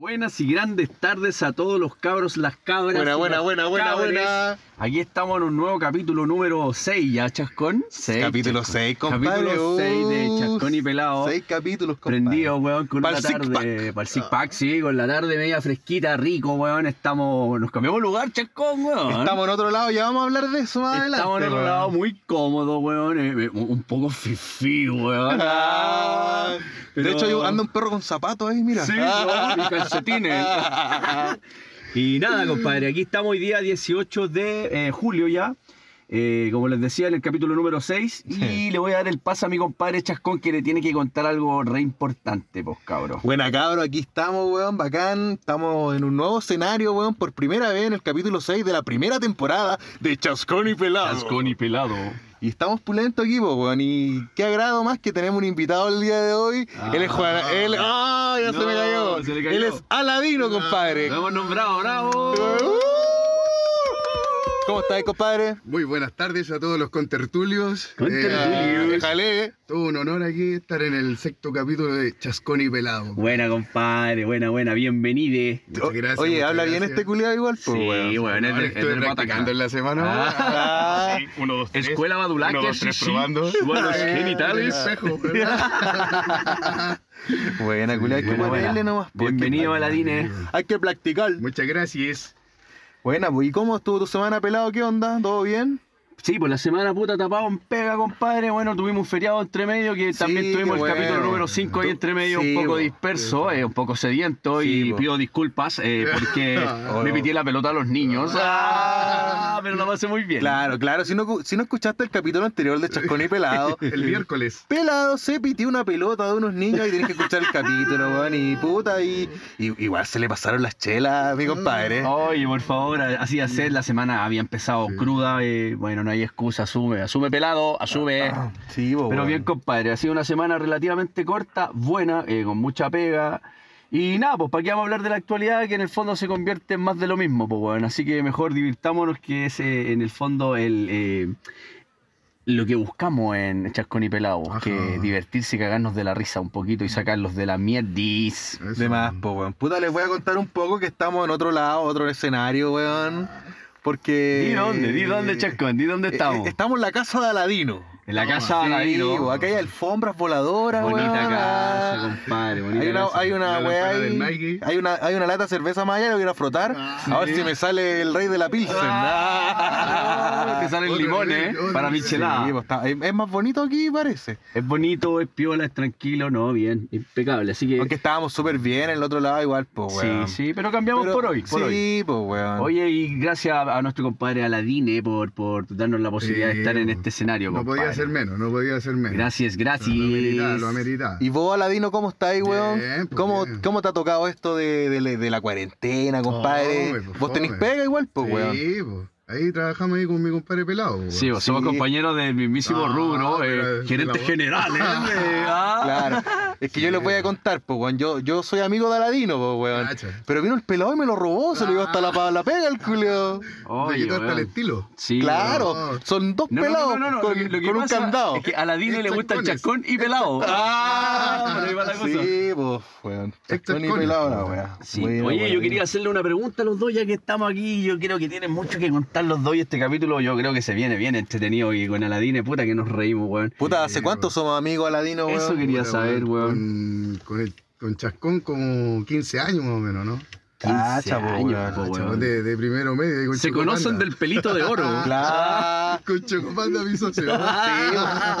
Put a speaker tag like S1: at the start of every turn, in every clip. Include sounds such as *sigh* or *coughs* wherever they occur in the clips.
S1: buenas y grandes tardes a todos los cabros, las cabras.
S2: Buena,
S1: y
S2: buena,
S1: los
S2: buena, buena,
S1: cabres.
S2: buena.
S1: Aquí estamos en un nuevo capítulo número 6, ¿ya, Chascón? Seis,
S2: Capítulo
S1: Chascón.
S2: 6, compadre.
S1: Capítulo 6 de Chascón y Pelado.
S2: 6 capítulos, compadre.
S1: Prendido, weón, con
S2: Pa'l
S1: la
S2: six
S1: tarde.
S2: pack.
S1: Para el six pack, sí, con la tarde media fresquita, rico, weón. Estamos. Nos cambiamos de lugar, Chascón, weón.
S2: Estamos en otro lado, ya vamos a hablar de eso más adelante.
S1: Estamos en otro
S2: weón.
S1: lado muy cómodo, weón. eh, eh, Un poco fifí,
S2: *laughs*
S1: weón.
S2: Ah,
S1: Pero-
S2: De hecho, yo- anda un perro con zapatos ahí, mira. *laughs*
S1: Sí,
S2: Ah.
S1: weón, y calcetines. *laughs* Y nada, compadre, aquí estamos hoy día 18 de eh, julio ya. eh, como les decía en el capítulo número 6. Y
S2: Sí.
S1: le voy a dar el paso a mi compadre Chascón que le tiene que contar algo re importante, pues cabros.
S2: Buena cabro, aquí estamos, weón, bacán. Estamos en un nuevo escenario, weón, por primera vez en el capítulo 6 de la primera temporada de Chascón y Pelado.
S1: pelado.
S2: Y estamos pulento equipo, weón. Y qué agrado más que tenemos un invitado el día de hoy.
S1: Ah.
S2: él es Juan. Él, ¡Ah! ya se me
S1: No,
S2: cayó.
S1: se le cayó.
S2: Él es Aladino, compadre.
S1: Lo hemos nombrado, bravo.
S2: ¿Cómo estás, compadre?
S3: Muy buenas tardes a todos los contertulios. Eh,
S1: Contertulios. Dios.
S2: Déjale.
S3: todo un honor aquí estar en el sexto capítulo de Chascón y Pelado.
S1: Buena, compadre, buena, buena, bienvenide.
S3: Muchas gracias.
S2: Oye,
S3: muchas
S2: habla bien
S3: gracias.
S2: este culiado igual, pues,
S1: Sí,
S2: weón.
S1: weón, es
S3: Ahora
S1: de- es
S3: estuve
S1: del
S3: practicando
S1: Botacan.
S3: en la semana.
S1: Ah,
S2: Ah,
S4: Sí, uno, dos, tres.
S1: Escuela Badulaque.
S4: Uno, dos, tres,
S1: sí, sí. *laughs*
S4: probando.
S3: *laughs*
S1: Suba los genitales.
S3: En el espejo.
S2: buena, culiado. Hay que
S1: Buena, buena.
S2: ponerle nomás. pues,
S1: Bienvenido,
S2: que-
S1: Aladine.
S2: Hay que practicar.
S3: *laughs* Muchas gracias.
S2: Buena, pues, ¿y cómo estuvo tu semana pelado? ¿Qué onda? ¿Todo bien?
S1: Sí, por la semana puta tapado en pega, compadre. Bueno, tuvimos un feriado entre medio que
S2: Sí,
S1: también tuvimos el
S2: qué
S1: capítulo
S2: bueno.
S1: número 5 ahí
S2: Tú-
S1: entre medio,
S2: sí,
S1: un poco
S2: bo.
S1: disperso, eh, un poco sediento
S2: Sí,
S1: y
S2: bo.
S1: pido disculpas
S2: *laughs*
S1: eh, porque
S2: Oh.
S1: le pitié la pelota a los niños. Ah, pero la pasé muy bien.
S2: Claro, claro. Si no, cu- si no escuchaste el capítulo anterior de Chascón y Pelado,
S1: *laughs*
S3: El miércoles.
S2: Pelado se pitió una pelota de unos niños y tenés que escuchar el capítulo, weón. Y puta, y, y- igual se le pasaron las chelas a
S1: Mm.
S2: mi compadre.
S1: Oye, por favor, así hacer. La semana había empezado cruda. eh, bueno, no hay excusa, asume. Asume pelado, asume.
S2: Ah. Sí, bo,
S1: eh. Pero
S2: Oh, weón.
S1: bien, compadre, ha sido una semana relativamente corta, buena, eh, con mucha pega. Y nada, pues para qué vamos a hablar de la actualidad que en el fondo se convierte en más de lo mismo, pues bueno. Así que mejor divirtámonos que es eh, en el fondo el, eh, lo que buscamos en Chascón y Pelado,
S3: Ajá.
S1: que divertirse y cagarnos de la risa un poquito
S2: Mm.
S1: y sacarlos de la mierdis.
S3: Eso.
S2: De más, po, weón. Puta, les voy a contar un poco que estamos en otro lado, otro escenario, weón. Porque.
S1: Di dónde, di dónde, Chascón, di dónde
S2: Eh, eh,
S1: estamos.
S2: Estamos en la casa de Aladino.
S1: en la
S3: no,
S1: casa de
S2: Sí,
S1: Aladino.
S2: bo, acá hay alfombras voladoras,
S1: Bonita
S2: weón.
S1: casa, compadre, bonita
S2: Hay una,
S1: casa.
S2: hay una
S3: La
S2: weá
S3: lámpara
S2: ahí,
S3: del Nike.
S2: hay una, hay una lata de cerveza maya, la voy a ir a frotar.
S3: Ah,
S2: a ver si me sale el rey de la pilsen.
S1: Ah,
S2: Ah.
S1: te salen
S3: Otro
S1: limones
S3: nivel, otro
S1: para
S3: nivel.
S1: michelada.
S2: Sí, pues, está- es es más bonito aquí, parece.
S1: Es bonito, es piola, es tranquilo, no, bien, impecable. Así que.
S2: Aunque estábamos súper bien el otro lado, igual, pues,
S1: sí,
S2: weón.
S1: sí, pero cambiamos
S2: Pero-
S1: por hoy. Por
S2: sí,
S1: hoy.
S2: pues, weón.
S1: Oye, y gracias a nuestro compadre Aladine por, por darnos la posibilidad de
S3: Sí,
S1: estar en
S3: bo.
S1: este escenario.
S3: No podía
S1: compadre.
S3: ser menos, no podía ser menos.
S1: Gracias, gracias.
S3: Lo ameritaba, lo ameritaba.
S2: ¿Y vos, Aladino, cómo estáis,
S3: Bien,
S2: weón?
S3: pues,
S2: ¿Cómo,
S3: bien.
S2: ¿Cómo te ha tocado esto de, de, de la cuarentena, compadre?
S3: Fome, pues,
S2: vos tenés
S3: fome.
S2: pega igual, pues, weón.
S3: Sí, po. Ahí trabajamos ahí con mi compadre Pelado. po.
S1: Sí, bo, somos
S2: Sí.
S1: compañeros del mismísimo
S3: Ah,
S1: rubro, eh,
S3: pero-
S1: gerente
S3: pero-
S1: general. ¿eh? Ah.
S2: Claro. Es que yo les voy a contar, pues, weón. Yo, yo soy amigo de Aladino, pues, weón.
S3: Cacha.
S2: Pero vino el pelado y me lo robó, se lo dio hasta la, pa- la pega el culio.
S3: Le
S1: Oye,
S3: quitó hasta el
S1: weón.
S3: estilo.
S1: Sí,
S2: claro,
S3: no.
S2: son dos
S1: No, no,
S2: pelados
S1: no, no, no,
S2: con,
S1: lo que- lo que
S2: con un
S1: pasa
S2: candado.
S1: Es que a Aladine
S3: Es
S1: le gusta el chascón
S3: chascones.
S1: y pelado.
S2: Ah,
S1: por ahí va la cosa.
S2: Sí, pues, weón.
S3: Es
S2: Chascón y
S3: chascón.
S2: pelado, la weá.
S1: Sí,
S2: Bueno,
S1: oye,
S2: bueno,
S1: yo quería hacerle una pregunta a los dos, ya que estamos aquí. Yo creo que tienen mucho que contar los dos y este capítulo yo creo que se viene bien entretenido y con Aladine, puta que nos reímos, weón.
S2: Puta, ¿hace cuánto somos amigos, Aladino, weón?
S1: Eso quería
S3: Puta,
S1: saber, weón.
S3: Con, con el- con Chascón como 15 años más o menos, ¿no? Ah,
S1: 15
S2: Cacha, po, weón.
S1: años, po,
S2: Cacha,
S1: weón.
S3: De, de primero medio. ahí con
S1: Se
S3: Choco
S1: conocen
S3: Panda.
S1: del pelito de oro.
S2: *laughs* Claro.
S3: Con Chocopanda mi socio.
S2: Sí,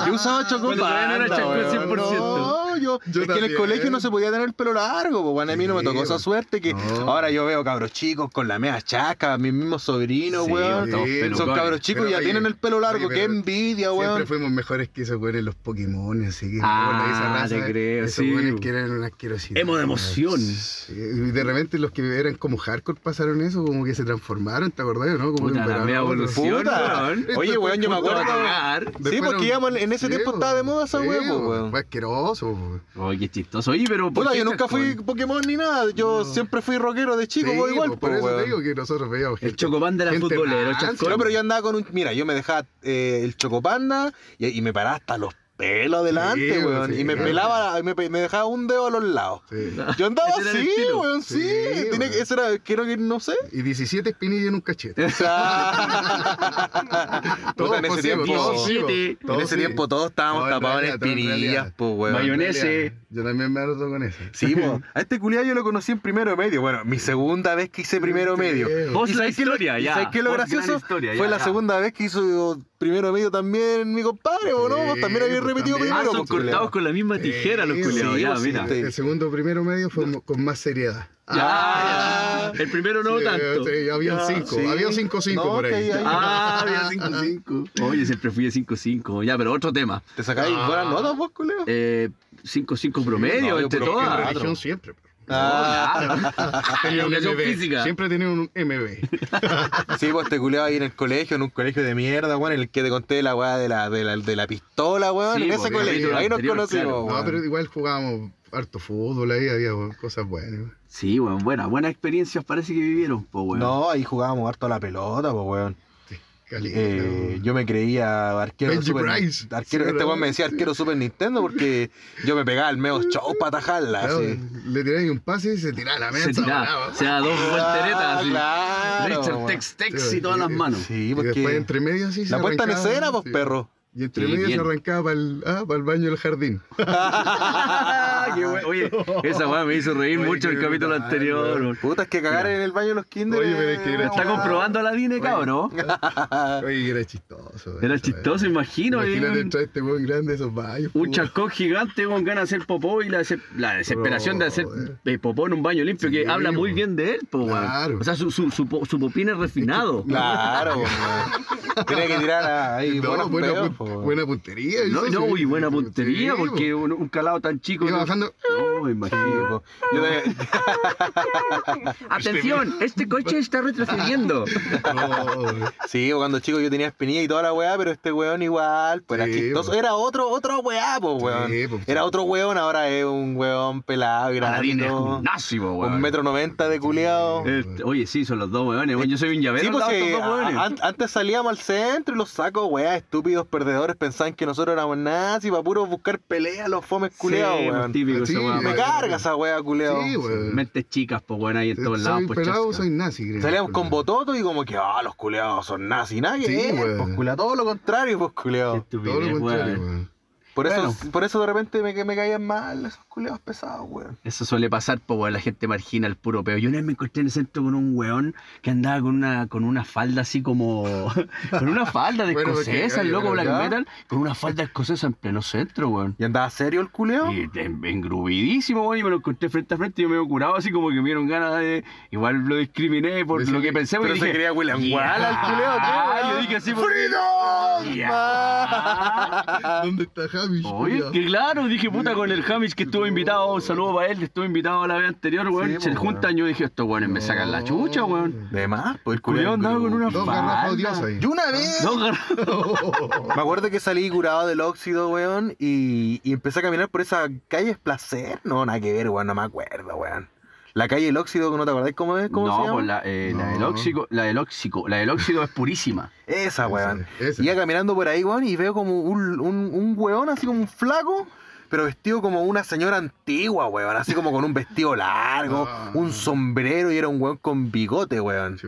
S2: yo usaba
S1: Cuando todavía no
S2: chocopanda,
S1: era chacón
S2: weón.
S1: 100%.
S2: No, yo,
S3: Yo
S2: es que en el
S3: también.
S2: colegio no se podía tener el pelo largo, po, weón. A mí no me
S3: Sí,
S2: tocó esa
S3: weón.
S2: suerte que
S3: No.
S2: ahora yo veo cabros chicos con la mea chaca, mis mismos sobrinos,
S1: Sí,
S2: weón.
S1: todos
S3: Sí,
S2: Son
S1: pelucones.
S2: cabros chicos y
S3: Pero,
S2: ya
S3: oye,
S2: tienen el pelo largo,
S3: oye,
S2: qué
S3: pero
S2: envidia,
S3: Siempre
S2: weón.
S3: fuimos mejores que esos güeyes, los Pokémon, así que.
S1: Ah,
S3: bueno, esa raza, eh?
S1: te creo,
S3: esos
S1: sí.
S3: güeyes que eran una asquerosidad.
S1: Hemos de emoción.
S3: Sí, Y de repente los que eran como hardcore pasaron eso, como que se transformaron, ¿te acordás? No? Como de
S1: Puta,
S3: un
S1: la
S3: verano
S1: mea
S3: a otro.
S1: evolución,
S2: Puta.
S1: weón.
S2: Oye,
S3: Esto
S2: weón, yo me
S3: fue
S2: acuerdo.
S3: puta
S1: cagar.
S2: Sí,
S3: Después
S2: porque
S3: era un-
S2: íbamos- en ese
S3: sí,
S2: tiempo
S3: po.
S2: estaba de moda esa
S3: Sí,
S2: weá, po,
S3: po.
S2: weón.
S3: Fue asqueroso, pues, po.
S1: Oye, qué chistoso. Oye, pero. ¿por
S2: Puta,
S1: qué
S2: yo nunca
S1: chascón?
S2: fui Pokémon ni nada. Yo siempre fui rockero de chico,
S3: Sí,
S2: po, igual.
S3: po, por
S2: po,
S3: eso
S2: weón.
S3: te digo que nosotros veíamos.
S1: El
S3: gente-
S1: Chocopanda era
S3: gente
S1: futbolero,
S3: rancia,
S1: *laughs* Chascón.
S2: No, pero yo andaba con un. Mira, yo me dejaba eh, el chocopanda y, y me paraba hasta los pelo adelante,
S3: Sí,
S2: weón.
S3: sí,
S2: y me
S3: claro.
S2: pelaba, me, pe- me dejaba un dedo a los lados.
S3: Sí.
S2: Yo andaba
S1: Ese era el
S2: así,
S1: estilo.
S2: weón, sí.
S3: Sí,
S2: tiene
S3: weón.
S2: que- Eso era, creo que, no sé.
S3: Y 17 espinillos en un cachete.
S1: *laughs*
S2: O sea,
S3: Todos
S2: Puta, en ese
S3: posibles,
S2: tiempo,
S3: todos
S1: sí,
S3: posibles.
S1: en
S3: Todos
S2: en ese
S3: sí.
S2: tiempo todos estábamos
S3: No, en
S2: tapados en
S3: realidad, todo en
S2: espinillas,
S3: realidad.
S2: pues, weón.
S1: Mayo- Mayonesa.
S3: Yo también me anoto con esa.
S2: Sí, po. A este culiado yo lo conocí en primero medio. Bueno, mi segunda vez que hice Este primero
S3: Este
S2: medio.
S1: Vos
S2: ¿Y
S1: la
S2: sabes qué lo-
S1: historia,
S2: y
S1: ya.
S2: ¿Sabes qué es lo
S1: Vos gran
S2: gracioso?
S1: historia,
S2: Fue
S1: ya,
S2: la
S1: ya.
S2: segunda vez que hizo primero medio también mi compadre, ¿o no? Vos
S3: Sí,
S2: también había
S3: pues,
S2: repetido
S3: también.
S1: Ah,
S2: primero.
S1: son
S2: pues,
S1: cortados
S2: culiao.
S1: con la misma tijera los
S3: Sí,
S1: culiados,
S2: sí,
S1: ya,
S2: sí.
S1: mira.
S2: Sí.
S3: El segundo primero medio fue mo- con más seriedad.
S1: Ya,
S2: Ah.
S1: ya. El primero no
S3: Sí,
S1: tanto.
S3: sí, habían
S2: Ah,
S3: cinco,
S2: sí.
S3: había cinco cinco
S2: No,
S3: por
S2: que
S3: ahí.
S2: ahí hay-
S3: *laughs*
S1: Ah, había 5-5. Oye, siempre fui de 5-5. Ya, pero otro tema.
S2: ¿Te sacáis
S3: Ah.
S2: buenas notas vos, culeo?
S1: Eh, 5-5 promedio,
S2: no, yo
S1: entre
S2: creo que
S1: todas.
S2: en
S3: Religión siempre. pero.
S1: Ah,
S3: Tenía un
S1: Educación
S3: MB,
S1: física.
S3: Siempre tenía un MB.
S2: Sí, pues te culeaba ahí en el colegio, en un colegio de mierda, weón, en el que te conté la weá de la, de la, de la pistola, weón,
S1: Sí,
S2: en
S1: pues,
S2: ese
S1: en el
S2: colegio. Ahí nos
S1: anterior,
S2: conocimos,
S1: claro.
S2: weón.
S3: No, pero igual jugábamos harto fútbol ahí, había cosas buenas.
S1: Sí, bueno, buena, buenas experiencias parece que vivieron, po, weón.
S2: No, ahí jugábamos harto a la pelota, pues, weón.
S3: Caliente.
S2: Eh,
S3: ¿no?
S2: yo me creía arquero
S3: Benji
S2: Super
S3: Price.
S2: Nin- arquero,
S3: Sí,
S2: Este weón
S3: ¿verdad?
S2: me decía arquero Super Nintendo porque yo me pegaba al medio show para atajarla.
S3: Claro,
S2: así.
S3: Le tiré un pase y se tiraba a la mesa.
S1: se tiraba,
S3: volaba.
S1: se da dos
S2: Ah,
S1: volteretas, así.
S2: claro,
S1: Richard
S2: weón.
S1: Tex Tex
S3: Sí,
S1: y todas las
S3: sí,
S1: manos.
S2: Sí,
S3: Y después
S2: porque
S3: entre medias sí se
S2: la puesta en
S3: arrancaba,
S2: escena, pues,
S3: sí.
S2: perro.
S3: Y entre
S1: Sí,
S3: medias se
S1: bien.
S3: arrancaba para el, baño del jardín.
S1: Ah, Qué bueno. Oye, esa weá me hizo reír
S3: Oye,
S1: mucho
S3: qué
S1: el capítulo
S3: brutal,
S1: anterior.
S3: weón.
S1: weón.
S2: Puta, es que cagar en el baño de los kinder.
S3: Oye, pero es que
S2: eh,
S3: era-
S1: Está
S2: weón.
S1: comprobando la DINE,
S3: Oye.
S1: cabrón.
S2: Ah,
S3: Oye, era chistoso.
S1: Era
S3: eso,
S1: chistoso,
S3: eh.
S1: imagino.
S3: Imagínate
S1: eh, un-
S3: entrar a este buen grande a esos baños.
S1: Un
S3: po.
S1: chascón gigante con ganas de hacer popó y la, dese- la desesperación de hacer
S3: Brother.
S1: eh, popó en un baño limpio, que
S3: Oh, Sí,
S1: habla muy
S3: weón.
S1: bien de él, po, weón.
S3: Claro.
S1: O sea, su, su, su, po- su popín es refinado.
S3: *laughs*
S2: Claro, weón. Tenía que tirar a- ahí.
S3: No,
S2: buenos
S3: buena,
S2: peos,
S3: pun-
S2: po, weón.
S3: buena puntería.
S1: No,
S3: eso
S1: no,
S3: sí.
S1: y buena puntería,
S3: Sí,
S1: porque
S3: po.
S1: un, un calado tan chico.
S3: Iba
S1: no-
S3: bajando.
S1: No, me imagino.
S2: Yo también-
S1: Atención, este coche está
S3: *laughs* No,
S1: retrocediendo.
S2: *laughs* Sí, cuando chico yo tenía espinilla y toda la weá, pero este weón igual, pues era
S3: Sí,
S2: chistoso.
S3: po.
S2: Era otro, otro weá, po, weón.
S3: Sí, po.
S2: Era otro weón, ahora es un weón pelado,
S1: Paladín es como
S2: granado.
S1: un nazi, po, weón.
S2: Un metro noventa de culiao.
S3: Sí.
S1: Este, oye, sí, son los dos weones. weón. Yo soy un
S3: Eh,
S1: llavero.
S2: Sí,
S1: al
S2: pues
S1: lado de
S2: sí,
S1: estos dos weones.
S3: ah,
S2: a- an- antes salíamos al centro y los sacos, weá, estúpidos perdedores pensaban que nosotros éramos nazis para puro buscar peleas, los fomes culeados,
S1: Sí, pues,
S2: weón.
S3: ah,
S1: típico
S3: Sí,
S1: esa weá,
S3: me
S2: Me
S1: weón.
S2: carga esa weá, culeado.
S3: *laughs* Sí, weón.
S1: Mentes chicas, pues weón, ahí en todos lados.
S3: Soy
S1: pues,
S3: pelado,
S1: chasca.
S3: soy nazi, creo.
S2: Salíamos
S1: pues,
S2: con bototo y como que, ah, los culeados son nazis, nadie
S3: Sí,
S2: es,
S3: weón.
S2: pues, culiao, todo lo contrario, pues culeado.
S1: Qué
S3: Todo
S1: estupidez,
S3: lo contrario,
S1: weón.
S3: weón.
S2: Por eso,
S1: Bueno.
S2: por eso de repente me, me caían mal esos culeados pesados, weón.
S1: Eso suele pasar, pues weón, la gente margina el puro peo. Yo una vez me encontré en el centro con un weón que andaba con una, con una falda así como. *laughs* con una falda
S2: *laughs*
S1: de
S3: Bueno, porque,
S1: escocesa, el
S3: oye,
S1: loco
S3: pero
S1: black
S2: ya.
S1: metal, con una falda escocesa en pleno centro, weón.
S2: ¿Y andaba serio el culeo?
S1: Y de- engrubidísimo, weón, y me lo encontré frente a frente y yo me curado, así como que me dieron ganas de. Igual lo discriminé por
S3: Pero
S1: lo
S3: se-
S1: que pensé,
S2: Pero
S1: porque
S2: se
S1: dije,
S2: creía William
S1: "Ya".
S2: Wallace al culeo,
S1: Ah,
S2: ¿qué, weón?
S1: yo dije así porque-
S2: ¡Freedom!
S3: *laughs*
S2: Ah.
S1: Ya.
S3: ¿Dónde está Javi?
S1: Oye, que claro, dije puta con el Hamish que estuvo invitado, un saludo para él, estuvo invitado la vez anterior, weón.
S2: Sí, pues,
S1: se
S2: po,
S1: juntan, yo dije, estos weones me sacan la chucha, weón.
S2: De más, pues el
S1: Culeado
S2: culeo
S1: andaba con una
S3: Dos
S1: falda.
S3: garrafas odiosas ahí.
S2: Yo una vez...
S1: No, garra-
S3: *laughs*
S2: Me acuerdo que salí curado del óxido, weón, y, y empecé a caminar por esa calle es placer. No, nada que ver, weón, no me acuerdo, weón. La calle El Óxido, ¿no te acordáis cómo es? ¿Cómo se
S1: *laughs* No,
S2: llama?
S1: pues la, eh, la
S3: No.
S1: del óxido, la del óxido, la del óxido es purísima.
S2: Esa, Ah, weón.
S3: esa.
S2: Y Iba caminando por ahí, weón, y veo como un, un, un weón, así como un flaco, pero vestido como una señora antigua, weón. Así como con un vestido largo,
S3: Ah.
S2: un sombrero, y era un weón con bigote, weón.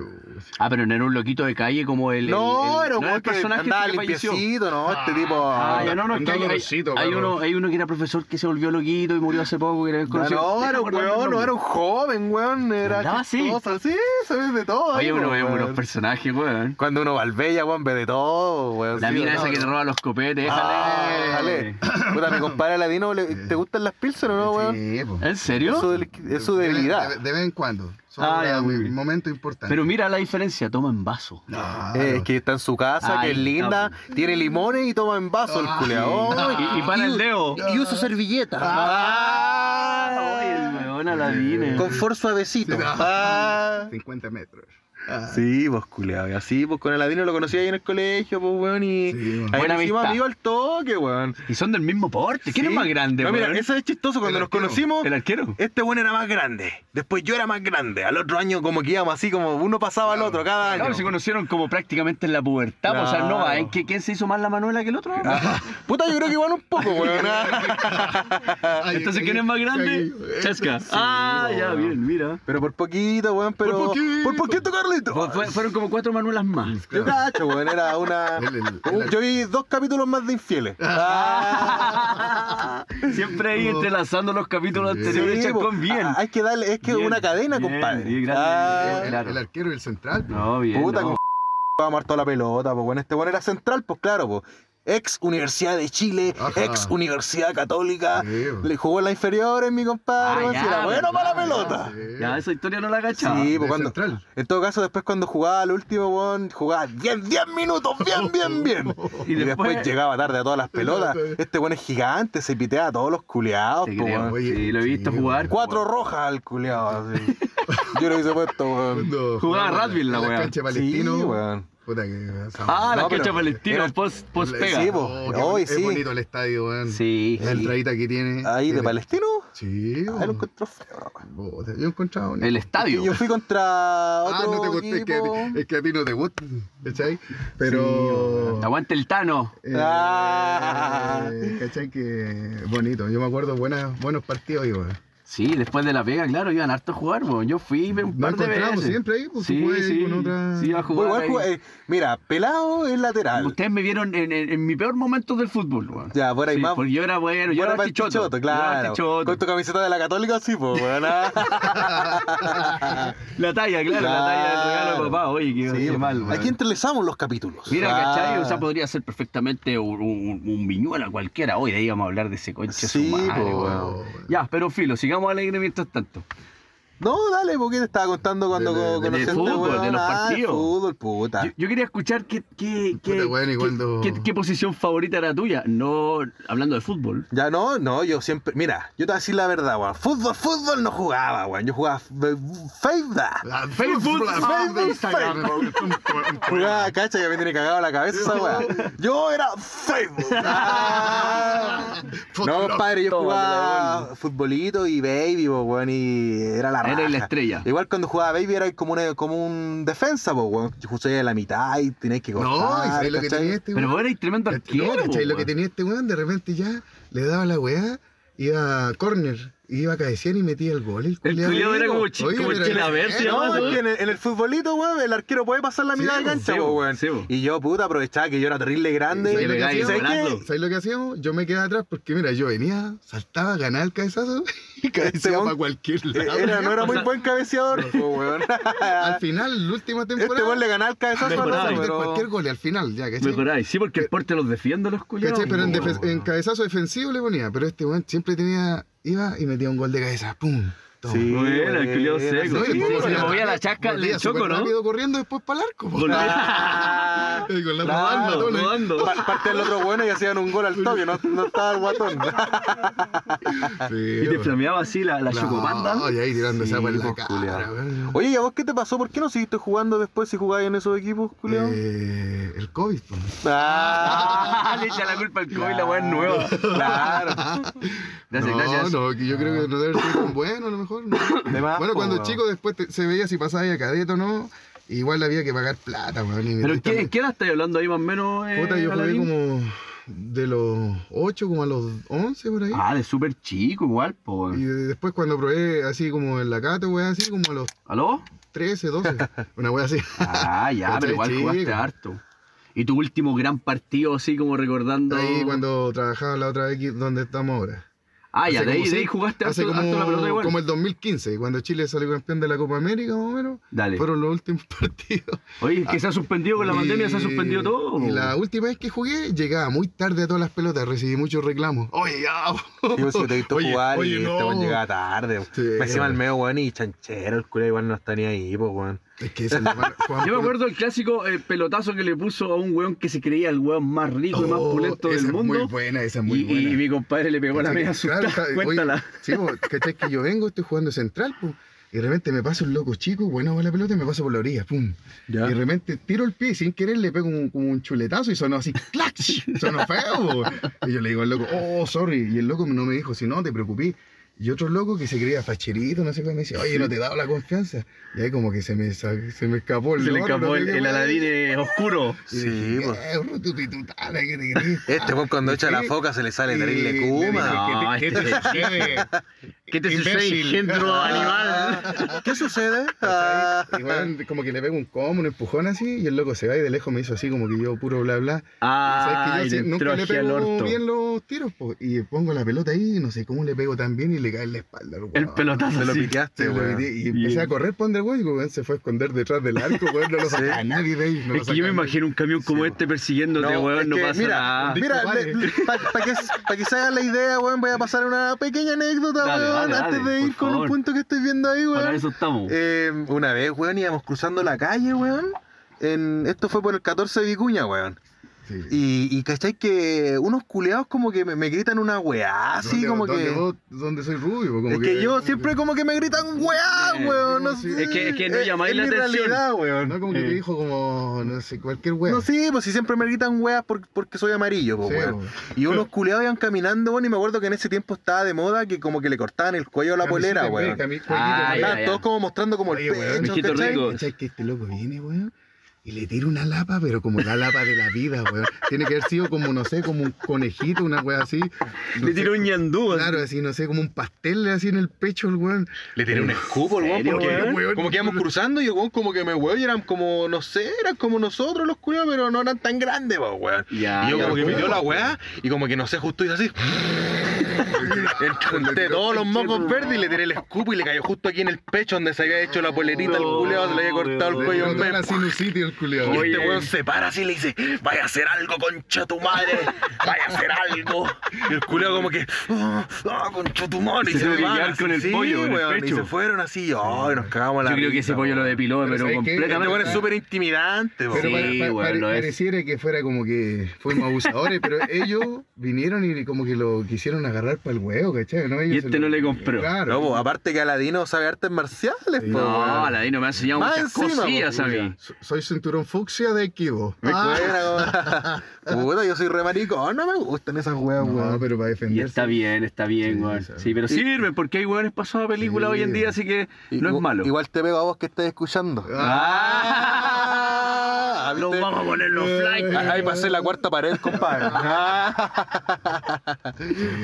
S1: Ah, pero no era un loquito de calle como el. el-
S2: no,
S1: el-
S2: era un
S1: no
S2: weón que andaba
S1: que falleció.
S2: limpiecito, no, este tipo...
S1: Ah, ya no, no, es que
S3: Andaba
S1: hay, hay-
S3: lorcito,
S1: hay
S3: perro.
S1: uno, hay uno que era profesor que se volvió loquito y murió hace poco, que era
S2: Ya
S1: desconocido.
S2: no, era un
S1: Déjame acordarme
S2: weón,
S1: el
S2: no
S1: nombre.
S2: era un joven, weón,
S1: Andaba
S2: era
S1: así.
S2: chistoso, sí, sabes de todo. ahí,
S1: Oye, uno ve
S2: weón.
S1: unos personajes, weón.
S2: Cuando uno va al Bella, weón, ve de todo, weón.
S1: La
S2: sí,
S1: mina
S2: no,
S1: esa que
S2: no.
S1: te roba los copetes,
S2: Ah,
S1: déjale.
S2: jale. Puta, mi compadre Aladino, ¿le- ¿te gustan las pilsen o no, weón?
S1: ¿En
S2: Es su,
S1: serio?
S2: del- es su debilidad.
S3: De, de vez en cuando. Son
S1: Ah, ya,
S3: los
S1: muy bien.
S3: momentos importantes.
S1: Pero mira la diferencia, toma en vaso.
S3: Claro.
S2: Eh, es que está en su casa,
S1: Ay,
S2: que es linda, tiene limones y toma en vaso el
S3: Ah,
S2: culeado.
S1: Y, y para el dedo.
S2: Y uso servilleta.
S1: Ah, oye, el
S2: Ah.
S1: weón a la
S3: *laughs*
S1: vine.
S2: Confort suavecito.
S3: Sí, no.
S2: Ah.
S3: 50 metros. Ah,
S2: Sí, pues culeado. Y así, pues con el Aladino lo conocí ahí en el colegio, pues weón. Y
S3: sí, bueno.
S2: ahí
S1: Buena
S2: nos hicimos
S1: amistad.
S2: amigos al toque, weón.
S1: Y son del mismo porte. ¿Quién
S2: Sí.
S1: es más grande,
S2: No, mira,
S1: weón?
S2: eso es chistoso. Cuando
S3: El
S2: nos
S3: arquero.
S2: conocimos,
S1: ¿El arquero?
S2: este weón era más grande. Después yo era más grande. Al otro año, como que íbamos así, como uno pasaba al
S3: Claro,
S2: otro cada año.
S1: Claro, se conocieron como prácticamente en la pubertad. pues, O sea, no va
S2: Claro. Ah,
S1: en que quién se hizo más la Manuela que el otro.
S2: Puta, yo creo que igual un poco, weón. ah.
S3: Ay,
S1: Entonces,
S3: ay,
S1: ¿quién es más grande?
S3: ay, este
S1: Chesca.
S3: sí,
S1: ah, ya,
S2: bueno.
S1: bien, mira.
S2: pero por poquito, weón, pero.
S3: Por poquito.
S2: ¿Por poquito, Carlito?
S1: Fue- fue- fueron como cuatro Manuelas más.
S2: Yo cacho, weón, era una.
S3: El- el-
S2: un-
S3: el-
S2: Yo vi dos capítulos más de Infieles. Ah.
S1: *laughs* Siempre ahí
S3: No.
S1: entrelazando los capítulos
S3: Sí,
S1: anteriores,
S2: po.
S1: Chacón, bien.
S2: Ah, Hay que darle, es que es
S1: Bien,
S2: una cadena,
S1: bien,
S2: compadre.
S1: bien, grande,
S2: Ah,
S3: El, el
S1: Claro.
S3: arquero y el central. pues,
S1: No, bien.
S2: puta,
S1: no.
S2: con vamos a hartar la pelota, pues bueno, este bueno era central, pues claro, pues. Ex Universidad de Chile,
S3: Ajá.
S2: ex Universidad Católica.
S3: Sí, po.
S2: Le jugó en las inferiores, mi
S1: Ah,
S2: compadre. weón, si
S1: ya,
S2: era
S1: verdad,
S2: bueno para la
S1: ya,
S2: pelota.
S3: Sí.
S1: Ya, esa historia no la agachaba.
S2: Sí,
S3: de
S2: pues cuando.
S3: central.
S2: En todo caso, después cuando jugaba al último, weón, jugaba bien, 10 minutos, bien,
S3: *laughs*
S2: bien, bien.
S1: Y
S2: Y después,
S1: después-
S2: llegaba tarde a todas las pelotas. Este weón es gigante, se pitea a todos los culeados,
S1: Te
S2: po,
S1: creo.
S2: weón.
S3: Oye,
S1: sí, lo he visto
S3: sí,
S1: jugar.
S2: Cuatro rojas al culeado,
S3: *laughs*
S2: así. Yo lo hice puesto, weón.
S3: Cuando
S1: Jugaba
S3: jugábamos
S1: rugby la
S3: en
S1: weá.
S3: cancha de
S2: Sí,
S3: palestino.
S2: weón.
S3: Puta que.
S1: Ah, la
S2: No,
S1: cancha
S2: pero-
S1: palestina,
S2: era-
S1: post, post pega.
S2: Sí,
S1: Sí,
S2: po.
S3: Oh, qué
S2: Hoy
S3: bon- es
S2: sí.
S3: bonito el estadio, weón.
S1: sí.
S3: La entradita que tiene.
S2: Ahí de
S3: Tiene-
S2: Palestino.
S3: Sí,
S2: Ahí lo
S3: weón.
S2: encontró feo. weón.
S3: Puta, Yo he encontrado un-
S1: Ah, El
S2: Y
S1: estadio.
S2: yo fui contra otro
S3: Ah, no te conté, es que, a
S2: equipo.
S3: ti- es que a ti no te gusta, ¿cachai?
S2: Sí,
S3: Pero...
S1: Aguante el Tano.
S3: eh,
S2: Ah.
S3: ¿Cachai? Que bonito, yo me acuerdo buenas, buenos partidos eh. ahí, weón.
S1: Sí, después de la pega, claro, iban harto a jugar, weón. Yo fui un
S3: Nos
S1: par de
S3: encontramos
S1: veces.
S3: siempre ahí, pues,
S1: sí,
S3: tú juegas ahí
S1: sí,
S3: con otra-
S1: sí, iba a
S2: Muy
S1: jugar.
S2: buen
S1: ahí.
S2: jugador. Eh, Mira, pelado es lateral.
S1: Ustedes me vieron en, en- en mi peor momento del fútbol, weón.
S2: Ya, por ahí
S1: Sí,
S2: más.
S1: porque yo era bueno, yo
S2: Bueno,
S1: era
S2: para el
S1: chichoto.
S2: chichoto,
S1: Yo era
S2: claro.
S1: chichoto.
S2: Con tu camiseta de la Católica, sí, pues, weón.
S3: *laughs*
S2: ah.
S1: La talla, claro, la talla del regalo de
S2: Claro.
S1: papá. Oye, qué,
S2: Sí, pues.
S1: qué pues, mal,
S2: Aquí
S1: weón.
S2: entrelazamos los capítulos.
S1: Mira,
S2: Ah.
S1: ¿cachai? O sea, podría ser perfectamente un, un, un viñuela cualquiera. Hoy de ahí vamos a hablar de ese conche
S2: Sí,
S1: su madre,
S2: po.
S1: weón. Ya, pero filo, sigamos alegre mientras tanto.
S2: No, dale, porque te estaba contando cuando
S3: Del-
S2: co-
S3: del-
S2: conocí a
S1: del
S2: este
S1: fútbol,
S2: weón.
S1: de los
S2: Ah, el
S1: partidos.
S2: fútbol, puta.
S1: Yo, yo quería escuchar qué, qué, qué,
S3: Puta, weón, y
S1: qué-
S3: cuando-
S1: qué- qué posición favorita era tuya. No hablando de fútbol.
S2: Ya no, no, yo siempre. Mira, yo te voy a decir la verdad, weón. Fútbol, fútbol no jugaba, weón. Yo jugaba f- Facebook.
S3: La
S1: Facebook,
S3: la-
S1: Facebook, *laughs*
S2: Jugaba, cacha, que me tiene cagado la cabeza
S1: *laughs*
S2: esa weón. Yo era Facebook. Ah. No, compadre,
S1: Toma, te
S2: yo
S1: la
S2: jugaba
S1: devuelvo.
S2: futbolito y baby, po, weón, y era la
S1: Era
S2: raja.
S1: la estrella.
S2: Igual cuando jugaba baby era como, una- como un defensa, po, weón. Yo jugué a la mitad y tenías que cortar.
S3: No, y sabes lo que
S2: ah, ¿cachai?
S3: tenía este
S1: Pero
S3: weón.
S1: vos erais tremendo
S3: Cachai,
S1: arquero.
S3: No, ¿cachai? Lo
S1: weón.
S3: que tenía este weón, de repente ya le daba la weá, iba a corner, iba a cabecear y metía el gol. El
S1: El
S3: culiao.
S1: culiao era como,
S3: Oye,
S1: chi- como
S3: pero-
S1: Chilaver, se
S3: eh,
S1: llama
S2: No,
S1: eso,
S2: es que en el, en el futbolito, weón, el arquero puede pasar la
S3: Sí,
S2: mitad de
S3: po,
S2: cancha,
S1: sí,
S2: po,
S1: po,
S2: weón.
S1: sí, po.
S2: Y yo, puta, aprovechaba que yo era terrible grande.
S3: Sí,
S1: Que pegáis
S2: ¿Y
S1: el
S2: sabes qué?
S1: golazo.
S3: ¿Sabes lo que hacíamos? Yo me quedaba atrás porque, mira, yo venía, saltaba, ganaba el cabezazo *laughs* y cabeceaba
S2: Este weón-
S3: para cualquier
S2: Eh,
S3: lado.
S2: era- no
S1: *laughs*
S2: era
S1: O
S2: muy
S1: sea-
S2: buen cabeceador,
S1: *laughs*
S2: po, weón.
S3: Al final, la última temporada.
S2: Este weón le ganaba el cabezazo al
S1: Mejoraba.
S2: otro,
S3: meter
S2: pero-
S3: cualquier gol y al final, ya, ¿cachai?
S1: Mejoráis. Sí, porque el porte los defiende a los culiados.
S3: ¿Cachai? Pero en,
S1: weón.
S3: defen- en cabezazo defensivo le ponía, pero este weón siempre tenía, iba y metía un gol de cabeza, ¡pum! Toma.
S2: Sí,
S1: Bueno, el culiao
S2: weón,
S1: seco.
S2: sí,
S1: Sí,
S3: después
S1: se
S2: weón.
S1: le
S3: volvía
S1: movía la
S3: rápido,
S1: chasca,
S3: volvía
S1: el choco,
S3: súper
S1: ¿no?
S3: rápido corriendo después para el arco. *laughs* po.
S1: Volvía-
S2: Ah,
S3: Y con la
S2: claro.
S3: rodando, todo el-
S2: *laughs*
S1: Rodando.
S2: Pa- Parte del otro bueno y hacían un gol al toque, no, no estaba el guatón. *laughs*
S3: Sí,
S1: Y te
S3: po.
S1: flameaba así la, la chocopanda.
S3: No, y ahí tirando
S2: Sí,
S3: esa para la
S2: pues,
S3: cara.
S2: culiao.
S3: weón.
S2: Oye, ¿y a vos qué te pasó? ¿Por qué no seguiste jugando después si jugabas en esos equipos, culiao?
S3: Eh, el COVID. po.
S2: Ah,
S1: Ah, le echa la culpa al COVID, la weá es nueva.
S2: Claro.
S1: Gracias,
S3: no,
S1: gracias. Ah,
S3: no, que yo creo que no debe ser tan bueno, a lo mejor. no.
S2: De más,
S3: Bueno,
S2: po,
S3: cuando
S2: weón.
S3: chico después te- se veía si pasaba ahí a cadete o no, igual había que pagar plata, weón. y
S1: Pero
S3: metiste
S1: ¿qué,
S3: la-
S1: ¿qué edad estáis hablando ahí más o menos? eh,
S3: eh, Puta, yo jugué
S1: Aladín?
S3: como de los 8 como a los 11 por ahí.
S1: Ah, de súper chico igual, po.
S3: Y de- después cuando probé así como en la cata, weón, así como a los
S1: ¿Aló?
S3: 13, 12. Una weá así.
S1: Ah,
S3: *laughs*
S1: ya, pero
S3: Cachai,
S1: igual
S3: chico.
S1: jugaste harto. ¿Y tu último gran partido así como recordando?
S3: Ahí cuando trabajaba la otra vez aquí donde estamos ahora.
S1: Ah, ya,
S3: Hace
S1: de ahí,
S3: como
S1: de ahí
S3: sí,
S1: jugaste harto,
S3: hace como,
S1: harto la pelota igual.
S3: como el 2015, cuando Chile salió campeón de la Copa América, más o menos.
S1: Dale.
S3: Fueron los últimos *laughs* partidos.
S1: Oye, es que se ha suspendido con la
S3: Y-
S1: pandemia, se ha suspendido todo.
S3: Y
S1: po.
S3: la última vez que jugué, llegaba muy tarde a todas las pelotas, recibí muchos reclamos. Oye, ya. *laughs* po.
S2: Sí, pues, si te he visto
S3: Oye,
S2: jugar
S3: oye,
S2: y
S3: no.
S2: este weón llegaba tarde.
S3: Sí,
S2: Me encima el
S3: weón.
S2: medio, weón, y chanchero, el culo igual no está ni ahí, pues, weón.
S3: Es que esa es la mala- Juan,
S1: Yo me acuerdo el clásico eh, pelotazo que le puso a un weón que se creía el weón más rico y más
S3: Oh,
S1: pulento
S3: esa
S1: del
S3: es
S1: mundo.
S3: Muy buena, esa es muy
S1: y,
S3: buena.
S1: y mi compadre le pegó la
S3: ¿Cachai?
S1: media asustada.
S3: Claro, está- oye,
S1: Cuéntala.
S3: sí, po, ¿cachai? Que yo vengo, estoy jugando central, po, Y de repente me pasa un loco chico, bueno, va la pelota y me paso por la orilla, pum.
S2: Ya.
S3: Y de repente tiro el pie y sin querer le pego un, como un chuletazo y sonó así, ¡clach! Sonó feo. po. Y yo le digo al loco, oh, sorry. Y el loco no me dijo, si no, te preocupé. Y otro loco que se creía facherito, no sé qué, me decía, oye, no te he dado la confianza. Y ahí como que se me, sa- se me escapó el
S1: Se le
S3: loro, no
S1: escapó
S3: sé
S1: el,
S3: qué
S1: el
S3: weá.
S1: Aladín eh, oscuro.
S3: Y
S2: Sí,
S3: dije,
S2: pues.
S3: "Eh, rututututana, ¿qué te Ah, crees?".
S2: Este weón cuando echa la foca se le sale terrible
S3: Y
S2: Kuma.
S1: No,
S3: le dije,
S1: este-
S3: sucede?
S1: *laughs* ¿Qué te sucede,
S3: Imbécil. *laughs*
S1: engendro animal?
S2: Ah. ¿Qué sucede? Ah,
S3: ¿Cachai? Y weón, como que le pego un combo, un empujón así, y el loco se va y de lejos me hizo así como que yo puro bla bla.
S1: Ah,
S3: ¿Sabes que yo sí- nunca le
S1: al
S3: pego
S1: orto.
S3: bien los tiros, po, y pongo la pelota ahí, y no sé cómo le pego tan bien y le cae en la espalda. al
S1: El
S3: weón.
S1: pelotazo.
S2: te lo
S1: sí.
S3: Sí,
S2: piqueaste,
S3: lo
S2: weón.
S3: metí, y
S1: Bien.
S3: empecé a correr para donde el weón, y weón se fue a esconder detrás del arco, weón, no lo sacaba
S2: Sí.
S3: nadie de ahí. no lo
S1: Es que yo me
S3: sacaba nadie.
S1: imagino un camión como
S2: Sí,
S1: este persiguiéndote,
S2: No,
S1: weón,
S2: es
S1: no
S2: que
S1: pasa
S2: mira,
S1: nada.
S3: di-
S2: Mira,
S3: Disculpa, eh.
S2: para que, pa' que se hagan la idea, weón, voy a pasar una pequeña anécdota,
S1: Dale,
S2: weón,
S1: dale,
S2: antes
S1: dale,
S2: de ir
S1: por
S2: con
S1: favor.
S2: un punto que estoy viendo ahí,
S1: Para
S2: weón.
S1: eso estamos.
S2: Eh, una vez, weón, íbamos cruzando la calle, weón. en- esto fue por el 14 de Vicuña, weón.
S3: Sí.
S2: Y, y cachai que unos culeados como que me, me gritan una weá, así
S3: ¿Dónde-
S2: como
S3: dónde
S2: que.
S3: vos- dónde soy rubio, po? como
S2: Es que yo siempre como que me gritan weá,
S1: Eh,
S2: weón. No
S3: es
S2: sé.
S1: que- es que no
S2: Eh,
S1: llamáis
S2: es
S1: la
S2: mi
S1: atención.
S2: realidad, weón.
S3: No, como que
S1: Eh.
S3: te dijo como, no sé, cualquier weón.
S2: No, sí, pues si siempre me gritan weas por- porque soy amarillo, pues, weón. Y unos culeados iban caminando, weón, y me acuerdo que en ese tiempo estaba de moda que como que le cortaban el cuello a la polera, weón.
S1: Ah,
S2: Andaban
S1: ya, ya.
S2: Todos como mostrando como el
S3: Oye, weón,
S2: pecho,
S1: mijito
S2: ¿cachai?
S1: rico.
S3: ¿Cachai que este loco viene, weón? Y le tira una lapa, pero como la lapa de la vida, weón. Tiene que haber sido como, no sé, como un conejito, una weá así. No
S1: Le
S3: sé,
S1: tiró un ñandú. así.
S3: Claro, así, no sé, como un pastel así en el pecho el weón.
S2: Le tiré un escupo al weón,
S1: serio,
S2: porque
S3: weón?
S2: como que íbamos cruzando y el weón como que me weón y eran como, no sé, eran como nosotros los culiados, pero no eran tan grandes, po, weón.
S1: Ya,
S2: y yo
S1: ya,
S2: como que me
S1: weón.
S2: dio la weá y como que no sé, justo hice así. Junté todos los mocos verdes y le tiré el escupo y le cayó justo aquí en el pecho donde se había hecho la polerita al
S1: No,
S2: culeado, se le había
S1: weón.
S2: cortado el
S3: Le
S2: cuello
S3: tiró
S2: en
S3: toda la
S2: vez.
S3: sinusitis el culiado.
S2: Y
S1: Oye.
S2: este weón se para así y le dice, vaya a hacer algo, concha tu madre, vaya a hacer algo. Y el culeado como que, ah, ah, concha tu madre.
S1: Se tuvo que
S2: van
S1: quedar
S2: así,
S1: con el pollo en el
S2: weón,
S1: pecho.
S2: Y se fueron así, y, ay, nos cagamos la
S1: Yo creo que ese
S2: risa,
S1: pollo lo
S2: weón.
S1: depiló,
S3: Pero
S1: pero,
S3: ¿sabes qué?
S2: Este weón
S1: completamente.
S2: es súper intimidante,
S3: Pero
S1: Sí,
S2: weón.
S3: para, para-
S1: weón,
S3: pare-
S1: lo es.
S3: pareciera que fuera como que fuimos abusadores, pero ellos vinieron y como que lo quisieron agarrar para el huevo, ¿cachai? ¿No? Ellos
S1: Y
S3: se
S1: este
S3: lo-
S1: no le compró.
S3: Claro.
S2: No, po, aparte que Aladino sabe artes marciales,
S1: No,
S2: po, weón.
S1: Aladino me ha enseñado
S2: Más
S1: muchas
S2: encima,
S1: cosillas
S2: po,
S1: a mí.
S2: culiao.
S3: So- Soy cinturón fucsia de Ah, equivo.
S2: Buena, como- Puta, yo soy re maricón, no me gustan esas weas,
S3: No,
S2: weón.
S3: pero para
S1: Y
S3: defenderse.
S1: está bien, está bien,
S3: Sí,
S1: weón.
S3: sí.
S1: Sí, pero sirven porque hay weones pasados a película
S3: Sí.
S1: hoy en día, así que no es
S2: Igual-
S1: malo.
S2: Igual te pego a vos que estés escuchando.
S1: Ah,
S2: Ah,
S1: los
S2: ¿viste?
S1: vamos a poner los flights.
S2: Ah, Ahí pasé la cuarta pared, compadre. Ah.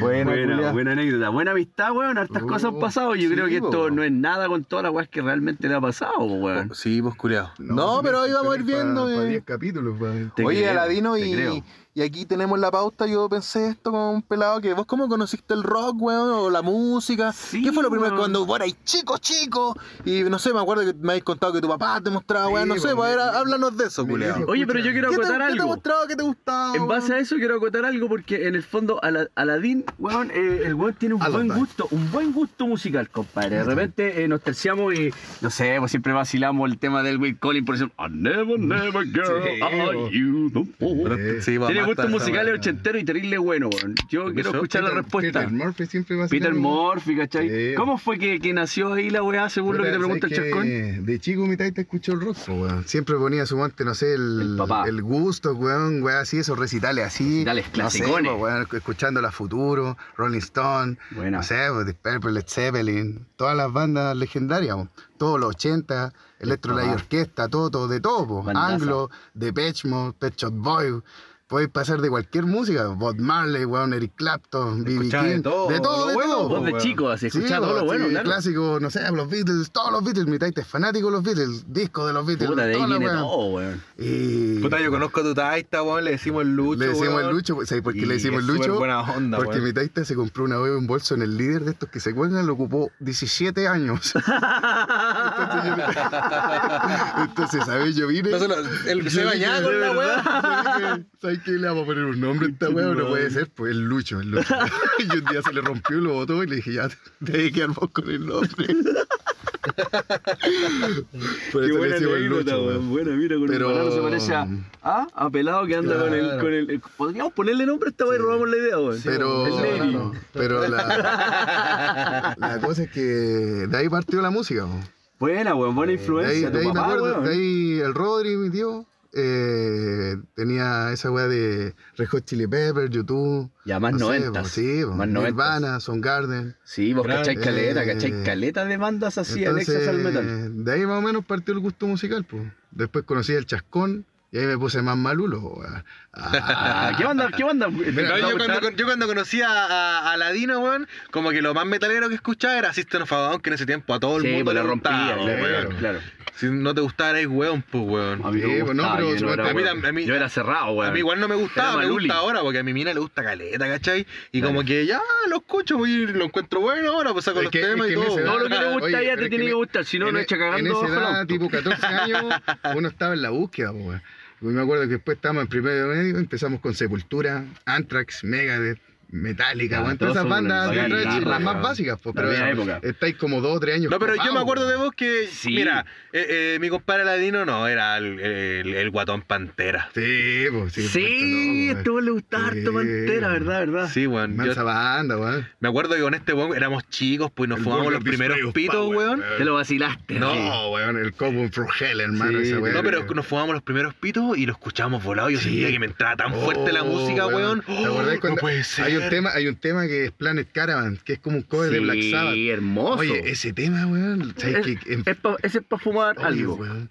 S2: Buena,
S1: Buena,
S2: culiao.
S1: buena anécdota, buena amistad, weón. Hartas
S3: Oh,
S1: cosas han pasado. Yo
S2: sí,
S1: creo que esto
S2: weón.
S1: no es nada con todas las weas que realmente le ha pasado, weón.
S2: Sí, pues culiao. No, pero ahí vamos a ir viendo.
S3: Para
S2: eh.
S3: 10 capítulos, pa.
S1: Te
S2: Oye,
S1: creo,
S2: Aladino,
S1: te creo.
S2: y, y aquí tenemos la pauta. Yo pensé esto con un pelado que vos, ¿cómo conociste el rock, weón? O la música.
S1: Sí,
S2: ¿Qué fue lo primero
S1: weón.
S2: cuando vos erais chico, chico? Y no sé, me acuerdo que me habéis contado que tu papá te mostraba,
S3: Sí,
S2: weón. No sé,
S3: weón,
S2: pues, a ver,
S3: mi-
S2: háblanos de eso,
S3: mi
S2: culiao.
S3: viejo.
S1: Oye, pero yo quiero
S2: ¿Qué te,
S1: acotar
S2: qué te
S1: algo.
S2: mostraba? ¿Qué te gustaba?
S1: En base a eso quiero acotar algo porque en el fondo Ala- Aladín, weón, eh, el weón tiene un
S2: Ah,
S3: Aladín.
S1: buen gusto, un buen gusto musical, compadre. De repente eh, nos terciamos y, no sé, pues siempre vacilamos el tema del Will Collins, por ejemplo, I never,
S2: *laughs*
S1: never girl,
S3: Sí,
S1: are
S3: weón.
S1: you the one.
S3: Eh,
S2: Sí, mamá,
S1: Tiene gustos
S2: está-
S1: musicales
S3: weón.
S1: ochenteros y terrible bueno, weón. Yo quiero
S2: eso?
S1: escuchar la respuesta.
S3: Peter Murphy siempre va a ser
S1: Peter
S3: algo.
S1: Murphy, ¿cachai?
S3: Sí.
S1: ¿Cómo fue que, que nació ahí la weá, según lo que te
S3: Puta,
S1: pregunta el
S3: ¿sabes
S1: chascón?
S3: qué? De chico mi taita escuchó el rock, po, weón. Siempre ponía su guante, no sé, el,
S1: El papá.
S3: el gusto, weón, weón, así, esos recitales así.
S1: Recitales
S3: no sé,
S1: clasicones.
S3: po, weón, escuchando La Futuro, Rolling Stone,
S1: Buena.
S3: no sé, po, Deep Purple, Led Zeppelin, todas las bandas legendarias, po. todos los 80, Electro
S1: papá.
S3: Light Orquesta, todo, todo, de todo, po.
S1: Bandaza.
S3: Anglo, Depeche Mode, Pet Shop Boy. Podéis pasar de cualquier música, Bob Marley, weón, Eric Clapton, B.B.
S2: Escuchaba de
S3: King,
S2: todo,
S3: de todo,
S2: lo
S3: de
S2: bueno,
S3: todo,
S2: po,
S3: po,
S1: Vos de
S2: weón.
S1: chico, así, escuchaba todo
S3: pues,
S1: lo bueno,
S3: sí,
S1: claro.
S3: clásico, no sé, los Beatles, todos los Beatles, mi taita es fanático de los Beatles, disco de los Beatles,
S1: Puta, de ahí
S3: toda la
S1: viene
S3: weá.
S1: todo, weón.
S3: Y
S2: Puta, yo conozco a tu taita, weón, le decimos el lucho.
S3: le decimos el
S2: weón.
S3: Lucho, pues, ¿sabes por qué
S2: Y
S3: le decimos el
S2: es súper
S3: Lucho?
S2: buena onda,
S3: Porque
S2: weón.
S3: mi taita se compró una huevo en bolso en el líder de estos que se cuelgan, lo ocupó 17
S1: *laughs*
S3: años. Entonces, yo- *laughs* Entonces, ¿sabes? Yo vine...
S2: No se lo- el- se
S3: Yo
S2: bañaba
S3: dije,
S2: con la
S3: "De
S2: weá.
S3: verdad". Yo dije, ¿Sabes qué? Le vamos a poner un nombre a esta weá, no puede ser. Pues el Lucho, el
S1: *laughs*
S2: *laughs*
S3: Lucho. Y un día se le rompió y lo botó y le dije, ya, te dejé quedar vos con el nombre. Por
S1: Qué
S3: eso le
S1: buena
S3: decimos el
S1: anécdota,
S3: Lucho,
S1: weón.
S3: weón.
S1: Buena, mira, con
S3: Pero-
S1: el banano se parece a, a, a pelado que anda con, el,
S4: Claro.
S1: con el. Podríamos ponerle nombre a esta weá y
S3: Sí.
S1: robamos la idea, weón.
S4: Sí,
S3: Pero,
S1: el Neri.
S3: no, no, pero la, la cosa es que de ahí partió la música. po.
S1: Buena, weón, buena
S3: De ahí,
S1: influencia.
S3: de
S1: Pues, tu
S3: ahí me
S1: papá,
S3: acuerdo,
S1: weón.
S3: de ahí el Rodri, mi tío, eh, tenía esa weá de Red Hot Chili Pepper, YouTube.
S1: Ya más
S3: no sé, po,
S1: 90.
S3: sí, po,
S1: más 90.
S3: Nirvana, Son Garden.
S1: Sí, vos
S4: Gran-
S1: cacháis caleta,
S3: eh,
S1: cacháis caleta de bandas así, anexas al metal.
S3: De ahí más o menos partió el gusto musical, pues. Después conocí el Chascón y ahí me puse más malulo, po, weón. Ah,
S1: Ah, *laughs* ¿Qué banda? ¿Qué banda?
S2: No,
S1: ¿Te va a
S2: yo,
S1: gustar?
S2: cuando, yo cuando conocí a, a, a Ladino, weón, como que lo más metalero que escuchaba era System of a Down, que en ese tiempo a todo el
S1: Sí,
S2: mundo
S1: pues la
S2: le
S1: rompía,
S2: gustaba,
S1: claro,
S2: weón.
S1: claro.
S2: Si no te gustaba, eres weón, pues, weón.
S1: A mí
S3: Sí,
S1: me
S3: pues no,
S1: gustaba,
S3: pero
S1: yo no era
S2: a mí
S1: weón.
S2: tam- a mí-
S1: Yo era cerrado, weón.
S2: A mí igual no me
S1: Era
S2: gustaba, me
S1: Maluli.
S2: gusta ahora, porque a mi mina le gusta caleta, ¿cachai? Y
S1: Claro.
S2: como que ya lo escucho, pues, y lo encuentro bueno ahora, pues saco
S3: Es
S2: los
S3: que- es
S2: temas
S3: que
S2: y
S3: en
S2: todo.
S3: ese-
S1: Todo lo que le
S3: Oye,
S1: gusta a ella
S3: pero
S1: te
S3: es
S1: tiene
S3: que
S1: que
S3: en-
S1: gustar, si no, no
S3: en,
S1: echa
S3: e-
S1: cagando
S3: en
S1: bajo
S3: esa
S1: el
S3: edad,
S1: auto.
S3: tipo 14
S1: *laughs*
S3: años, uno estaba en la búsqueda, po, weón. Yo me acuerdo que después estábamos en primero medio, empezamos con Sepultura, Anthrax, Megadeth, Metallica,
S1: Ah,
S3: weón,
S1: todos
S3: todas esas
S1: somos
S3: bandas
S1: unos
S3: de
S1: bailarines,
S3: thrash, las más
S2: weón.
S3: básicas, pues,
S1: La
S3: pero
S1: misma época.
S3: estáis como dos o tres años.
S2: No, pero yo
S3: copados,
S2: me acuerdo
S3: po,
S2: de vos que,
S1: Sí.
S2: mira, eh, eh, mi compadre Ladino no, era el, el- el guatón Pantera.
S3: Sí, pues, sí.
S1: Sí, a
S3: pues,
S1: este weón le gustaba
S3: Sí,
S1: harto Pantera,
S3: weón.
S1: ¿verdad? ¿Verdad?
S2: Sí,
S3: no,
S2: weón. yo
S3: Mansa banda, weón.
S2: me acuerdo que con este weón éramos chicos, pues y nos
S3: El
S2: fumamos
S3: Burger
S2: los primeros
S3: Display of
S2: pitos,
S3: Power,
S2: weón.
S1: Te lo vacilaste.
S2: No,
S1: sí.
S3: No, weón, el Cobun from Hell, hermano,
S1: Sí,
S3: esa weón.
S2: No, pero nos fumábamos los primeros pitos y lo escuchábamos volado. Yo
S3: Sí.
S2: sentía que me entraba tan fuerte la
S3: Oh,
S2: música, weón.
S3: ¿Te acordás
S2: Oh,
S3: cuando
S2: No puede ser.
S3: Hay un, tema, hay un tema que es Planet Caravan, que es como un cover de Black Sabbath.
S1: Sí, hermoso.
S3: Oye, ese tema, weón. ¿sabes
S1: Es-
S3: que en-
S1: es pa- ese es para fumar
S3: oye,
S1: algo.
S3: weón,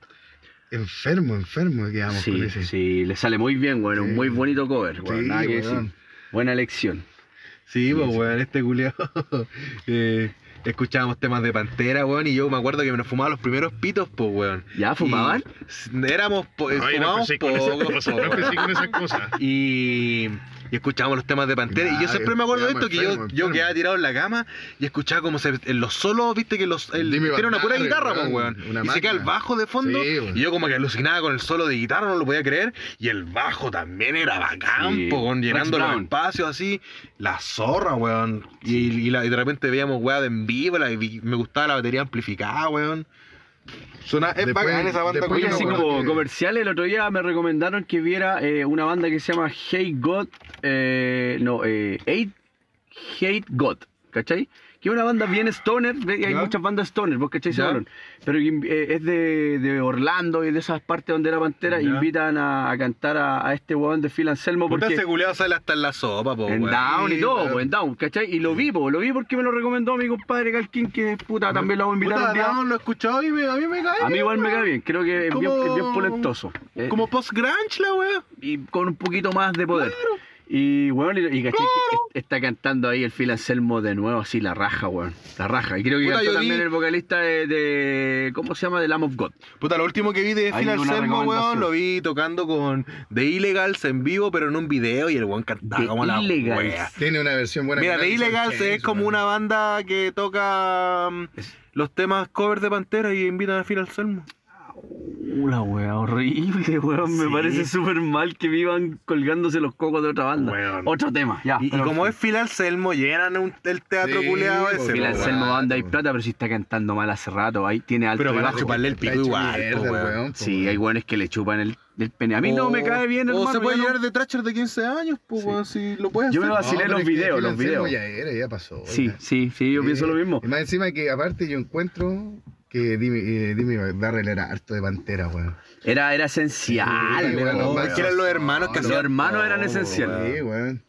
S3: Enfermo, enfermo quedamos con
S1: Sí,
S3: ese.
S1: sí, le sale muy bien, bueno,
S3: Sí.
S1: un muy bonito cover, weón,
S3: Sí,
S1: nada que
S3: weón.
S1: decir. Buena elección.
S2: Sí, pues, weón, este culiao. *laughs* eh, escuchábamos temas de Pantera, weón, y yo me acuerdo que me nos fumaba los primeros pitos, pues, weón.
S1: ¿Ya fumaban?
S2: Y s- éramos, po-
S1: Pues
S2: eh,
S3: Ay,
S2: fumábamos
S3: empecé pues con esas
S2: pocos,
S3: cosas,
S2: po,
S3: no
S2: weón.
S3: empecé con esas cosas.
S2: y, y escuchábamos los temas de Pantera. y
S3: Claro,
S2: yo siempre me acuerdo de esto, que yo,
S3: enfermo,
S2: yo
S3: enfermo.
S2: quedaba tirado en la cama y escuchaba como se, en los solos, viste que los, el,
S3: Jimmy Van
S2: tiene una pura
S3: Darren,
S2: guitarra, pues,
S3: weón,
S2: weón.
S3: una
S2: Y se queda el
S3: máquina.
S2: bajo de fondo.
S3: Sí, weón.
S2: y yo como que alucinaba con el solo de guitarra, no lo podía creer. Y el bajo también era bacán,
S1: Sí.
S2: po, weón,
S1: Max
S2: llenando los
S1: Brown.
S2: espacios así. La zorra, weón. Y, y la- y de repente veíamos weá de en vivo, la- y me gustaba la batería amplificada, weón. Suena, es
S3: Después-
S2: bacán esa banda.
S3: después
S1: Oye,
S2: culiao,
S3: me
S1: así
S3: acuerdo
S2: weón.
S1: como
S3: que-
S1: comercial, el otro día me recomendaron que viera eh, una banda que se llama Hate God, eh, no, eh, Hate, Hate God, ¿cachai? Que es una banda bien stoner, ve- hay
S2: Ya.
S1: muchas bandas stoner, vos cachai, ese
S2: Ya.
S1: valor. pero eh, es de, de Orlando y de esas partes donde la pantera
S2: Ya.
S1: invitan a, a cantar a, a este weón de Phil Anselmo
S2: Puta,
S1: porque...
S2: ese culiao sale hasta en la sopa, po,
S1: En
S2: weón.
S1: down y
S3: Sí,
S1: todo,
S3: weón.
S1: pues, en down, ¿cachai? Y lo vi, po, lo vi porque me lo recomendó mi compadre Calquín, que puta, también lo voy a invitar
S2: Puta,
S1: un día.
S2: no, lo he escuchado y me- a mí me cae.
S1: A mí igual me cae bien, creo que es bien,
S2: Como-
S1: es bien polentoso. Eh,
S2: Como post-grunge la wea.
S1: y con un poquito más de poder. Y, weón, y, y caché que est- está cantando ahí el Phil Anselmo de nuevo, así, la raja, weón. La raja. Y creo que
S2: Puta,
S1: cantó
S2: yo vi-
S1: también el vocalista de, de- ¿Cómo se llama? Del Lamb of God.
S2: Puta, lo último que vi de
S1: Ahí
S2: Phil
S1: una
S2: Anselmo, weón,
S1: recomendación.
S2: lo vi tocando con The Illegals en vivo, pero en un video y el weón cantaba
S1: The
S2: como la
S1: Illegals.
S2: wea.
S3: Tiene una versión buena.
S2: Mira,
S3: que
S2: The
S3: Alice in
S2: Illegals es
S3: Chains,
S2: como
S3: weón.
S2: una banda que toca mm,
S1: Es-
S2: los temas covers de Pantera y invitan a Phil Anselmo.
S1: Una wea horrible, weón. Me
S2: Sí.
S1: parece súper mal que vivan colgándose los cocos de otra banda.
S2: Weón.
S1: Otro tema, ya.
S2: Y, y
S1: pero-
S2: como es Phil Anselmo, llenan un- el teatro
S3: Sí,
S2: culeado
S3: pues,
S2: ese.
S1: Phil
S3: Anselmo,
S2: po, weón.
S1: Anselmo banda y
S3: weón.
S1: plata, pero si está cantando mal hace rato. Ahí tiene alto
S2: Pero
S1: y
S2: van a
S1: bajo.
S2: chuparle el
S3: Está
S2: pico
S3: hecho
S2: igual,
S3: mierda,
S2: po, weón.
S3: weón, po,
S1: Sí, hay
S3: weón.
S1: weones que le chupan el, el pene. A mí no me cae bien,
S2: O
S1: hermano.
S2: se puede
S1: yo no-
S2: llenar de Thrasher de quien sea años, pues,
S1: Sí.
S2: weón, si lo puedes
S1: Yo me
S2: hacer.
S1: lo vacilé
S3: pero
S1: los
S3: es que
S1: videos,
S3: Phil
S1: los
S3: Anselmo
S1: videos.
S3: Ya era, ya pasó.
S1: Sí,
S3: ya.
S1: sí, sí, yo
S3: Sí.
S1: pienso lo mismo.
S3: Y más encima que aparte yo encuentro que Dime, eh, Dime Darrell era harto de pantera, weón.
S1: Era, era esencial.
S3: Sí,
S1: era
S3: bueno,
S1: todo,
S3: más
S1: weón.
S2: que eran los hermanos que
S1: Los
S2: hacían
S1: hermanos
S2: todo,
S1: eran esenciales.
S2: weón.
S3: Sí, weón.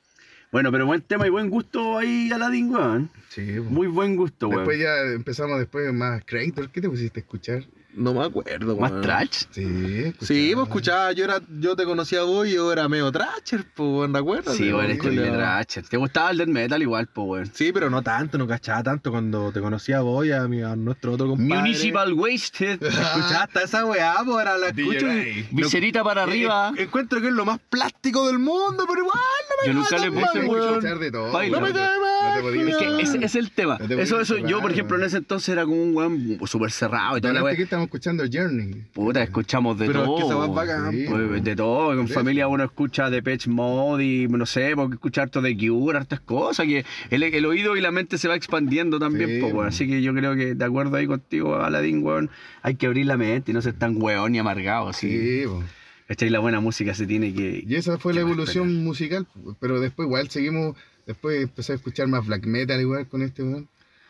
S1: Bueno, pero buen tema y buen gusto ahí, Aladdin, weón.
S3: Sí, weón.
S1: Muy buen gusto, weón.
S3: Después ya empezamos después más Creator. ¿Qué te pusiste a escuchar?
S2: No me acuerdo, weón.
S1: Más trash.
S3: Sí,
S2: Sí, pues escuchaba, yo era, yo te conocía a vos y yo era medio Thrasher, pues, weón, ¿te acuerdas?
S1: Sí, weón, este
S2: Julio.
S1: de trash. ¿Te gustaba el death metal igual, po, weón?
S2: Sí, pero no tanto, no cachaba tanto cuando te conocía a vos y a, mi- a nuestro otro compadre.
S1: Municipal Wasted.
S2: Escuchaba hasta esa weá, pues, ahora la
S3: DJ
S2: escucho y...
S3: Ray.
S2: no-
S1: Viserita para
S2: eh,
S1: arriba.
S2: eh, encuentro que es lo más plástico del mundo, pero igual no
S1: Yo
S2: me cae
S1: nunca
S2: tan
S1: le
S2: mal,
S1: puse
S3: Hay que
S1: weón.
S3: escuchar de todo.
S1: Baila.
S3: weón.
S1: No me
S2: cae
S3: No te
S2: mal,
S3: podías
S1: Es que
S3: escapar.
S1: ese, ese es el tema.
S3: No te voy
S1: eso,
S3: a
S1: eso, yo,
S3: cerrar,
S1: por ejemplo, en
S3: weón.
S1: ese entonces era como un weón súper cerrado y toda la
S3: Delante
S1: weá.
S3: que estamos escuchando Journey.
S1: Puta, escuchamos de
S2: Pero es
S1: todo.
S2: que esa weá es
S1: po.
S2: bacán,
S3: Sí.
S2: po.
S1: Pues, De todo, en
S3: Sí.
S1: familia uno escucha de Pitch Mode y no sé, porque escucha harto de Cure, hartas cosas, que el, el oído y la mente se va expandiendo también,
S3: Sí, pues.
S1: po, weón.
S3: weón.
S1: Así que yo creo que de acuerdo ahí contigo, Aladdin, weón, hay que abrir la mente y no ser tan weón ni amargado, así.
S3: Sí, po.
S1: ¿Cachai? La buena música se tiene que.
S3: Y esa fue
S1: ¿Qué
S3: la
S1: más
S3: evolución musical, pero después igual seguimos, después empecé a escuchar más black metal igual con este weón.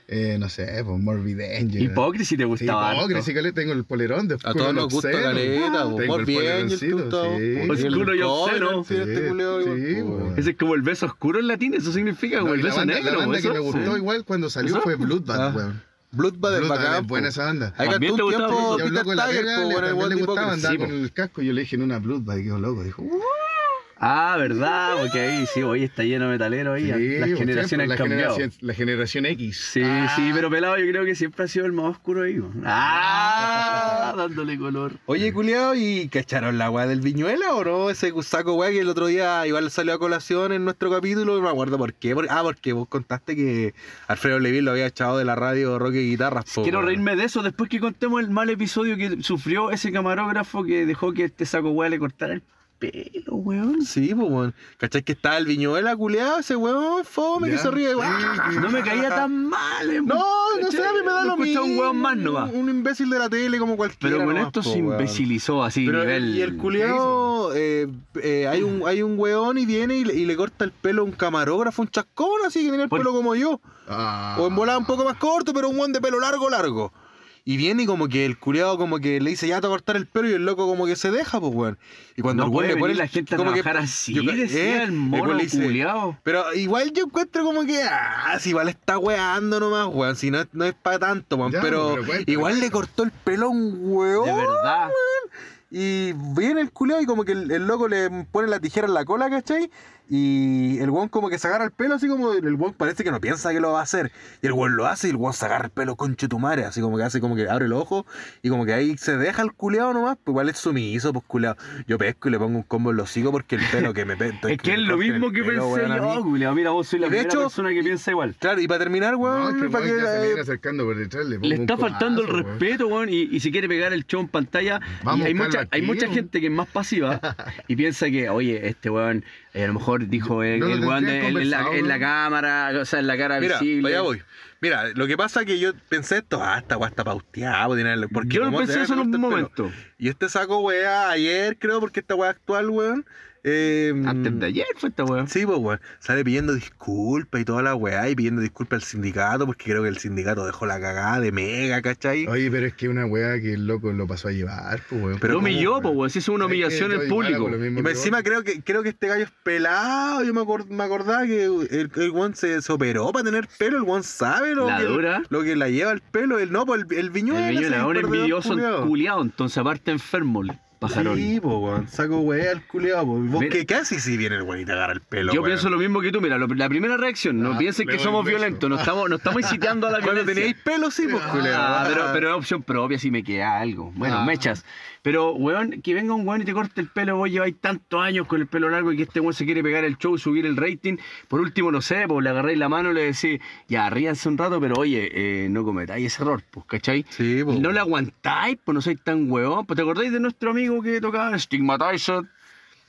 S3: Eh, no sé, pues Morbid Angel.
S1: Hipócrisis te
S3: Sí,
S1: gustaba. harto.
S3: Hipócrisis, que le tengo el polerón de
S2: A
S3: Oscuro
S2: todos nos gusta
S3: Obsceno. Ah,
S2: caleta,
S3: Tengo
S2: po.
S3: el
S2: Por bien, el
S3: poleroncito,
S2: puto.
S3: sí.
S2: Por bien,
S1: Oscuro y
S2: el
S1: obsceno.
S2: cover, sí, este
S3: Sí,
S2: culeo,
S3: sí,
S2: igual, po,
S3: weón.
S2: weón.
S1: Ese es como el beso oscuro en latín, eso significa como
S3: No, y
S1: el
S3: la
S1: beso
S3: banda-
S1: negro. pues,
S3: La banda que
S1: eso,
S3: me gustó
S1: sí.
S3: igual cuando salió
S1: Eso.
S3: fue Bloodbath,
S2: Ah.
S3: weón.
S2: Bloodbath es
S3: Bloodbath
S2: bacán,
S3: es buena
S2: po. Ah,
S3: esa banda.
S2: Ahí
S1: También
S2: cantó un
S1: te gustaba
S2: tiempo
S3: Y
S1: Bloodbath.
S3: a un
S2: Peter
S3: loco en la
S2: Tiger,
S3: pega
S2: po,
S3: le,
S2: weón, el
S3: también
S2: weón
S3: le
S2: de
S3: gustaba
S2: Hipócrisis.
S3: andaba
S1: Sí,
S3: con
S1: po.
S3: el casco. Yo le dije en una Bloodbath y quedó loco. Dijo, "Uh".
S1: Ah, verdad, porque ahí sí, hoy está lleno de metalero ahí.
S3: Sí, pues,
S1: las
S3: po, siempre
S1: generaciones han
S3: la
S1: cambiado.
S3: generación- La generación X. Ah,
S1: Sí, sí, pero pelado yo creo que siempre ha sido el más oscuro ahí. weón. *laughs* Ah, dándole color.
S2: Oye, culiao, ¿y cacharon la weá del Viñuela o no? Ese saco weá que el otro día igual salió a colación en nuestro capítulo, no me acuerdo por qué. por- ah, porque vos contaste que Alfredo Levin lo había echado de la radio Rock y Guitarras. po,
S1: Quiero
S2: weón.
S1: reírme de eso después que contemos el mal episodio que sufrió ese camarógrafo que dejó que este saco weá le cortara el pelo, weón.
S2: Sí, pues, weón. ¿Cachai que estaba el Viñuela, culiao? Ese weón fome que
S3: Ya.
S2: se ríe.
S3: Sí,
S1: No me caía tan mal, eh, *laughs*
S2: No, no sé, a mí me da
S1: No
S2: lo
S1: escuchaba
S2: mismo.
S1: un weón más nomás.
S2: Un imbécil de la tele como cualquiera.
S1: Pero con
S2: nomás,
S1: esto
S2: po,
S1: se
S2: weón.
S1: imbecilizó así.
S2: Pero,
S1: nivel...
S2: Y el culiao, eh, eh, hay, un, hay un weón y viene y, le- y le corta el pelo a un camarógrafo, un chascón así que tiene el
S1: Por-
S2: pelo como yo.
S3: Ah.
S2: O en volada un poco más corto, pero un weón de pelo largo, largo. Y viene y como que el culiado como que le dice ya te voy a cortar el pelo y el loco como que se deja, pues weón. Y cuando
S1: no
S2: el weón
S1: puede
S2: le pone
S1: venir la
S2: el-
S1: gente a
S2: como que-
S1: trabajar así,
S2: yo-
S1: decía
S2: eh,
S1: el
S2: weón
S1: mono
S2: le dice,
S1: culiao.
S2: Pero igual yo encuentro como que, ah, si igual está weando nomás, weón. Si no, es- no es para tanto, weón.
S3: Ya,
S2: pero
S3: pero cuenta,
S2: igual le
S3: cuenta.
S2: cortó el pelo a un weón.
S1: De verdad.
S2: Y viene el culiao y como que el, el loco le pone la tijera en la cola, ¿cachai? Y el weón como que se agarra el pelo, así como el weón parece que no piensa que lo va a hacer. Y el weón lo hace y el weón se agarra el pelo con chetumare, así como que hace como que abre el ojo y como que ahí se deja el culeado nomás, pues igual es sumiso, pues culeado. Yo pesco y le pongo un combo en los hocico porque el pelo
S1: *laughs*
S2: que me peta.
S1: Es que es lo mismo que pensé yo,
S2: yo.
S1: culiao. Mira, vos sois la
S2: De
S1: primera
S2: hecho-
S1: persona que piensa igual.
S2: Claro, y para terminar,
S3: No,
S2: weón,
S3: este
S2: para
S3: weón ya se me
S2: que,
S3: viene acercando por detrás. Le, pongo
S1: Le
S3: un
S1: está faltando el
S3: codazo, weón.
S1: respeto, weón, y, y si quiere pegar el show en pantalla,
S3: Vamos
S1: y
S3: a
S1: hay,
S3: buscarlo
S1: mucha, hay
S3: aquí,
S1: mucha
S3: weón.
S1: gente que es
S3: *laughs*
S1: más pasiva y piensa que, oye, este weón, eh, a lo mejor dijo eh,
S3: No lo
S1: el
S3: tendrían
S1: weón de- en, en la,
S3: conversado,
S1: en la
S3: weón.
S1: cámara, o sea, en la cara
S2: Mira,
S1: visible.
S2: para allá voy. Mira, lo que pasa es que yo pensé esto, ah, esta weá está pausteada, pues, tiene- porque
S1: Yo
S2: como
S1: pensé
S2: se
S1: eso en
S2: corta
S1: un
S2: el pelo.
S1: momento.
S2: Y este saco weá ayer, creo, porque esta weá actual, weón. eh,
S1: Antes de ayer fue esta weón.
S2: Sí, pues, weón. Sale pidiendo disculpas y toda la weá, y pidiendo disculpas al sindicato, porque creo que el sindicato dejó la cagada de mega, ¿cachai?
S3: Oye, pero es que una weá que el loco lo pasó a llevar, pues weón.
S2: Pero
S1: lo
S2: ¿cómo,
S1: humilló,
S3: weón?
S1: pues, weón. Sí, es una
S3: ¿Sabes que
S1: humillación
S3: yo
S1: en
S3: igual hago
S1: público.
S3: lo
S2: Y
S3: mismo
S2: más
S3: que
S2: encima creo que, creo que este gallo es pelado. Yo me, acor- me acordaba que el, el weón se, se operó para tener pelo. El weón sabe lo,
S1: La
S2: que,
S1: dura.
S2: lo que la lleva el pelo. El, no, pues el, el viñuela.
S1: El niño
S2: ese
S1: era un
S2: perdedor
S1: envidioso
S2: culiao.
S1: culiado, entonces aparte enfermo el pajarón.
S2: Sí, po, weón. Saco weá al culeado, po. Vos
S1: Mira-
S2: que casi si viene el weón y te agarra el pelo.
S1: Yo
S2: weón.
S1: pienso lo mismo que tú, mira, lo- la primera reacción, no
S3: Ah,
S1: piensen
S3: me
S1: que
S3: doy
S1: somos
S3: un beso.
S1: violentos, no estamos, no estamos incitando
S3: *laughs*
S1: a la
S2: Cuando
S1: violencia.
S2: teníais pelo, sí, pues, culeado.
S1: Ah, pero, pero es opción propia si me queda algo. Bueno,
S3: Ah.
S1: mechas. Pero, weón, que venga un weón y te corte el pelo, vos lleváis tantos años con el pelo largo y que este weón se quiere pegar el show, subir el rating. Por último, no sé, pues le agarráis la mano y le decís, ya, ríanse un rato, pero oye, eh, no cometáis ese error, pues, ¿cachai?
S2: Sí, po.
S1: Y no la aguantáis, pues no sois tan huevón. Pues te acordáis de nuestro amigo que tocaba Stigmatizer.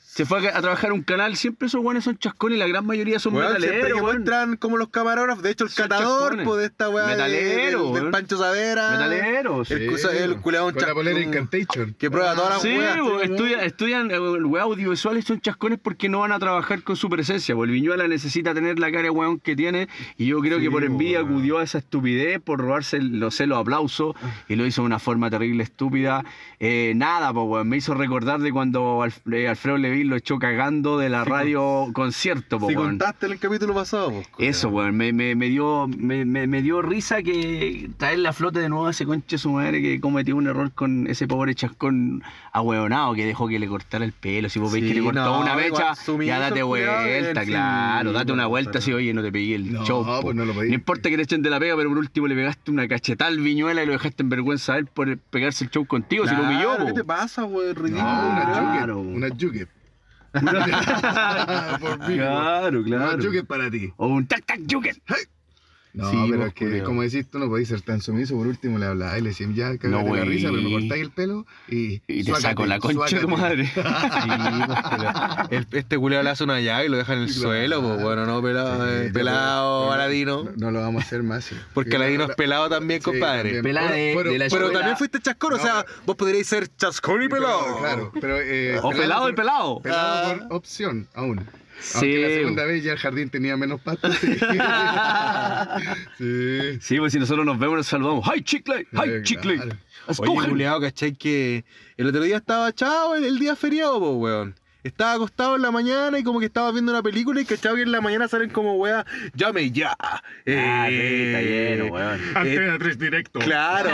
S1: Se fue a, ca- a trabajar a un canal. Siempre esos hueones son chascones y la gran mayoría son
S2: Weón, siempre
S1: metaleros,
S2: que
S1: weón.
S2: muestran como los camarógrafos, de hecho el
S1: Son
S2: catador
S1: chascones.
S2: po, de esta weá de-
S1: Metalero,
S2: del, del
S1: weón.
S2: Pancho Savera,
S1: Metaleros.
S2: el, cusa- el culeado un
S3: Con la polera Ah,
S2: chascón.
S3: Incantation.
S2: que prueba toda la
S1: Sí,
S2: weá,
S1: bo, estudia- estudian eh, weá, audiovisuales, son chascones porque no van a trabajar con su presencia. bo. El Viñuela necesita tener la cara de weón que tiene y yo creo
S3: Sí,
S1: que por
S3: bo,
S1: envidia
S3: weón.
S1: acudió a esa estupidez por robarse, el- no sé, los aplausos y lo hizo de una forma terrible, estúpida. Eh, nada, po, weón, me hizo recordar de cuando Alf- eh, Alfredo Levin lo echó cagando de la radio concierto. po,
S2: Si
S1: pues, weón.
S2: contaste en el capítulo pasado, pues, po, culeado.
S1: Eso, weón, me, me, me dio, me, me- me dio risa que traer la flota de nuevo a ese conche su madre que cometió un error con ese pobre chascón ahueonado que dejó que le cortara el pelo. Si vos veis
S2: Sí,
S1: que le cortó
S2: no,
S1: una
S2: igual
S1: mecha,
S2: sumiso
S1: ya date
S2: el culiao,
S1: vuelta,
S2: él sí,
S1: claro, date una
S2: no,
S1: vuelta
S2: no.
S1: si oye no te pegué el
S3: No,
S1: show.
S3: pues
S1: po.
S3: no lo pedí.
S1: importa que te echen de la pega, pero por último le pegaste una cachetada al viñuela y lo dejaste en vergüenza a él por pegarse el show contigo, si lo
S2: Claro,
S1: pilló.
S2: ¿Qué
S1: po.
S2: te pasa, weón? Ridículo.
S3: No, una
S1: Claro,
S3: yuke.
S1: weón.
S3: Una yuke. *laughs* Por pues. fin, weón.
S1: Claro,
S3: Una
S1: claro.
S3: yuke para ti.
S1: O un tac tac yuken.
S3: Hey. No,
S1: Sí,
S3: pero
S1: vos,
S3: es que,
S1: culiao.
S3: como decís, tú no podés ser tan sumiso. Por último, le hablabas y le decís, ya, cagate
S1: No,
S3: la
S1: güey.
S3: risa, pero me cortáis el pelo y.
S1: Y te
S3: suácate,
S1: saco la concha de tu
S3: suácate.
S1: madre.
S2: *laughs* El- este culiao le hace una llaga y lo deja en el
S3: Claro.
S2: suelo, pues bueno, no, pelado,
S3: Sí,
S2: eh,
S3: no,
S2: pelado,
S3: no, no,
S2: Aladino.
S3: No, no lo vamos a hacer más. sí.
S2: Porque
S3: Sí,
S2: Aladino
S3: la-
S2: es pelado también,
S3: sí,
S2: compadre.
S3: también.
S1: Pelá de-
S3: Pero-
S1: de la
S2: Pero
S1: escuela.
S2: también fuiste chascón, o
S3: No,
S2: sea, vos podríais ser chascón y pelado.
S3: Claro, pero. eh,
S1: O pelado el
S3: por-
S1: pelado.
S3: Pelado
S2: Ah.
S3: por opción, aún.
S1: Sí.
S3: Aunque la segunda vez ya el jardín tenía menos
S2: *laughs*
S3: patas. sí. sí.
S1: Sí, pues si nosotros nos vemos, nos saludamos. ¡Ay, chicle! ¡Ay,
S3: Claro.
S1: chicle!
S2: Oye,
S1: ¡Escogen!
S2: culiao, ¿cachai? Que el otro día estaba chavo, el, el día feriado, po, weón. Estaba acostado en la mañana y como que estaba viendo una película y cachado que en la mañana salen como weas, llame ya.
S1: Ah, sí,
S2: Eh,
S1: está lleno, weón.
S2: Antena
S3: 3 directo.
S2: Claro,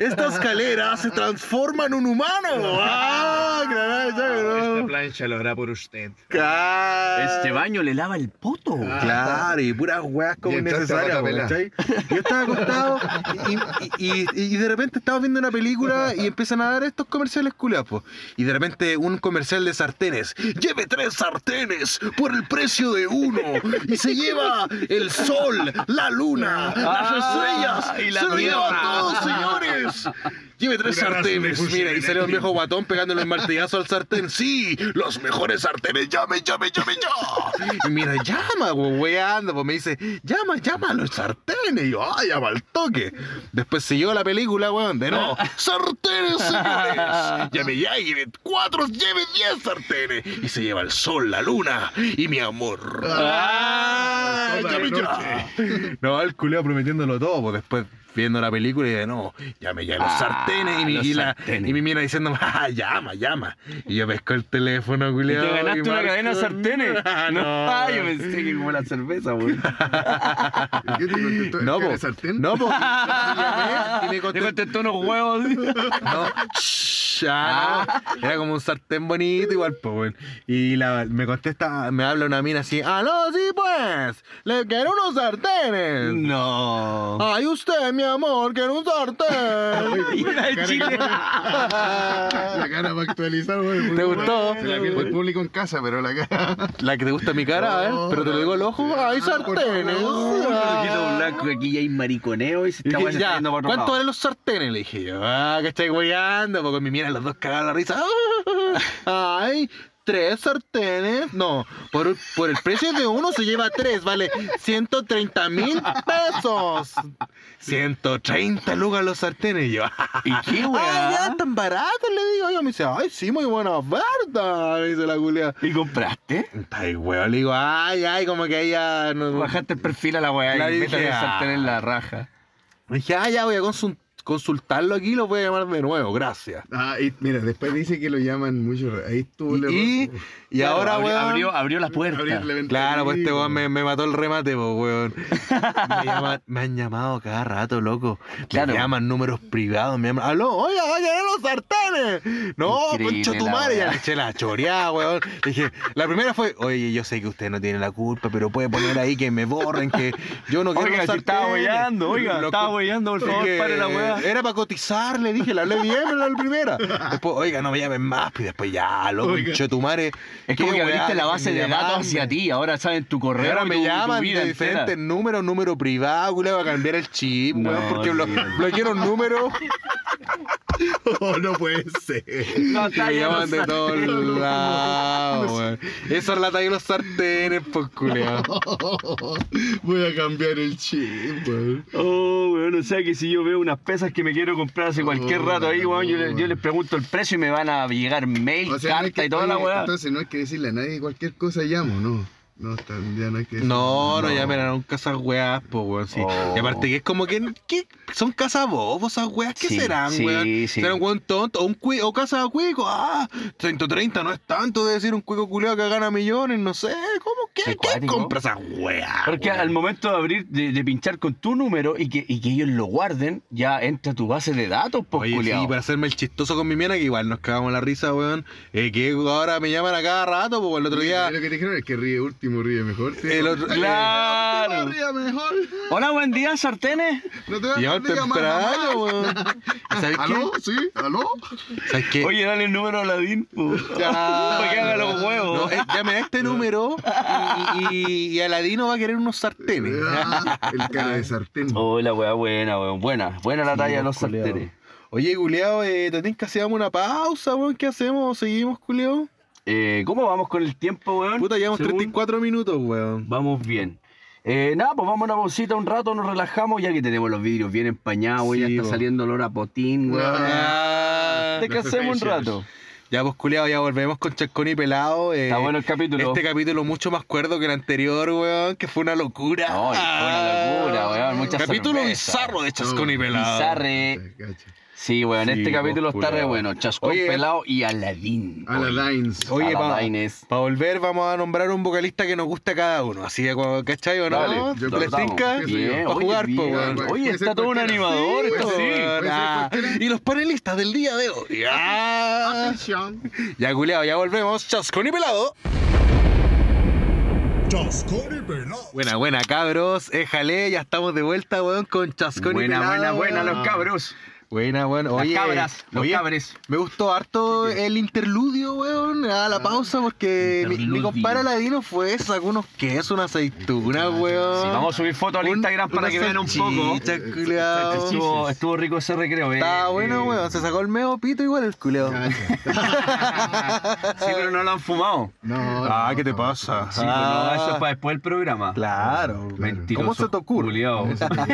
S2: esta escalera se transforma en un humano. ¡Ah! Claro,
S3: Este
S2: ya, ¿no?
S3: plancha lo hará por usted.
S2: Claro.
S1: Este baño le lava el poto.
S2: Ah, Claro, y puras weas como
S3: Ah, Y entraste a
S2: innecesarias,
S3: pata pelá.
S2: ¿cachai? Yo estaba acostado y, y- y- y de repente estaba viendo una película y empiezan a dar estos comerciales culapos. Y de repente un comercial de sartenes. Lleve tres sartenes por el precio de uno. Y se lleva el sol, la luna, las
S1: Ah,
S2: estrellas.
S1: y la
S2: se lo lleva
S1: tierra.
S2: todo, señores. Lleve tres
S3: Una raza
S2: sartenes.
S3: de
S2: Mira, y salió un viejo guatón pegándole el martillazo al sartén. Sí, los mejores sartenes. Llame, llame, llame, ya. Y mira, llama, we- weando. Pues me dice, llama, llama a los sartenes. Y yo, ah, llama al toque. Después siguió la película, weón, de *laughs* no. Sartenes, *laughs* señores. Llame ya, y lleve cuatro, lleve diez sartenes. Y se lleva el sol, la luna y mi amor.
S3: Ah,
S2: Ay,
S3: toda
S2: llame
S3: la
S2: ya. No, el culeo prometiéndolo todo, pues después viendo la película y de no, llame ya los
S1: Ah,
S2: sartenes y mi,
S1: los
S2: y la-
S1: sartenes.
S2: y mi mina diciendo, *laughs* "Ah, llama, llama. Y yo pesco el teléfono,
S1: ¿Y te
S2: culeo.
S1: ganaste una
S2: marco-
S1: cadena de sartenes?
S2: *laughs* Ah, no.
S1: Ah, yo pensé que como la cerveza, weón.
S3: ¿Qué te contestó?
S2: No,
S3: ¿Cara de
S2: po.
S3: sartén?
S2: No, *laughs* po. Y me
S1: Te
S2: contestó.
S1: contestó unos huevos.
S2: No, shh, ah, no. Era como un sartén bonito, igual, pues, weón. Y la- me contesta, me habla una mina así, ah, no, sí, pues, le quiero unos sartenes.
S1: No.
S2: Ay, usted, mi amor, quiero un sartén.
S1: Y era de
S3: Cara que
S1: Chile. *laughs*
S3: pone- La cara para actualizar, güey.
S2: ¿Te gustó?
S3: Se la pierde el público en casa, pero la cara.
S2: *laughs* La que te gusta mi cara, a ver,
S3: No,
S2: pero te lo digo al ojo, hay
S3: no, por
S2: sartenes.
S3: favor,
S2: Ah.
S1: Ojito blanco, que aquí ya hay mariconeo y se
S2: Y
S1: está
S2: dije, ya,
S1: yendo para otro
S2: ¿Cuánto
S1: lado.
S2: valen los sartenes? Le dije yo, ah, que estoy guayando, porque mi mira los dos cagados la risa. *laughs* Ay, tres sartenes. No, por, un- por el precio de uno se lleva tres, vale 130 mil pesos. 130 lucas los sartenes. Y yo, *laughs*
S1: ¿Y qué,
S2: ay, ya
S1: weón?
S2: tan barato, le digo yo. Me dice, ay, sí, muy buena oferta. Me dice la culia.
S1: ¿Y compraste?
S2: Ay, weón, le digo, ay, ay, como que ella. No,
S1: Bajaste el perfil a la weá
S2: Claro,
S1: y
S2: y
S1: métele
S2: dije,
S1: el sartén en la
S2: ah.
S1: raja.
S2: Dije, ah, ya voy a consu- consultarlo aquí, lo voy a llamar de nuevo, gracias.
S3: Ah, y mira, después dice que lo llaman mucho. Ahí tú le.
S2: Y, y, y
S1: Claro,
S2: ahora,
S1: abri-
S2: weón.
S1: Abrió, abrió la puerta.
S2: Claro, pues este weón me, me mató el remate, pues, weón.
S1: *laughs*
S2: Me, llama- me han llamado cada rato, loco.
S1: Claro.
S2: Me llaman números privados, me llaman. ¡Aló! ¡Oye, oye, eran los sartenes! No,
S1: Increíble
S2: concha tu
S1: la
S2: madre, ya
S1: weá.
S2: le eché la choreada, weón. Le dije, la primera fue, oye, yo sé que usted no tiene la culpa, pero puede poner ahí que me borren, que yo no quiero
S1: Oiga,
S2: los
S1: si estaba
S2: sartenes".
S1: weyando, oiga,
S2: Los
S1: estaba
S2: cu-
S1: weyando, por favor,
S2: que
S1: pare la weá.
S2: Era para cotizar, le dije, la hablé bien, en la primera. Después, oiga, no me llamen más, y después ya, loco,
S3: Oiga.
S2: concha tu madre.
S1: Es como
S2: qué
S1: que
S2: weá,
S1: abriste la
S2: dejen
S1: base
S2: de
S1: de datos
S2: llamarme.
S1: hacia ti. Ahora saben tu correo.
S2: Ahora
S1: y
S2: me
S1: tu- y tu
S2: llaman
S1: vida
S2: de
S1: entera.
S2: diferentes números, número privado, culiao, voy a cambiar el chip,
S1: No,
S2: weón, porque blo-
S1: olvídalo.
S2: bloquearon un
S1: *laughs*
S2: número
S3: Oh, *laughs* no puede ser.
S1: No,
S2: y
S1: está
S2: me
S1: lleno
S2: llaman de
S1: sartén.
S2: todos lados, weón. Esa es la talla de los sartenes, pues
S1: *laughs*
S2: culiao.
S3: *laughs* Voy a cambiar el chip, güey.
S1: Oh, weón, o sea que si yo veo unas pesas que me quiero comprar hace cualquier
S3: Oh,
S1: rato ahí, weón, yo, le- yo
S3: weón.
S1: les pregunto el precio y me van a llegar mail,
S3: O sea, no
S1: carta
S3: es que-
S1: y toda la
S3: oye,
S1: weá.
S3: Entonces no hay que decirle a nadie cualquier cosa llamo, no. No, está- ya no hay que
S2: No, no llamen a nunca esas weas, pues weón. sí.
S1: Oh.
S2: Y aparte que es como que, que son cazabobos esas weas, ¿qué
S1: Sí,
S2: serán,
S1: sí,
S2: weón?
S1: sí.
S2: ¿Serán weón tonto? ¿O, un cui- o casa cuico? Ah, 130 no es tanto de decir un cuico culiao que gana millones, no sé. ¿Cómo? ¿Qué,
S1: Qué
S2: ¿Quién
S1: cuático.
S2: compra esas weas?
S1: Porque
S2: weón?
S1: al momento de abrir, de, de pinchar con tu número y que, y que ellos lo guarden, ya entra tu base de datos, pues,
S2: Oye,
S1: culiao.
S2: sí, para hacerme el chistoso con mi mina, que igual nos cagamos la risa, weón. Eh, que ahora me llaman a cada rato, pues el otro día.
S1: eh,
S3: Lo que te dijeron es que ríe último, ríe mejor. ¿sí?
S2: El otro-
S1: Claro.
S3: Ríe mejor.
S1: Hola, buen día, sartenes.
S3: No te vas a
S2: Llegaban
S3: diga más,
S2: temprano, weón.
S1: *laughs*
S2: ¿Sabes
S3: mamá. ¿Aló?
S2: qué?
S3: ¿Sí? ¿Aló?
S2: ¿Sabes qué?
S1: Oye, dale el número a Aladín. po.
S2: Eh, Ya.
S1: *laughs* Para que haga los
S2: No,
S1: huevos. *laughs*
S2: eh, llamen a este número y y, y- y Aladino va a querer unos sartenes.
S3: Ah, El cara de sartén.
S2: *laughs*
S1: Oh, la weá buena, weón. Buena, buena la
S2: Sí,
S1: talla de los
S2: culiao.
S1: sartenes.
S2: Oye, culiao, eh, ¿te tinca si damos una pausa, weón? ¿Qué hacemos? ¿Seguimos, culiao?
S1: Eh, ¿Cómo vamos con el tiempo, weón?
S2: Puta, llevamos
S1: Según-
S2: 34 minutos, weón.
S1: Vamos bien. Eh, nada, pues vamos a una pausita un rato, nos relajamos, ya que tenemos los vidrios bien empañados,
S2: Sí,
S1: ya está
S2: po.
S1: saliendo olor a potín, weón.
S2: Ah.
S1: Descansemos un
S3: Perfections.
S1: rato.
S2: Ya, pues, culiao, ya volvemos con Chasconi pelado. eh,
S1: Está bueno el capítulo.
S2: Este capítulo mucho más cuerdo que el anterior, weón, que fue una locura.
S1: Ay, fue una locura, weón, mucha
S2: Ah, Capítulo
S1: cerveza.
S2: bizarro de Chasconi
S3: Oh,
S2: pelado.
S1: Bizarre.
S3: Cacha.
S1: Sí, weón,
S2: Sí,
S1: este
S2: pues,
S1: capítulo está re
S2: culiao.
S1: bueno. Chascón
S2: Oye.
S1: pelado y Aladín.
S3: A la Dines.
S2: Oye,
S1: Oye,
S2: pa-
S1: Aladines.
S2: Para volver vamos a nombrar un vocalista que nos gusta a cada uno. Así que, cua- ¿cachai o no?
S1: Dale,
S3: yo
S2: ¿Les
S3: cortamos.
S2: tinca?
S3: Sí,
S1: Bien,
S2: Pa'
S1: oye,
S2: jugar, po,
S1: bien.
S2: weón.
S1: Oye,
S3: Puede ser
S1: está todo un
S3: cualquiera.
S1: animador
S2: Sí,
S1: esto,
S2: pues sí,
S1: weón.
S2: puede ser
S3: Ah.
S2: cualquiera. Y los panelistas del día de hoy. Ah.
S3: Atención.
S2: Ya, culiao, ya volvemos. Chascón y pelado.
S4: Chascón y pelado.
S2: Buena, buena, cabros. Éjale, ya estamos de vuelta, weón, con Chascón y
S1: Buena,
S2: pelado.
S1: buena, buena,
S2: weón.
S1: los cabros.
S2: Buena, buena.
S1: Las
S2: Oye,
S1: cabras, los
S2: oye,
S1: cabres.
S2: Me gustó harto el interludio, weón, a la pausa, porque mi, mi
S1: Ah, Interludio.
S2: compadre Aladino fue, sacó unos quesos, una aceituna, weón.
S1: Sí, vamos a subir fotos al
S2: Ah. Un-
S1: Instagram para
S2: una
S1: que vean un poco.
S2: salchicha, culiao.
S1: Estuvo, estuvo rico ese recreo, eh.
S2: Está bueno,
S1: Eh,
S2: weón. Se sacó el medio pito igual el culeo.
S1: Sí, pero no lo han fumado.
S3: No,
S2: Ah,
S3: no,
S2: ¿qué te
S3: no.
S2: pasa?
S1: Sí, pero no, eso es para después del programa.
S2: Ah. Claro.
S1: Mentiroso.
S2: ¿Cómo se te ocurre?
S1: culiao.
S3: Eso es lo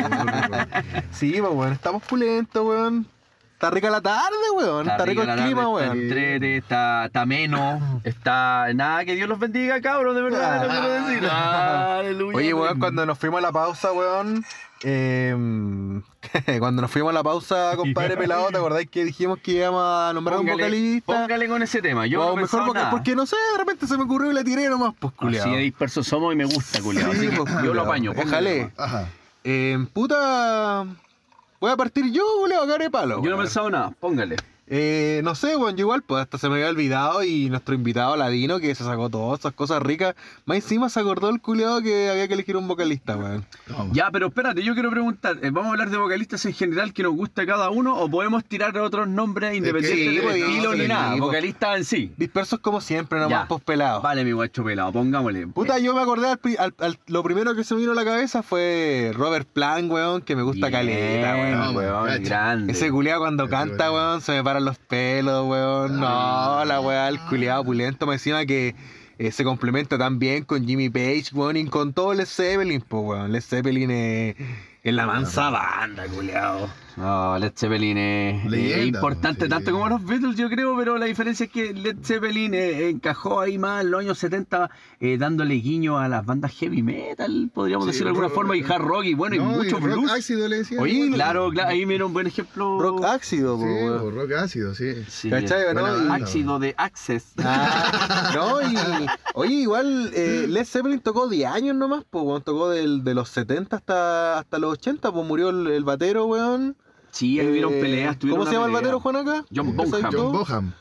S2: Sí, pues, weón. Estamos pulentos, weón. Está rica la tarde, weón. Está, rico
S1: rica
S2: el
S1: la
S2: clima,
S1: tarde,
S2: weón.
S1: Está entrete, está, está ameno, está... Nada, que Dios los bendiga, cabros, de verdad, lo quiero decir. Ah, Aleluya.
S2: Oye, weón, cuando nos fuimos a la pausa, weón. eh, *laughs* cuando nos fuimos a
S1: *laughs*
S2: la pausa, compadre pelado, ¿te acordáis que dijimos que íbamos a nombrar a un
S1: Póngale,
S2: vocalista?
S1: póngale con ese tema. Yo
S2: o
S1: no he
S2: mejor
S1: pensado
S2: vocal-
S1: nada.
S2: porque no sé, de repente se me ocurrió y la tiré nomás, pues culiado.
S1: Así de dispersos somos y me gusta, pues, culiao. Así que yo lo apaño. póngale
S2: Déjale.
S1: nomás.
S3: Ajá.
S2: Eh, puta. Voy a partir yo, culiao, cara de palo.
S1: Yo no he
S2: weón.
S1: pensado nada, póngale.
S2: Eh, no sé, weón, yo igual, pues hasta se me había olvidado y nuestro invitado Ladino, que se sacó todas esas cosas ricas, más encima se acordó el culiado que había que elegir un vocalista, weón.
S3: Toma.
S1: Ya, pero espérate, yo quiero preguntar, eh, ¿vamos a hablar de vocalistas en general que nos gusta cada uno o podemos tirar otros nombres independientes
S2: sí,
S1: del
S2: pues,
S1: estilo
S2: sí,
S1: ni nada?
S2: pues.
S1: Vocalistas en sí.
S2: Dispersos como siempre, nomás pues,
S1: Ya.
S2: pospelados.
S1: Vale, mi guacho pelado, pongámosle.
S2: Puta, yo me acordé, al, pri- al- al- lo primero que se me vino a la cabeza fue Robert Plant, weón, que me gusta
S1: Bien,
S2: caleta, weón.
S3: Toma, cacha.
S1: grande.
S2: Ese culiado cuando
S3: Ese
S2: canta,
S3: weón.
S2: weón, se me paran los pelos, weón. No, la weá, el culiado pulento, me encima que eh, se complementa tan bien con Jimmy Page, weón, y con todo Led Zeppelin, pues, weón. Led Zeppelin es, es la mansa banda, culiado.
S1: No, Led Zeppelin es, es
S3: Leyenda,
S1: importante,
S3: sí. Sí,
S1: eh, decir de alguna
S3: rock,
S1: forma, y hard rock, y bueno, y
S3: No,
S1: mucho
S3: y rock
S1: blues.
S3: ácido le decían.
S2: Oye,
S3: igual.
S1: Claro, claro, ahí mira un buen ejemplo.
S2: Rock ácido,
S3: Sí,
S2: po, weón.
S3: o rock ácido, sí.
S1: Sí.
S2: ¿Cachai, o no?
S3: Buena
S2: Y-
S3: banda.
S1: Ácido de Access.
S2: Ah, no, y. Oye, igual eh, Led Zeppelin tocó 10 años nomás, pues, weón. Tocó del, de los 70 hasta, hasta los 80, pues murió el, el batero, weón.
S1: Sí, ahí
S2: Eh,
S1: hubieron peleas. tuvieron
S2: ¿Cómo se
S1: una
S2: llama el
S1: pelea.
S2: batero, Juan, acá?
S1: John
S2: ¿Ese
S1: Bonham.
S2: actor?
S3: John Boham.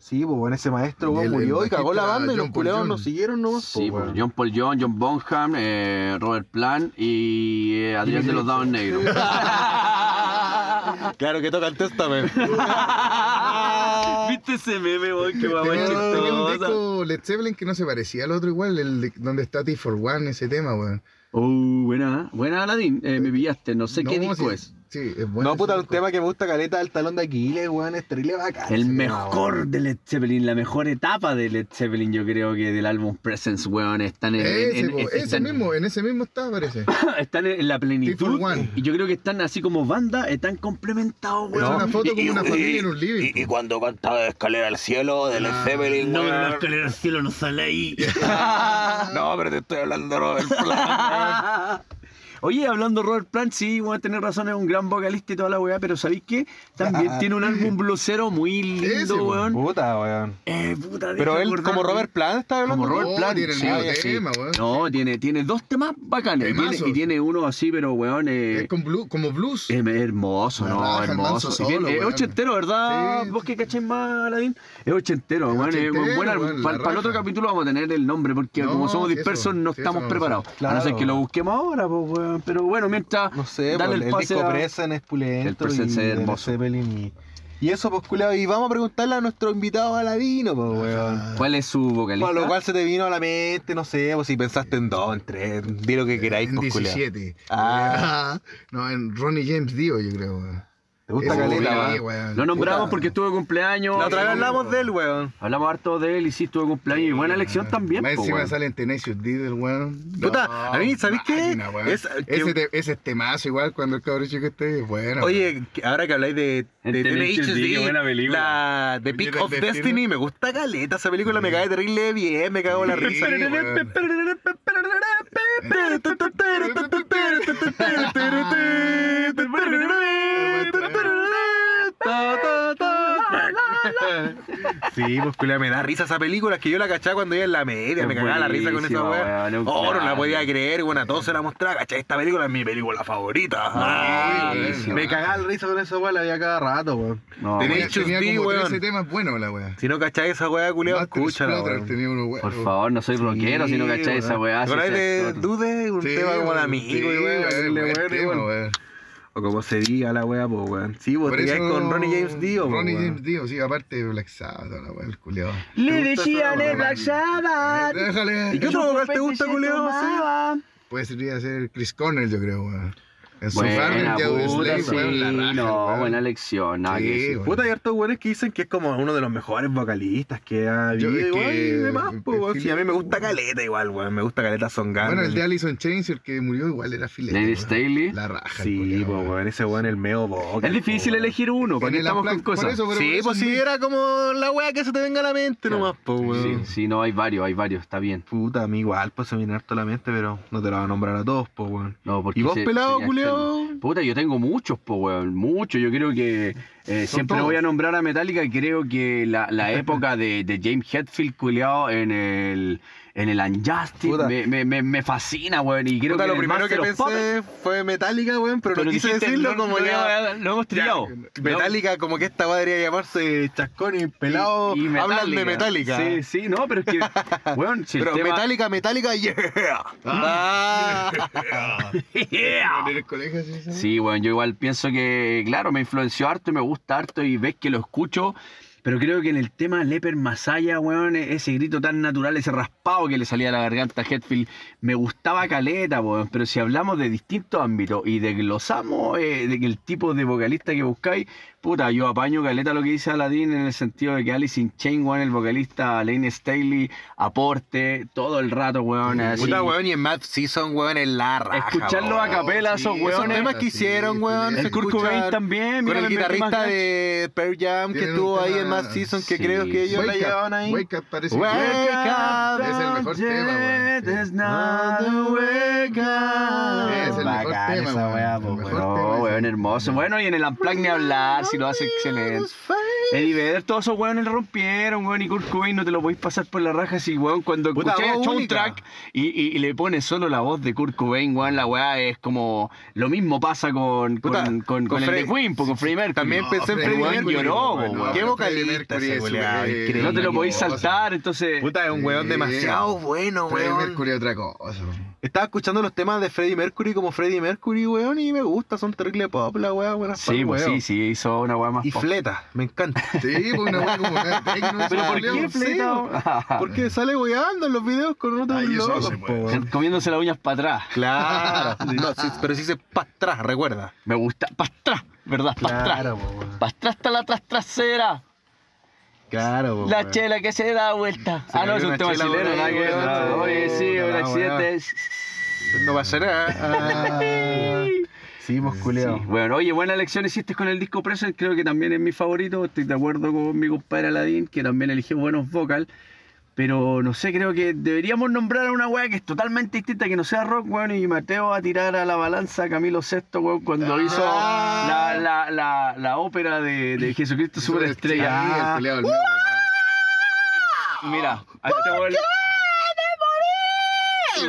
S2: Sí, pues, weón, ese
S3: Y
S2: maestro,
S3: el-
S2: weón,
S3: el
S2: murió y cagó la
S3: bajista
S2: banda y los
S3: John Paul
S2: culeados
S3: Jones.
S2: nos siguieron nomás,
S1: Sí,
S2: pues, weón.
S1: pues, John Paul John, John Bonham, eh, Robert Plant y eh, Adrián de los Dados
S3: *laughs*
S1: Negros.
S2: Ah, Claro que toca el testament.
S1: ¿Viste ese meme, weón? Qué guapo
S3: Tenía tenía un
S1: chistosa.
S3: disco Led Zeppelin que no se parecía al otro igual, el de- donde está T for One, ese tema, weón.
S1: Uh, buena, buena Aladdin. Eh, me pillaste, no sé qué
S3: No,
S1: disco
S3: sí,
S1: es.
S3: Sí, es bueno.
S2: No, puta,
S3: ese
S2: un
S3: disco.
S2: tema que me gusta caleta, el talón de Aquiles, weón, es terrible
S3: Ah,
S2: bacán.
S1: El
S2: ese
S1: *laughs*
S2: tema,
S1: mejor
S2: weón.
S1: de Led Zeppelin, la mejor etapa de Led Zeppelin, yo creo que del álbum Presence, weón, están en, en-
S3: Ese,
S1: en- Ah,
S3: po, ese
S1: están-
S3: mismo, en ese mismo está, parece.
S1: *coughs* están en la plenitud.
S3: Two for one.
S1: Y yo creo que están así como banda, están complementados,
S3: Es
S1: weón.
S3: una foto como una familia en un living.
S5: Y, y
S3: po.
S5: cuando cantaba de escalera al cielo, de Led
S3: Ah.
S5: Zeppelin,
S6: No, pero la
S5: weón.
S6: escalera al cielo no sale
S2: *laughs*
S6: ahí.
S5: No, pero te estoy hablando de Robert Plant.
S1: Oye, hablando de Robert Plant, sí, voy a tener razón, es un gran vocalista y toda la weá, pero ¿sabéis qué?
S2: Ah.
S1: También tiene un álbum blusero muy
S3: Ese,
S1: lindo,
S3: po.
S1: weón.
S2: Puta, weón.
S1: Eh, puta, deja
S2: Uh. Pero él,
S1: acordarme.
S2: como Robert Plant, estaba hablando. Oh,
S1: Como Robert
S3: No,
S1: Plant,
S3: tiene el
S1: sí,
S3: mismo
S1: sí.
S3: tema, weón.
S1: No, tiene, tiene dos temas bacanes. y tiene-
S3: Temazos.
S1: y tiene uno así, pero weón, eh,
S3: Es con blu- como blues.
S1: Em- hermoso,
S3: La
S1: no,
S3: raja, el
S1: hermoso.
S3: manso
S1: Y bien,
S3: solo,
S1: eh,
S3: weón.
S1: ochentero, ¿verdad?
S3: Sí.
S1: ¿Vos que cacháis más, Aladín? Es ochentero,
S3: Es
S1: weón. es
S3: ochentero,
S1: buen- buen álbum.
S3: weón, la
S1: Pa- para el otro
S3: raja.
S1: capítulo vamos a tener el nombre, porque
S3: No,
S1: como somos
S3: sí,
S1: dispersos
S3: eso,
S1: no
S3: sí, eso
S1: estamos
S3: vamos a
S1: preparados. A no ser
S2: Claro.
S1: que lo busquemos ahora, pues, weón. Pero bueno, mientras.
S2: No sé,
S1: dale
S2: pues, el,
S1: pase
S2: disco
S1: a-
S2: Presen es pulento.
S1: El Presen
S2: y
S1: es
S2: de Led
S1: hermoso.
S2: Zeppelin y- Y eso, pues, culiado. Y vamos a preguntarle a nuestro invitado Aladino, pues, weón.
S1: ¿Cuál es su vocalista?
S2: Pues, lo cual se te vino a la mente, no sé, pues, si pensaste en dos, en tres, di lo que queráis,
S3: Eh, en
S2: pues, culiao.
S3: 17.
S2: Ah.
S3: *laughs* No, en Ronnie James Dio, yo creo, weón.
S2: Te gusta
S3: Ese
S2: caleta,
S3: culiao,
S2: weón.
S3: sí, weón.
S1: Lo nombramos
S3: Puta.
S1: porque estuvo de cumpleaños.
S2: La otra vez
S1: Eh,
S2: hablamos de él, weón.
S1: Hablamos harto de él y sí, estuvo de cumpleaños. Y buena elección también.
S3: Ah, Más
S1: po,
S3: encima
S1: weón.
S3: sale en Tenacious D del weón.
S2: Puta, a mí, ¿sabés qué?
S3: máquina, weón.
S2: Es- que-
S3: ese, te- ese es temazo igual cuando el cabrón chico esté bueno. weón.
S2: Oye, que ahora que habláis de, de,
S1: El Tenacious
S2: THD,
S1: D, qué buena película.
S2: la The Peak
S3: Oye,
S2: of
S3: de- de-
S2: Destiny, me gusta caleta esa película, me cae terrible bien, me cago en la
S3: Sí,
S2: risa.
S3: weón.
S2: Sí, pues culia, me da risa esa película, que yo la cachaba cuando iba en la media,
S1: Es
S2: me cagaba la risa con esa
S1: buenísima,
S2: weá.
S1: weón, es un
S2: Oh, no la podía
S1: clásico.
S2: creer, bueno, a todos se la mostraba, cachai, esta película es mi película favorita. Ah,
S3: buenísima.
S2: me cagaba la risa con esa weá, la veía cada rato, weón.
S1: No,
S2: Tenía-
S3: Tenía-
S2: Tenacious
S3: tenía
S2: D,
S3: como
S2: weón.
S3: 13 temas buenos la weá.
S2: Si no cachai esa weá, culiao,
S3: Master
S2: escúchala,
S3: Splinter
S2: weón.
S3: tenía unos weón.
S1: Por favor, no soy rockero si no cacháis esa weá.
S2: Por ahí
S1: sí,
S2: de
S1: sí,
S2: dude, un
S3: Sí,
S2: tema como el
S3: weón,
S2: amigo,
S3: sí,
S2: y weón,
S3: weón,
S2: decirle,
S3: buen
S2: weón,
S3: tema,
S2: igual.
S3: weón.
S2: O como se diga la wea, pues weón. Sí, vos te quedas con Ronnie James Dio, po,
S3: Ronnie
S2: weón.
S3: James Dio, sí, aparte de Black Sabbath, la weá, el culiao.
S1: Le
S2: ¿Te gusta esa
S1: decían
S2: weá?
S1: el Black Sabbath.
S3: Déjale.
S2: ¿Y qué otro
S1: Sus
S2: vocal te gusta,
S1: competencias
S2: culiao? Sí.
S1: tomaban.
S3: Podría ser Chris Connell, yo creo, weón. En su
S1: Buena,
S3: Farmer de
S1: puta,
S3: Audioslave, weón, la
S1: sí,
S3: raja,
S1: no,
S3: weón.
S1: buena elección, nada
S3: Sí,
S1: que decir.
S3: weón.
S2: Puta, hay hartos weones que dicen que es como uno de los mejores vocalistas que ha
S3: Yo-
S2: habido,
S3: es
S2: igual,
S3: que-
S2: y demás, po,
S3: es
S2: weón. Sí, a mí me
S3: filete,
S2: gusta
S3: weón.
S2: caleta, igual, weón. Me gusta caleta Son Gunn.
S3: Bueno, el de Allison Chains, el que murió igual era filete.
S1: Lady
S3: weón.
S1: Staley.
S3: La raja. el
S2: Sí,
S3: culiao,
S2: po,
S3: weón.
S2: weón. Ese weón, el meo vocal.
S1: Es difícil
S2: po, weón.
S1: elegir uno, porque
S3: En el
S1: estamos con
S3: Unplugged, por
S1: cosas.
S3: eso, pero por
S2: Sí,
S3: eso
S2: pues
S3: es
S2: sí,
S3: mi-
S2: era como la wea que se te venga a la mente
S1: Claro.
S2: nomás, po, weón.
S1: Sí, sí, no, hay varios, hay varios, está bien.
S2: Puta, a mí igual, pues se me viene harto a la mente, pero no te la voy a nombrar a todos, po, weón.
S1: No, porque
S2: ¿Y vos
S1: se-
S2: pelado,
S1: sería
S2: culiao?
S1: externo. Puta, yo tengo muchos, po, weón. Muchos. Yo creo que eh, siempre
S3: todos.
S1: voy a nombrar a Metallica y creo que la,
S2: *laughs*
S1: la época de, de James Hetfield, culiao, en el, en el Unjustice
S2: Puta.
S1: me, me, me, me fascina, weón. Y creo
S2: Puta,
S1: que
S2: lo
S1: en el
S2: primero que
S1: Master of
S2: pensé
S1: Puppets-
S2: fue Metallica, weón, pero, no
S1: pero
S2: quise
S1: dijiste,
S2: decirlo
S1: no,
S2: como
S1: no,
S2: ya.
S1: no, Lo hemos trillado.
S2: Metallica, como que esta weá debería llamarse Chascón y Pelado.
S1: Y- y
S2: hablan de Metallica.
S1: Sí, sí, no, pero es
S2: *laughs*
S1: que, weón, si el
S2: pero
S1: tema-
S2: Metallica, Metallica, yeah. Ah.
S1: *laughs* Yeah.
S3: En el colegio, sí, sí.
S1: Sí, bueno, yo igual pienso que, claro, me influenció harto y me gusta harto y ves que lo escucho, pero creo que en el tema Leper Masaya, weón, e- ese grito tan natural, ese raspado que le salía a la garganta a Hetfield, me gustaba caleta, weón, pero si hablamos de distintos ámbitos y desglosamos eh, de que el tipo de vocalista que buscáis, puta, yo apaño caleta lo que dice Aladdin en el sentido de que Alice in Chain, weón, el vocalista Lane Staley, aporte todo el rato, weón, así.
S2: Puta, weón, y en Mad Season, weón, en la raja.
S1: Escucharlo
S2: weón.
S1: a capela, esos
S2: Esos
S1: weones.
S2: temas que hicieron, weón.
S1: El
S2: se
S1: Kurt
S2: escuchan
S1: Cobain también,
S2: Con
S1: mira,
S2: el
S1: me metí más
S2: guitarrista
S1: gancho.
S2: de Pearl Jam que
S3: Tienen un
S2: estuvo ahí
S3: tema-
S2: en Mad Season, que
S1: Sí,
S2: creo que ellos la
S3: Wake up,
S2: llevaban ahí.
S3: Wake up parece
S2: Wake
S3: que-
S2: up,
S3: Es el mejor tema, weón. Sí.
S1: There's not a wake up.
S3: Es el mejor
S2: Bacán
S3: tema,
S2: esa
S3: weón.
S2: weá,
S3: El
S2: po,
S3: mejor
S1: No,
S3: tema,
S1: weón,
S3: sí.
S1: hermoso. Bueno, y en el Unplugged ni hablar, si lo hace excelente. Eddie Vedder, todos esos weones le rompieron, weón, y Kurt Cobain no te lo podéis pasar por la raja si, weón, cuando
S2: Puta,
S1: escucháis
S2: voz
S1: escuchas un
S2: única.
S1: track y, y- y le pones solo la voz de Kurt Cobain, weón, la weá es como... Lo mismo pasa con,
S2: Puta,
S1: con, con,
S2: con
S1: con el de
S2: Fre-
S1: Queen, po, con Freddie Mercury.
S2: También
S3: No,
S2: pensé en
S3: Freddie
S2: Freddie
S1: Mercury,
S2: Mercury.
S1: no,
S2: weón.
S1: weón.
S2: Qué
S3: Freddie
S2: vocalista
S3: Mercury
S2: ese,
S3: es
S2: weón.
S3: súper-
S2: Increíble.
S1: No te lo podéis
S3: hermoso.
S1: saltar, entonces...
S2: Puta, es un weón
S3: Sí.
S2: demasiado bueno,
S3: Freddie
S2: weón.
S3: Mercury otra cosa.
S2: Estaba escuchando los temas de Freddie Mercury como Freddie Mercury, weón, y me gusta, son terrible pop, la weá, buenas
S1: Sí, pues sí, sí, hizo una weá más
S2: Y
S1: pop.
S2: fleta, me encanta.
S3: *laughs* Sí, pues una weá como
S1: *laughs*
S3: una tecno,
S1: ¿Pero
S3: esa weá,
S1: por qué
S3: weón.
S1: *laughs* fleta?
S2: Porque sale weando en los videos con otros
S3: Ay, eso no
S2: locos,
S3: se
S2: po,
S3: puede.
S2: weón.
S1: Comiéndose las uñas para atrás.
S2: Claro, *laughs* no, sí, pero sí se para atrás, recuerda.
S1: Me gusta. Para atrás, ¿verdad? Para atrás.
S2: po, weón.
S1: Para atrás está la tras trasera.
S2: Claro, po,
S1: La
S2: Oh, weón.
S1: chela que se da vuelta.
S2: Se
S1: Ah, no,
S2: murió
S1: es un
S2: una
S1: tema
S2: chela
S1: chileno,
S2: por
S1: nada
S2: ahí,
S1: que
S2: weón.
S1: ver. Oye, sí,
S2: Puta
S1: un
S2: la
S1: accidente.
S2: No pasa nada. Ah. Sí, pues, culiao.
S1: Sí, Bueno, oye, buena elección hiciste con el disco Present, creo que también es mi favorito. Estoy de acuerdo con mi compadre Aladín, que también eligió buenos vocal. Pero no sé, creo que deberíamos nombrar a una weá que es totalmente distinta, que no sea rock, weón, y Mateo a tirar a la balanza a Camilo VI, weón, cuando
S2: Ah.
S1: hizo la, la, la, la ópera de, de Jesucristo
S3: Sí, el
S2: Ah.
S1: Superestrella. ¡Uh!
S3: culiao, el loco, ¿no?
S1: Mira, a este weón.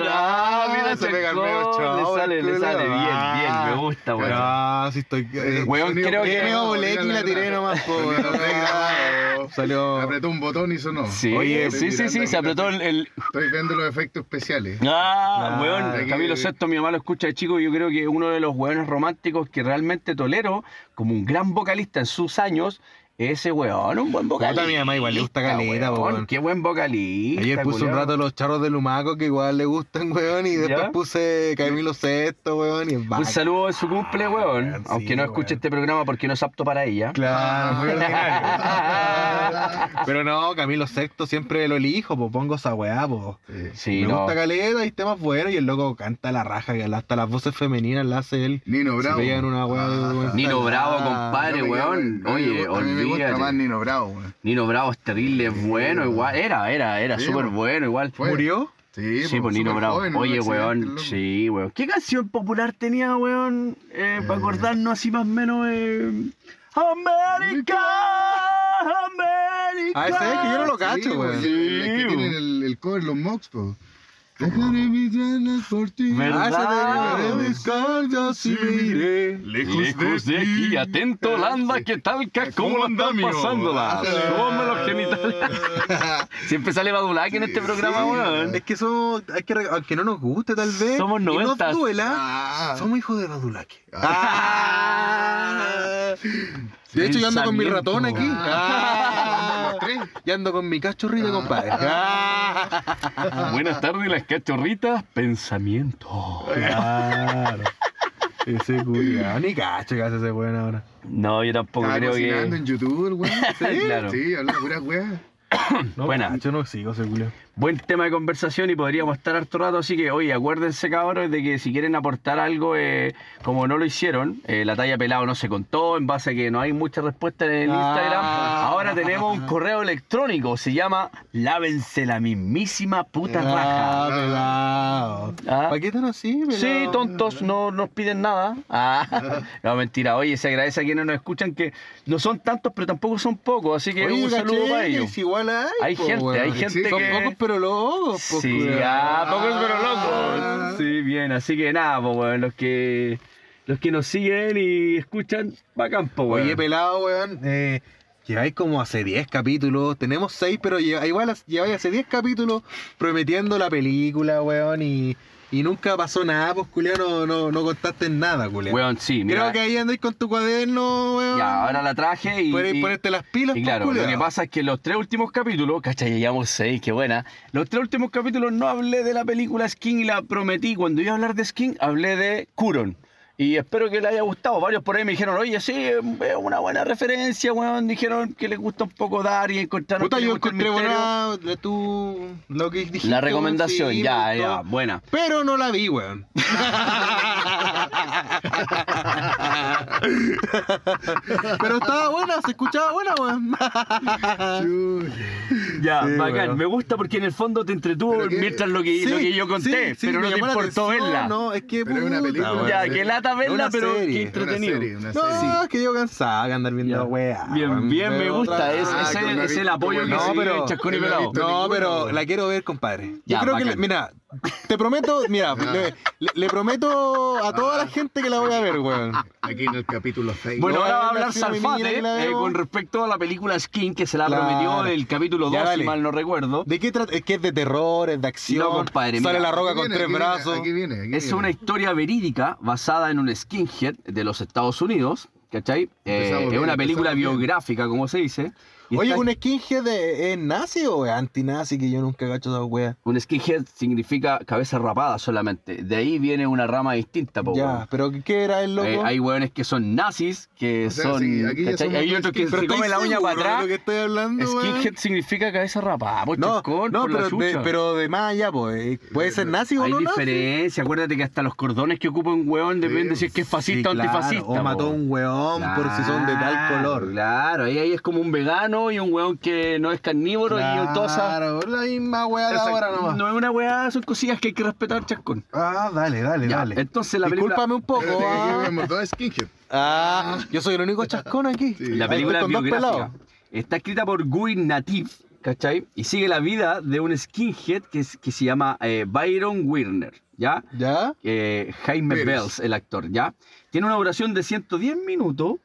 S1: Ah, mira,
S2: Se pega el
S1: gol,
S2: medio chavo,
S1: Le sale,
S2: el
S1: le
S2: culo.
S1: sale. Bien, bien, me
S2: Ah.
S1: gusta, weón.
S2: Ah, sí estoy...
S3: Eh,
S1: Weón,
S3: sonido
S1: creo que-
S2: Que
S3: pegado,
S2: me volé
S3: mira
S2: y la tiré
S3: lata.
S2: nomás, po,
S3: Sonido
S2: weón.
S3: pegado.
S2: Salió...
S3: Apretó un botón y sonó.
S1: Sí,
S2: Oye,
S1: sí, sí, sí, se apretó el- el,
S3: Estoy viendo los efectos
S1: *laughs*
S3: especiales.
S1: Ah,
S2: Claro.
S1: weón, Camilo VI, mi mamá lo escucha de chico, y yo creo que es uno de los weones románticos que realmente tolero como un gran vocalista en sus años Ese weón, un buen
S2: Puta,
S1: vocalista.
S2: a mi mamá igual le gusta caleta, po,
S1: weón,
S2: weón.
S1: Qué buen vocalista.
S2: Ayer puse un
S1: culiao.
S2: rato los charros de Lumaco que igual le gustan, weón. Y después
S1: ¿Ya?
S2: puse Camilo Sexto, weón. Y es
S1: Un
S2: vaca.
S1: saludo en su cumple, weón.
S2: Weón, Ah, sí,
S1: Aunque no escuche
S2: weón.
S1: este programa porque no es apto para ella.
S2: Claro, muy
S1: Ah,
S2: ordinario. Pero no, Camilo Sexto siempre lo elijo, po, pongo esa weá, po.
S1: *laughs*
S3: Eh,
S1: Sí,
S2: Me
S1: no.
S2: gusta caleta y temas buenos y el loco canta la raja, que hasta las voces femeninas las hace él.
S3: Nino
S2: Se
S3: Bravo.
S2: pegan una weá, weón.
S1: Nino Bravo,
S3: Ah,
S1: compadre,
S3: yo me quedo-
S1: weón.
S3: a mí me
S1: Oye,
S3: gusta- a mí me gusta
S1: olvídate.
S3: más Nino Bravo, weón.
S1: Nino Bravo es terrible, es bueno,
S3: weón.
S1: igual. Era, era, era
S3: Sí,
S1: súper
S3: weón.
S1: bueno, igual.
S3: Fue.
S2: ¿Murió?
S3: Sí,
S1: Sí, pues Nino
S3: súper
S1: Bravo.
S3: joven,
S1: Oye,
S3: un accidente,
S1: weón,
S3: loco.
S1: sí, weón. ¿Qué canción popular tenía, weón? Eh, para
S3: Eh.
S1: acordarnos así más o menos. Eh... América, América.
S2: Ah, ese es que yo no lo cacho,
S3: Sí,
S2: weón.
S3: pues, el- el que tienen el, el cover, los Mox, po. Dejaré mis ganas por ti.
S1: ¿Verdad?
S2: Ah,
S1: Ah,
S2: esa de- de
S1: weón.
S2: mis cartas y me iré.
S1: Lejos de aquí, atento, Holanda, ¿qué tal? ca- ¿Cómo Ah, la están
S3: Ah,
S1: pasándola? Sóme los
S3: *laughs*
S1: genitales. Siempre sale Badulac en este programa, weón.
S2: *laughs* Es que somos, hay que, re- aunque no nos guste tal vez,
S1: Somos
S2: y nos
S1: noventas.
S2: duela,
S3: Ah,
S2: somos hijos de Badulaque.
S1: Ah.
S2: de hecho, yo ando con mi
S1: Pensamiento.
S2: ratón aquí.
S1: *laughs*
S3: ah, los tres.
S2: Y ando con mi
S1: Ah.
S2: cachorrito,
S3: ah,
S2: compadre.
S1: Buenas tardes, las cachorritas. Pensamiento.
S2: Claro. Ese culiao. Ni cacho que hace ese weón ahora.
S1: No, yo tampoco
S3: Estaba
S1: creo
S3: cocinando
S1: que.
S3: en YouTube, el weón. Sí,
S1: Claro.
S3: sí, hablando puras weas.
S2: No,
S1: Buena.
S2: Yo no sigo ese culiao.
S1: Buen tema de conversación y podríamos estar harto rato, así que, oye, acuérdense, cabros, de que si quieren aportar algo, eh, como no lo hicieron, eh, la talla pelado no se contó, en base a que no hay mucha respuesta en el
S2: Ah.
S1: Instagram, ahora tenemos un correo electrónico, se llama Lávense la mismísima puta raja.
S2: Ah, pelao.
S1: Ah.
S2: ¿Para qué tan así, pelao?
S1: Sí, tontos, no nos piden nada.
S2: *laughs*
S1: Ah, no, mentira. Oye, se agradece a quienes nos escuchan, que no son tantos, pero tampoco son pocos, así que
S2: Oye,
S1: un saludo
S2: caché,
S1: para
S2: que
S1: ellos.
S2: es igual hay,
S1: Hay
S2: po,
S1: gente,
S2: weón.
S1: hay gente
S2: Son
S1: que-
S2: pocos pero locos, po, Ah,
S1: Sí,
S2: culiao.
S1: ah, pocos pero locos. Sí, bien, así que nada, pues, weón, los que los que nos siguen y escuchan, bacán, pues, weón.
S2: Oye, pelado, weón. eh, lleváis como hace 10 capítulos. Tenemos 6, pero lleva- igual hace- lleváis hace 10 capítulos prometiendo la película, weón. Y, y nunca pasó nada, pues, culiao. No, no, no contaste nada, culiao.
S1: Weón, sí,
S2: Creo
S1: mira.
S2: que ahí andáis con tu cuaderno, weón.
S1: Ya, ahora la traje y.
S2: Podéis
S1: y-
S2: ponerte las pilas,
S1: Y
S2: pues,
S1: claro, lo
S2: culiao.
S1: que pasa es que los tres últimos capítulos, ¿cachai? Llevamos seis, qué buena. Los tres últimos capítulos no hablé de la película Skin y la prometí. Cuando iba a hablar de Skin, hablé de Curon. Y espero que les haya gustado. Varios por ahí me dijeron, oye, sí, es una buena referencia, weón. Dijeron que les gusta un poco dar y encontrar
S2: Puta, yo encontré buena de tu. Lo que dijiste,
S1: La
S2: weón,
S1: recomendación,
S2: sí,
S1: ya,
S2: me gustó.
S1: ya, buena.
S2: Pero no la vi, weón. Pero estaba buena, se escuchaba buena, weón.
S3: Chuy.
S1: Ya,
S2: Sí,
S1: bacán.
S2: weón.
S1: Me gusta porque en el fondo te entretuvo
S3: Pero que-
S1: mientras lo que,
S2: Sí,
S1: lo que yo conté,
S2: sí, sí,
S1: pero
S2: me
S1: no te
S2: llamó la
S1: importó
S2: atención,
S1: verla.
S2: No, es que.
S3: Pero es una
S2: puta,
S3: película,
S2: weón.
S1: ya,
S3: sí.
S1: que lata verla,
S2: Una
S1: pero
S2: serie,
S1: qué
S2: una
S1: entretenido.
S3: serie, una
S2: No,
S3: serie.
S2: es que yo cansaba de andar viendo
S1: Ya.
S2: weá.
S1: Bien,
S2: weón.
S1: bien, me
S2: Veo
S1: gusta.
S2: otra-
S1: Es,
S3: Ah,
S1: ese
S3: que
S1: es,
S3: no he
S1: el
S3: visto
S1: apoyo que
S3: ninguna.
S1: se
S2: No,
S1: vive en
S2: pero-
S1: Chascón y
S3: que no he
S1: Pelado.
S3: visto
S2: No,
S3: ninguna,
S2: pero
S3: weón.
S2: la quiero ver, compadre. Yo
S1: Ya,
S2: creo que,
S1: bacán.
S2: le- mira, te prometo,
S1: *laughs*
S2: mira, le, le- le prometo a toda
S1: Ah.
S2: la gente que la voy a ver, weón.
S3: Aquí en el capítulo 6.
S1: Bueno,
S2: No,
S1: ahora va a
S2: es la
S1: hablar
S2: femenina
S1: Salfate
S2: que la
S1: eh,
S2: vemos.
S1: con respecto a la película Skin que se la
S2: Claro.
S1: prometió el capítulo 2,
S2: Ya,
S1: si
S2: dale.
S1: mal no recuerdo.
S2: ¿De qué trata? Es que es de terror, es de acción.
S1: No, compadre,
S2: Sale
S1: mira.
S2: la roca con tres brazos.
S3: Aquí viene, aquí
S1: Es
S3: viene.
S1: una historia verídica basada en un skinhead de los Estados Unidos, ¿cachai? Eh,
S3: Empezamos
S1: es
S3: bien,
S1: una película
S3: empezamos bien.
S1: biográfica, como se dice. y
S2: Oye,
S1: está-
S2: ¿un skinhead de- es nazi o es antinazi? Que yo nunca gacho esa wea.
S1: un skinhead significa cabeza rapada solamente. De ahí viene una rama distinta, po,
S2: Ya,
S1: weón.
S2: pero ¿qué era el loco?
S1: Eh, hay hueones que son nazis, que
S3: O sea,
S1: son.
S3: sí, aquí ya
S1: ¿cachai?
S3: somos
S1: Hay
S3: más
S1: otros que
S3: skinhead.
S1: se
S2: ¿estáis
S1: comen la uña
S2: seguro
S1: para
S2: de
S1: atrás.
S2: lo que estoy hablando, weón?
S1: Skinhead significa cabeza rapada, po,
S2: No,
S1: chascón,
S2: no
S1: por la
S2: pero, de-
S1: chucha.
S2: pero de más allá, pues. eh, ¿Puede ser nazi o
S1: Hay
S2: no nazi?
S1: diferencia, acuérdate que hasta los cordones que ocupa un weón depende si es que es fascista
S2: Sí,
S1: o
S2: claro,
S1: antifascista.
S2: O mató a un weón por si son de tal color.
S1: Claro, ahí, ahí es como un vegano y un weón que no es carnívoro y toda esa.
S2: Claro, la misma weá de ahora nomás.
S1: No es una weá, son cosillas que hay que respetar, chascón.
S2: Ah, dale, dale,
S1: Ya,
S2: dale.
S1: entonces la película-
S2: Discúlpame
S1: *laughs*
S2: un poco.
S3: Espérate, que aquí
S2: ah.
S3: vemos dos skinhead.
S2: Ah, yo soy el único chascón aquí.
S3: Sí.
S1: La
S2: Ahí
S1: película es
S2: estoy eh, con dos
S1: biográfica. Está escrita por Guy Natif, ¿cachai? Y sigue la vida de un skinhead que, es- que se llama eh, Byron Wirner, ¿ya?
S2: pelados. ¿Ya?
S1: eh, Jaime
S3: Pérez.
S1: Bells, el actor, ¿ya? Tiene una duración de 110 minutos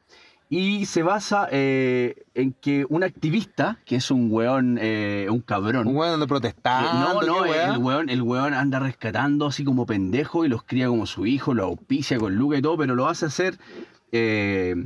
S1: y se basa eh, en que un activista, que es un weón, eh, un cabrón.
S2: Un
S1: que-
S2: weón anda
S1: no,
S2: protestando.
S1: no,
S2: qué weá.
S1: el weón, el weón anda rescatando así como pendejo y los cría como su hijo, lo auspicia con Luca y todo, pero lo hace hacer eh,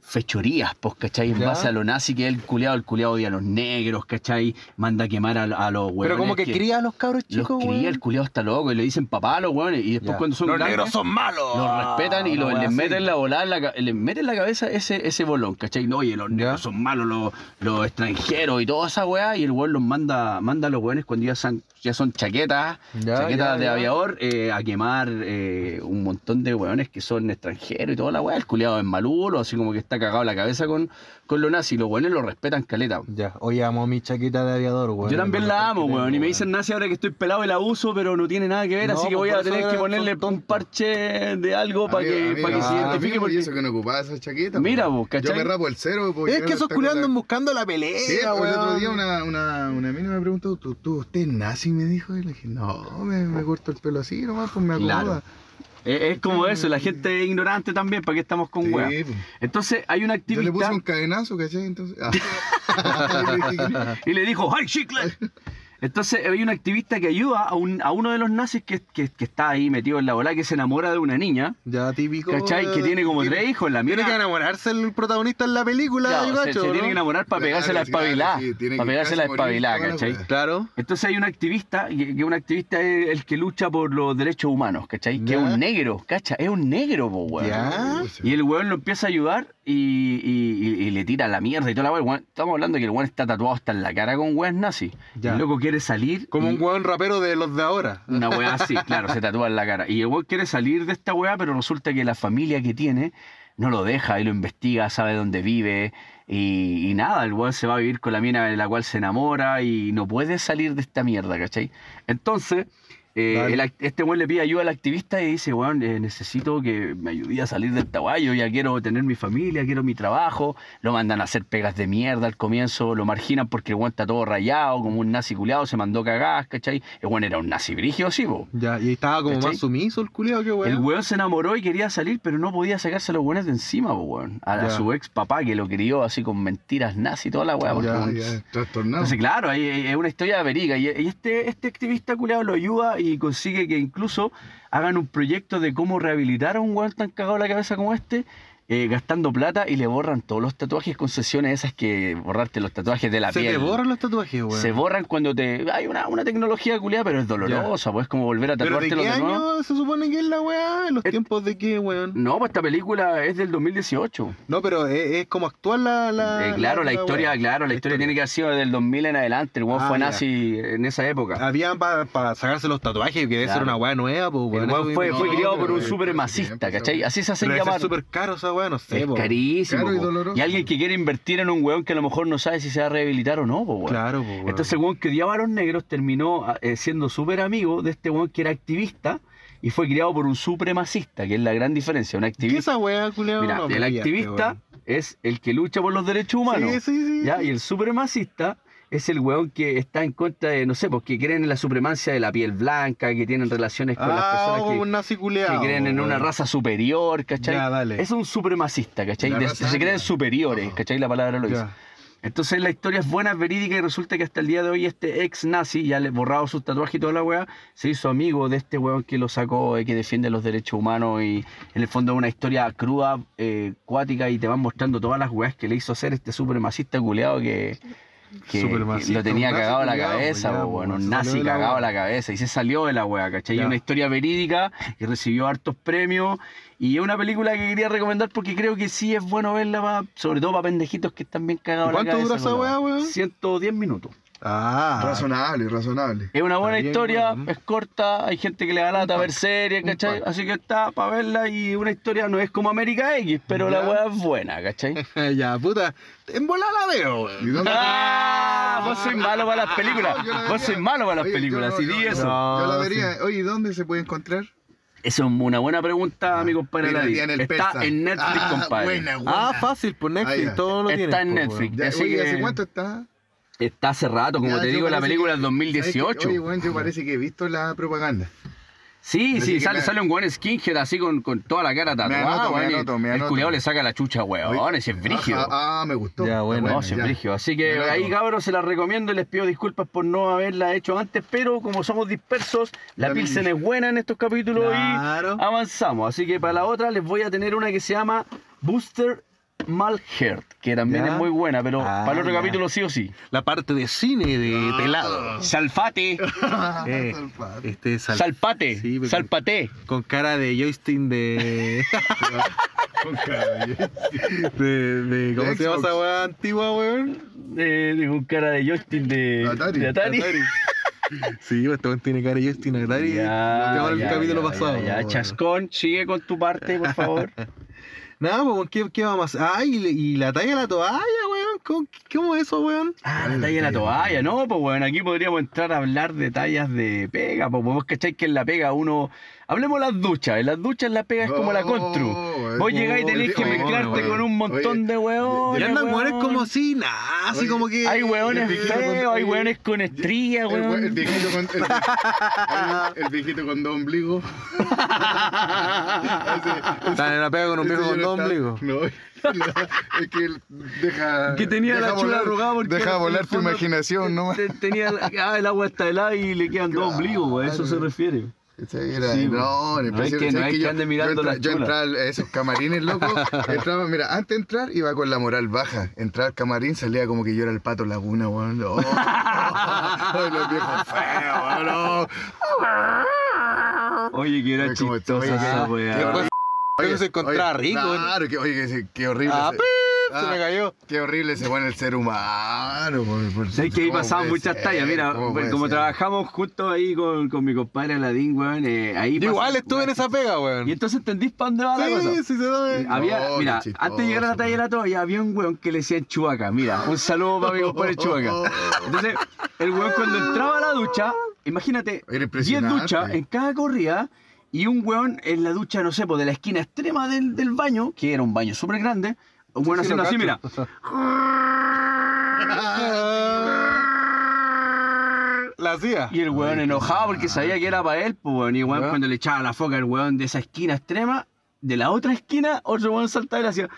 S1: fechorías, pues, ¿cachai? En
S2: Ya.
S1: base a lo nazi que es el culiado, el culiado odia a los negros, ¿cachai? Manda a quemar a, a los huevones.
S2: Pero como que, cría a los cabros
S1: Los
S2: chicos,
S1: cría,
S2: weón.
S1: el culiado está loco y le dicen papá a los huevones. Y después
S2: Ya.
S1: cuando son
S5: Los
S1: grandes,
S5: negros son malos.
S1: los respetan y
S2: una
S1: los-
S2: wea
S1: les
S2: así.
S1: meten la volada, en la, ca- les meten en la cabeza ese, ese bolón, ¿cachai? No, oye, los negros son malos, los, los extranjeros y toda esa weá, y el weón los manda, manda a los weones cuando ya son, ya son chaquetas,
S2: Ya,
S1: chaquetas
S2: ya,
S1: de
S2: ya.
S1: aviador, eh, a quemar eh, un montón de weones que son extranjeros y toda la weá, el culiado es malulo, así como que está cagado la cabeza con, con lo nazi, los weones lo respetan caleta.
S2: Ya, hoy amo mi chaqueta de aviador, weón.
S1: Yo también
S2: Lo
S1: la
S2: mejor
S1: amo,
S2: que
S1: weón.
S2: tengo,
S1: Y me dicen nazi ahora que estoy pelado y la uso, pero no tiene nada que ver,
S2: No,
S1: así que
S2: pues
S1: voy
S2: por
S1: a
S2: eso
S1: tener
S2: ahora
S1: que
S2: son
S1: ponerle un
S2: tontos.
S1: parche de algo para que, pa' que se
S2: ah,
S1: identifique.
S3: porque...
S1: porque-
S3: eso que no ocupaba esa chaqueta.
S1: Mira,
S3: po.
S1: vos, ¿cachai?
S3: Yo me rapo el cero. po, y
S2: Es
S3: ahora
S2: que esos
S3: está
S2: culiados
S3: con la-
S2: andan buscando la pelea,
S3: Sí, pero el otro día
S2: weón.
S3: una, una, una mina me preguntó, ¿Tú, tú, ¿usted es nazi? Me dijo, y le dije, no, me, me corto el pelo así nomás, pues me acomoda.
S1: Claro. Es, es como eso, la gente es ignorante también, ¿para qué estamos con
S3: Sí,
S1: weas?
S3: po.
S1: Entonces hay una
S3: Yo le puse
S1: activista
S3: un cadenazo, ¿cachai? Entonces, ah. Le dije que
S1: *laughs*
S3: no.
S1: y le dijo, ¡ay, chicle! Entonces hay un activista que ayuda a, un- a uno de los nazis que, que- que está ahí metido en la bola, que se enamora de una niña,
S2: Ya típico.
S1: ¿cachai? Que tiene como tres hijos, la
S2: Tiene que
S1: mierda.
S2: enamorarse el protagonista en la película,
S1: Claro,
S2: el
S1: se,
S2: gacho,
S1: se
S2: ¿no?
S1: tiene que enamorar para
S3: Claro,
S1: pegarse la
S3: sí, claro,
S1: espabilada.
S3: sí, tiene que
S1: para pegarse la
S3: casi morir
S1: espabilada,
S3: toda la
S1: ¿cachai?
S3: wea.
S2: Claro.
S1: Entonces hay un activista, que que un activista es el que lucha por los derechos humanos, ¿cachai? Que es
S2: Ya.
S1: un negro, ¿cacha? Es un negro, po, weón.
S3: *laughs*
S2: Ya.
S1: Y el weón lo empieza a ayudar y, y- y- y le tira la mierda y toda la weón. Weón, Estamos hablando de que el weón está tatuado hasta en la cara con weas nazi.
S2: Ya.
S1: El loco quiere salir.
S2: Como
S1: y-
S2: un weón rapero de los de ahora.
S1: Una wea así, claro, se tatúa en la cara. Y el weón quiere salir de esta wea, pero resulta que la familia que tiene no lo deja y lo investiga, sabe dónde vive. Y, y nada, el weón se va a vivir con la mina de la cual se enamora y no puede salir de esta mierda, ¿cachai? Entonces, eh,
S2: Dale.
S1: el act- este weón le pide ayuda al activista y dice, weón, eh, necesito que me ayude a salir del taguayo, ya quiero tener mi familia, quiero mi trabajo. Lo mandan a hacer pegas de mierda al comienzo, lo marginan porque el weón está todo rayado, como un nazi culiado, se mandó cagadas, ¿cachai? El weón era un nazi brigio, sí, po.
S2: Ya, y estaba como
S1: ¿Cachai?
S2: más sumiso el culiao, qué weón.
S1: El weón se enamoró y quería salir, pero no podía sacarse a los weones de encima, po, weón. A, a
S2: Ya.
S1: su ex papá que lo crió así con mentiras nazi y toda la weá. porque
S2: Ya,
S1: un-
S3: Ya, trastornado.
S1: entonces, claro, ahí es una historia veriga. Y, y este, este activista culeado lo ayuda y consigue que incluso hagan un proyecto de cómo rehabilitar a un weón tan cagado en la cabeza como este, eh, gastando plata y le borran todos los tatuajes con sesiones esas que borrarte los tatuajes de la
S2: Se
S1: piel.
S2: te borran los tatuajes, weón.
S1: Se borran cuando te. Hay una, una tecnología culeada, pero es dolorosa, pues es como volver a
S2: ¿Pero de
S1: tatuártelo
S2: qué
S1: de nuevo.
S2: año se supone que es la weá? ¿En los
S1: Et-
S2: tiempos de qué, weón?
S1: No, pues esta película es del 2018.
S2: No, pero es, es como actual la... la
S1: Eh, claro, la, historia,
S2: weá.
S1: claro, la, historia, tiene que haber sido del 2000 en adelante. El weón
S2: Ah,
S1: fue
S2: ya. Ah,
S1: nazi en esa época.
S2: Habían para sacarse los tatuajes, que debe
S1: Claro.
S2: ser una weá nueva, pues,
S1: El
S2: weón.
S1: weón
S2: Eso
S1: fue,
S2: mismo.
S1: fue
S3: no,
S1: criado
S3: pero
S1: por un
S3: es
S1: supremacista,
S3: casi bien,
S1: ¿cachai? Así se hacen
S2: pues, Pero debe ser
S1: llamar.
S2: súper pues. caro esa weá, no sé,
S1: Es
S2: po.
S1: carísimo.
S3: Caro y
S1: po.
S3: doloroso.
S1: y alguien que quiere invertir en un weón que a lo mejor no sabe si se va a rehabilitar o no, po, weón.
S2: Claro, pues, weón.
S1: Entonces el weón que odiaba a los negros terminó eh, siendo súper amigo de este weón que era activista y fue criado por un supremacista, que es la gran diferencia. Un
S2: ¿Qué
S1: activista.
S2: esa weá, culiao?
S1: Mira,
S2: No me
S1: el
S2: pillaste,
S1: activista
S2: weón.
S1: es el que lucha por los derechos humanos.
S2: Sí, sí, sí.
S1: ¿ya? Y el supremacista es el weón que está en contra de, no sé, porque creen en la supremancia de la piel blanca, que tienen relaciones con las
S2: Ah,
S1: personas
S2: como
S1: que,
S2: un nazi
S1: que
S2: culeado.
S1: creen en una raza superior, ¿cachai?
S2: Ya, dale.
S1: Es un supremacista, ¿cachai?
S3: La
S1: De-
S3: raza
S1: se creen
S3: aria.
S1: superiores,
S3: Ajá.
S1: ¿cachai? La palabra lo dice.
S2: Ya.
S1: Entonces la historia es buena, verídica y resulta que hasta el día de hoy este ex nazi, ya le borrado sus tatuajes y toda la weá, se hizo amigo de este weón que lo sacó, eh, que defiende los derechos humanos y en el fondo es una historia cruda, eh, cuática y te van mostrando todas las weas que le hizo hacer este supremacista culeado que, que- que
S2: Supremacista,
S1: lo tenía
S2: un nazi
S1: cagado a la
S2: culeado,
S1: cabeza,
S2: ya,
S1: po,
S2: po,
S1: bueno,
S2: se
S1: un
S2: salió
S1: nazi
S2: de la
S1: cagado a
S2: wea.
S1: la cabeza y se salió de la wea, ¿cachai? Y
S2: Ya.
S1: una historia verídica y recibió hartos premios y es una película que quería recomendar porque creo que sí es bueno verla, pa- sobre todo para pendejitos que están bien cagados.
S2: ¿Y cuánto
S1: la cabeza,
S2: dura esa
S1: con la
S2: weá, weón?
S1: 110 minutos.
S2: Ah.
S3: Razonable, razonable.
S1: Es una buena
S2: bien,
S1: historia,
S2: weón.
S1: es corta, hay gente que le da lata a ver series,
S3: un
S1: ¿cachai?
S3: pack.
S1: Así que está para verla y una historia no es como América X, pero la
S2: Ya.
S1: weá es buena,
S3: *laughs*
S1: ¿cachai?
S2: *laughs* ya, puta. En bola la veo,
S3: ¿Y
S2: weón.
S3: dónde-
S1: ¡Ah! Vos sois malo para las películas.
S3: No, yo la
S1: Vos
S3: vería.
S1: sois malo para las
S3: Oye,
S1: películas,
S3: yo
S1: y
S3: no,
S1: di
S3: yo no,
S1: eso.
S3: Yo la
S2: No,
S3: vería. Oye, ¿dónde se puede encontrar?
S1: Esa es una buena pregunta, mi compadre.
S3: Ah, Mira,
S1: Eladio.
S3: tiene el
S1: Está
S3: persa.
S1: en Netflix,
S3: Ah,
S1: compadre.
S3: Buena, buena.
S2: Ah, fácil, por Netflix,
S3: Ah, ya.
S2: todo lo
S1: Está
S2: tiene.
S1: en
S2: po,
S1: Netflix.
S2: weón.
S3: Ya,
S1: Así
S3: oye,
S1: que-
S3: ¿Hace cuánto está?
S1: Está hace rato, como
S3: Ya,
S1: te
S3: yo
S1: digo, la
S3: parece
S1: película
S3: que- ¿sabes
S1: es 2018.
S3: qué? Oye, bueno, yo parece que he visto la propaganda.
S1: Sí,
S3: Así
S1: sí,
S3: que
S1: sale,
S3: me-
S1: sale un weón skinhead así con, con toda la cara tatuada.
S3: anoto, me
S1: weón, y
S3: anoto, me
S1: El
S3: anoto.
S1: culiao le saca la chucha, weón, ese es brígido.
S3: Ah, ah, me gustó.
S2: Ya,
S3: Está
S2: bueno,
S1: no,
S2: bueno,
S1: ese es
S3: ya.
S1: brígido. Así que
S3: Me anoto.
S1: ahí, cabros, se la recomiendo y les pido disculpas por no haberla hecho antes, pero como somos dispersos, la
S3: También-
S1: Pilsen es buena en estos capítulos
S2: Claro.
S1: y avanzamos. Así que para la otra les voy a tener una que se llama Booster Malhert, que también
S2: Ya.
S1: es muy buena, pero
S2: Ah,
S1: para el otro
S2: ya.
S1: capítulo sí o sí.
S2: La parte de cine
S3: Ah.
S2: de pelado.
S1: Salfate,
S2: Eh,
S3: *laughs* Salpate.
S2: este sal-
S1: salpate,
S2: Sí, pero-
S1: salpate.
S2: Con cara de joystick
S3: *laughs*
S2: de.
S3: Con caballero.
S2: de, de- ¿Cómo
S3: De
S2: se llama
S3: Xbox.
S2: esa weá antigua, weón?
S1: Eh, con cara de joystick de
S3: Atari.
S1: de Atari.
S3: Atari.
S2: Sí, pues este weón tiene cara de joystick de Atari.
S1: Ya,
S2: Lo que el
S1: ya,
S2: capítulo
S1: ya,
S2: pasado.
S1: ya, ya.
S2: weón.
S1: Chascón, sigue con tu parte, por favor.
S2: Nada, pues weón, ¿qué, qué vamos a hacer? Ah, y, le- y la talla de la toalla, weón. ¿Cómo, cómo es eso, weón?
S1: Ah, la talla de la toalla, no, pues bueno, aquí podríamos entrar a hablar de tallas de pega, pues vos cacháis que en la pega uno. Hablemos de las duchas, en las duchas la pega es como la constru.
S3: No,
S1: Vos
S3: es-
S1: llegáis y tenéis
S3: oye,
S1: que
S3: oye,
S1: mezclarte
S3: oye,
S1: con un montón
S3: oye,
S1: de hueones.
S2: Y andan weones como
S1: weón.
S2: si nada, así
S3: Oye,
S2: como que.
S1: Hay
S3: el
S1: hueones
S3: viejito
S1: feos,
S3: con-
S1: hay
S3: oye,
S1: hueones con
S3: el
S1: estrías,
S3: we- El
S1: weón.
S3: viejito con. El, vi-
S1: *laughs*
S3: el viejito con dos ombligos.
S2: Están en la pega con un viejo con dos ombligos.
S3: No, *laughs* es que él deja.
S1: Que tenía
S3: deja
S1: la chula
S3: volar-
S1: arrugada porque
S3: Deja
S1: era- en
S3: volar
S1: el
S3: tu
S1: fondo-
S3: imaginación, ¿no?
S1: Te- Tenía la- ah, el agua está helada y le quedan dos ombligos, weón, a eso se
S3: Claro.
S1: refiere.
S3: Sí, era pues,
S1: Sí,
S3: no,
S1: no es que- no es que ande mirando
S3: yo,
S1: las
S3: yo
S1: chulas.
S3: entraba al- a esos camarines, loco.
S1: *laughs*
S3: entraba, mira, antes de entrar iba con la moral baja. Entraba al camarín, salía como que yo era el pato laguna, weón. *laughs* Oh, oh, los viejos feos, weón. no.
S1: Oye, que era
S3: Oye, como-
S1: chistosa
S3: oye,
S1: esa
S3: que-
S2: *laughs*
S1: weá.
S2: Después
S3: Oye,
S2: se encontraba
S3: oye,
S2: rico.
S3: Claro, que, oye, que- qué horrible.
S2: Ah,
S3: ese-
S2: pip, *laughs* se
S3: Ah,
S2: me cayó.
S3: Qué horrible se pone el ser humano. por- por-
S1: Sabes que ahí
S3: ¿cómo
S1: pasaban
S3: puede
S1: muchas
S3: ser?
S1: tallas. Mira,
S3: ¿Cómo
S1: pues,
S3: puede
S1: como
S3: ser?
S1: trabajamos juntos ahí con, con mi compadre Aladín, weón, eh, ahí.
S2: Yo igual
S1: pasan-
S2: estuve en esa pega, weón.
S1: Y entonces entendís para dónde va la cosa. Eh,
S2: Sí, sí, se sabe.
S1: Había,
S3: No, qué
S1: mira,
S3: chistoso,
S1: antes de llegar a la talla de la toalla, había un weón que le decían Chubaca. Mira, un saludo para
S3: *laughs*
S1: mi compadre Chubaca. Entonces, el weón cuando entraba a la ducha, imagínate,
S3: Era
S1: 10
S3: impresionante.
S1: duchas en cada corrida y un weón en la ducha, no sé, pues de la esquina extrema del, del baño, que era un baño súper grande, un weón
S2: Sí, lo
S1: haciendo así, mira.
S2: cacho. *laughs* La hacía.
S1: Y el weón enojado porque sabía que era para él, pues weón. Y weón,
S2: Weón.
S1: cuando le echaba la foca al weón de esa esquina extrema, de la otra esquina, otro weón saltaba y le hacía.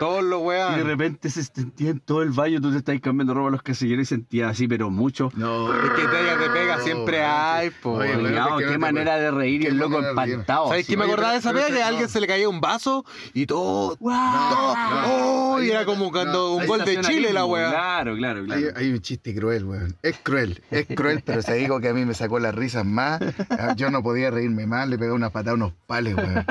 S2: Todos los
S1: Y de
S2: weón.
S1: repente se sentía en todo el baño, tú te estás cambiando ropa a los casilleros y sentías así, pero mucho.
S3: *laughs*
S1: *laughs*
S3: No.
S2: Es que tallas de pega siempre hay, po.
S3: Oye,
S2: weón.
S3: weón. es que no
S1: Cuidado, qué
S3: te
S2: pues.
S1: manera de reír y
S3: qué
S1: el loco
S3: manera de reír.
S1: empantado.
S2: ¿Sabes
S1: así.
S2: qué me
S3: Oye,
S2: acordaba de
S3: pero-
S2: esa
S3: pero
S2: pega? Que
S3: este
S2: a alguien
S3: no.
S2: se le caía un vaso y todo. todo.
S1: Ah.
S3: no,
S2: ¡Oh! Y
S3: ahí
S2: era
S3: no,
S2: como cuando
S3: no,
S2: un
S3: ahí
S2: gol de Chile la weá.
S1: Claro, claro, claro.
S3: Hay, hay un chiste cruel, weón. Es cruel, es cruel, pero se digo que a mí me sacó las risas más. Ah, Yo no podía reírme más, le pegaba una patada a unos pales, weón.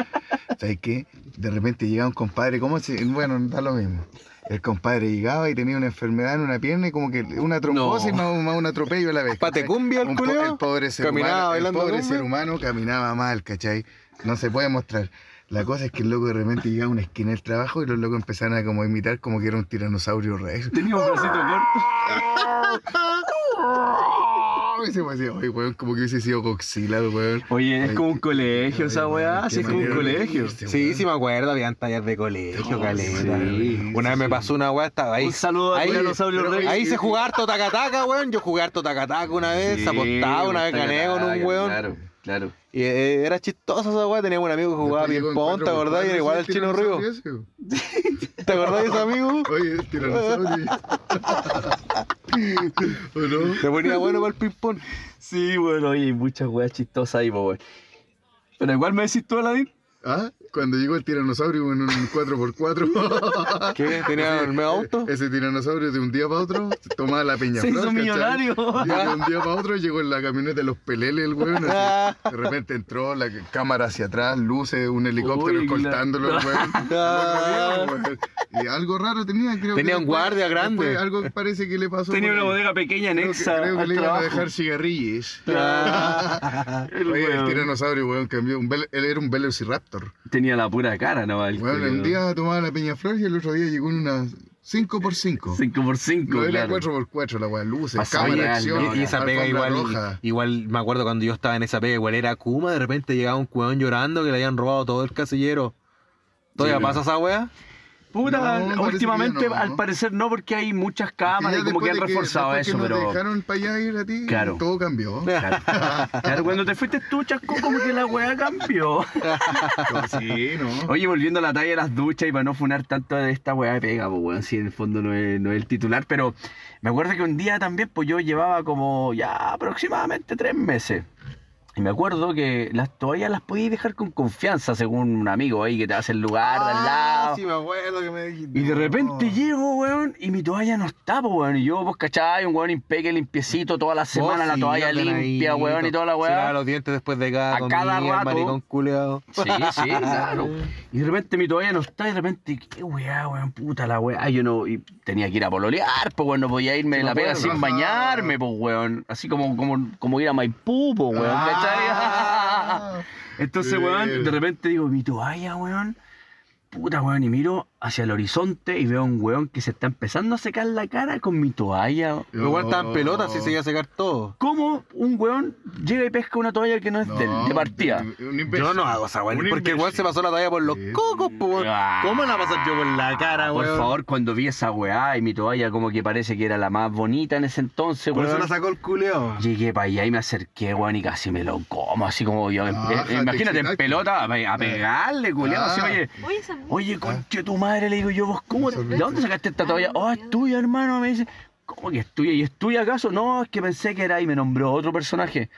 S3: ¿Sabes qué? De repente llegaba un compadre, ¿cómo se.? Bueno, da lo mismo. El compadre llegaba y tenía una enfermedad en una pierna y como que una trombosis
S2: No.
S3: más, más un atropello a la vez. ¿cachai?
S2: Patecumbia el
S3: Un po-
S2: culeo.
S3: El pobre ser
S2: Caminaba
S3: humano. El
S2: bailando
S3: pobre
S2: cumbia.
S3: ser humano caminaba mal, ¿cachai? No se puede mostrar. La cosa es que el loco de repente llegaba a una esquina del trabajo y los locos empezaron a como imitar como que era un tiranosaurio rey.
S1: Tenía un bracito corto.
S3: Y se me decía, oye, Oh, weón, como que hubiese sido coxila, weón.
S1: Oye, es
S3: Ay,
S1: como un colegio esa
S3: ay,
S1: weá,
S3: qué
S1: sí, es como un
S3: manera de
S1: colegio.
S3: reírse,
S2: Sí,
S3: weón.
S2: sí me acuerdo, habían tallas de colegio, caleta.
S1: sí,
S2: Una vez me pasó una weá, estaba ahí.
S1: Un saludo a
S2: ahí,
S1: Tiranosaurio
S2: pero
S1: Rex.
S2: Ahí hice jugar totacataca, weón. Yo jugué harto tacataca una vez,
S1: Sí,
S2: apostaba, una vez
S1: taca,
S2: gané con un
S1: taca,
S2: weón.
S1: Claro, claro.
S2: Y eh, era chistoso esa weá, teníamos un amigo que jugaba
S3: Después llegó
S2: bien pon, ¿te
S3: encuentro
S2: acordás? Y era
S3: con
S2: igual al
S3: Pablo,
S2: chino
S3: ese
S2: Río.
S3: tiranosaurio ese.
S2: ¿Te acordás de ese amigo?
S3: *laughs* Oye, el tiranosaurio.
S2: *laughs*
S3: ¿O no?
S2: Se ponía bueno para el ping-pong.
S1: Sí, bueno, oye, hay muchas weas chistosas ahí, po, weón. Pero igual me decís tú, Aladín.
S3: ¿Ah? Cuando llegó el tiranosaurio en un
S2: *laughs*
S3: 4x4.
S2: ¿Qué? ¿Tenía el mega auto?
S3: Ese tiranosaurio de un día para otro tomaba la peña.
S1: Se hizo
S3: Flor, ¿cachai?
S1: millonario.
S3: Y de un día para otro llegó en la camioneta de los peleles el weón.
S1: *laughs*
S3: así. De repente entró la cámara hacia atrás, luces, un helicóptero
S1: Uy, la-
S3: escoltándolo el
S1: *laughs*
S3: weón.
S2: Ah.
S3: Lo corrieron, weón. Y algo raro tenía, creo
S2: Tenía
S3: que
S2: un
S3: después-
S2: guardia grande.
S3: después Algo parece que le pasó.
S1: Tenía
S3: por
S1: una
S3: ahí.
S1: bodega pequeña
S3: Creo que,
S1: anexa
S3: creo que
S1: al
S3: le iban a
S1: trabajo.
S3: dejar cigarrillos.
S2: Ah.
S1: El
S3: Oye, el
S1: weón
S3: tiranosaurio, weón, cambió. Un vel- él era un Velociraptor.
S1: Tenía la pura cara, ¿no? El
S3: Weón, un día tomaba la peña flor y el otro día llegó en una 5x5.
S1: 5x5,
S3: No era
S1: claro.
S3: 4x4 la weá, luces,
S1: Pasaba
S3: cámara,
S1: legal,
S3: acción,
S1: ¿no?
S2: Y, y esa pega
S3: alfombra
S2: igual,
S3: roja.
S2: igual me acuerdo cuando yo estaba en esa pega, igual era Kuma, de repente llegaba un weón llorando que le habían robado todo el casillero. ¿Todavía
S1: Sí,
S2: pasa esa weá?
S1: Puta,
S3: No, parece
S1: últimamente
S3: que ya no,
S1: al
S3: ¿no?
S1: parecer no, porque hay muchas cámaras y
S3: ya
S1: Ah, como que han
S3: después de
S1: reforzado
S3: después que
S1: eso,
S3: nos
S1: pero...
S3: dejaron para allá ir a ti,
S1: Claro.
S3: todo
S1: *laughs*
S3: cambió.
S1: Claro. Claro, cuando te fuiste tú, Chasco, como que la weá
S3: *laughs*
S1: cambió.
S3: sí, ¿no?
S1: Oye, volviendo a la talla de las duchas y para no funar tanto de esta weá de pega, pues weón, si en el fondo no es, no es el titular, pero me acuerdo que un día también, pues yo llevaba como ya aproximadamente tres meses. Y me acuerdo que las toallas las podías dejar con confianza, según un amigo ahí que te hace el lugar de al lado.
S2: Ah, sí, me acuerdo que me dijiste.
S1: Y de repente
S2: No.
S1: llego, weón, y mi toalla no está, po, weón. Y yo, pues, cachai, un weón impeque, limpiecito, toda la semana la
S2: Oh, sí,
S1: toalla
S2: no tenés
S1: limpia,
S2: ahí,
S1: weón, y toda la
S2: se
S1: weá.
S2: lava los dientes después de cada
S1: A
S2: comida,
S1: cada
S2: el
S1: rato.
S2: maricón culeado.
S1: Sí, sí, claro. Y de repente mi toalla no está, y de repente, qué weá, weón, puta la weá. Ah, Yo no, y tenía que ir a pololear, pues, weón, no podía irme de
S2: Sí,
S1: la
S2: me
S1: pega
S2: acuerdo.
S1: sin bañarme, pues, weón. Así como, como, como ir a Maipú, pues, weón,
S3: *laughs*
S1: ¿cachai?
S3: Ah.
S1: Entonces,
S3: Bien.
S1: weón, de repente digo, mi toalla, weón. Puta, weón, y miro hacia el horizonte y veo a un weón que se está empezando a secar la cara con mi toalla.
S2: Pero igual estaban pelotas y se iba a secar todo.
S1: ¿Cómo un weón llega y pesca una toalla que no es de él, de partida?
S2: Yo no hago esa weá,
S3: Un
S2: porque igual
S3: imbécil.
S2: se pasó la toalla por los
S3: Sí.
S2: cocos, po, weón.
S1: Ah,
S2: ¿Cómo la pasar yo por la cara,
S1: Por
S2: weón?
S1: favor, cuando vi esa weá y mi toalla como que parece que era la más bonita en ese entonces,
S2: Por eso
S1: weón.
S2: la sacó el culeado.
S1: Llegué para allá y me acerqué, weón, y casi me lo como, así como yo. em-
S3: Ah,
S1: eh,
S3: te
S1: imagínate, en
S3: excitaste.
S1: pelota, a, pe-
S2: Eh.
S1: a pegarle, culiado, así,
S3: Ah.
S1: oye.
S4: Oye, esa es
S2: Ah.
S1: Oye, conche tu madre, le digo yo, vos, ¿cómo?
S3: Me
S1: ¿De
S3: sorprende.
S1: dónde sacaste esta toalla? Oh, es tuya, hermano, me dice. ¿Cómo que es tuya? ¿Y es tuya acaso? No, es que pensé que era y me nombró otro personaje.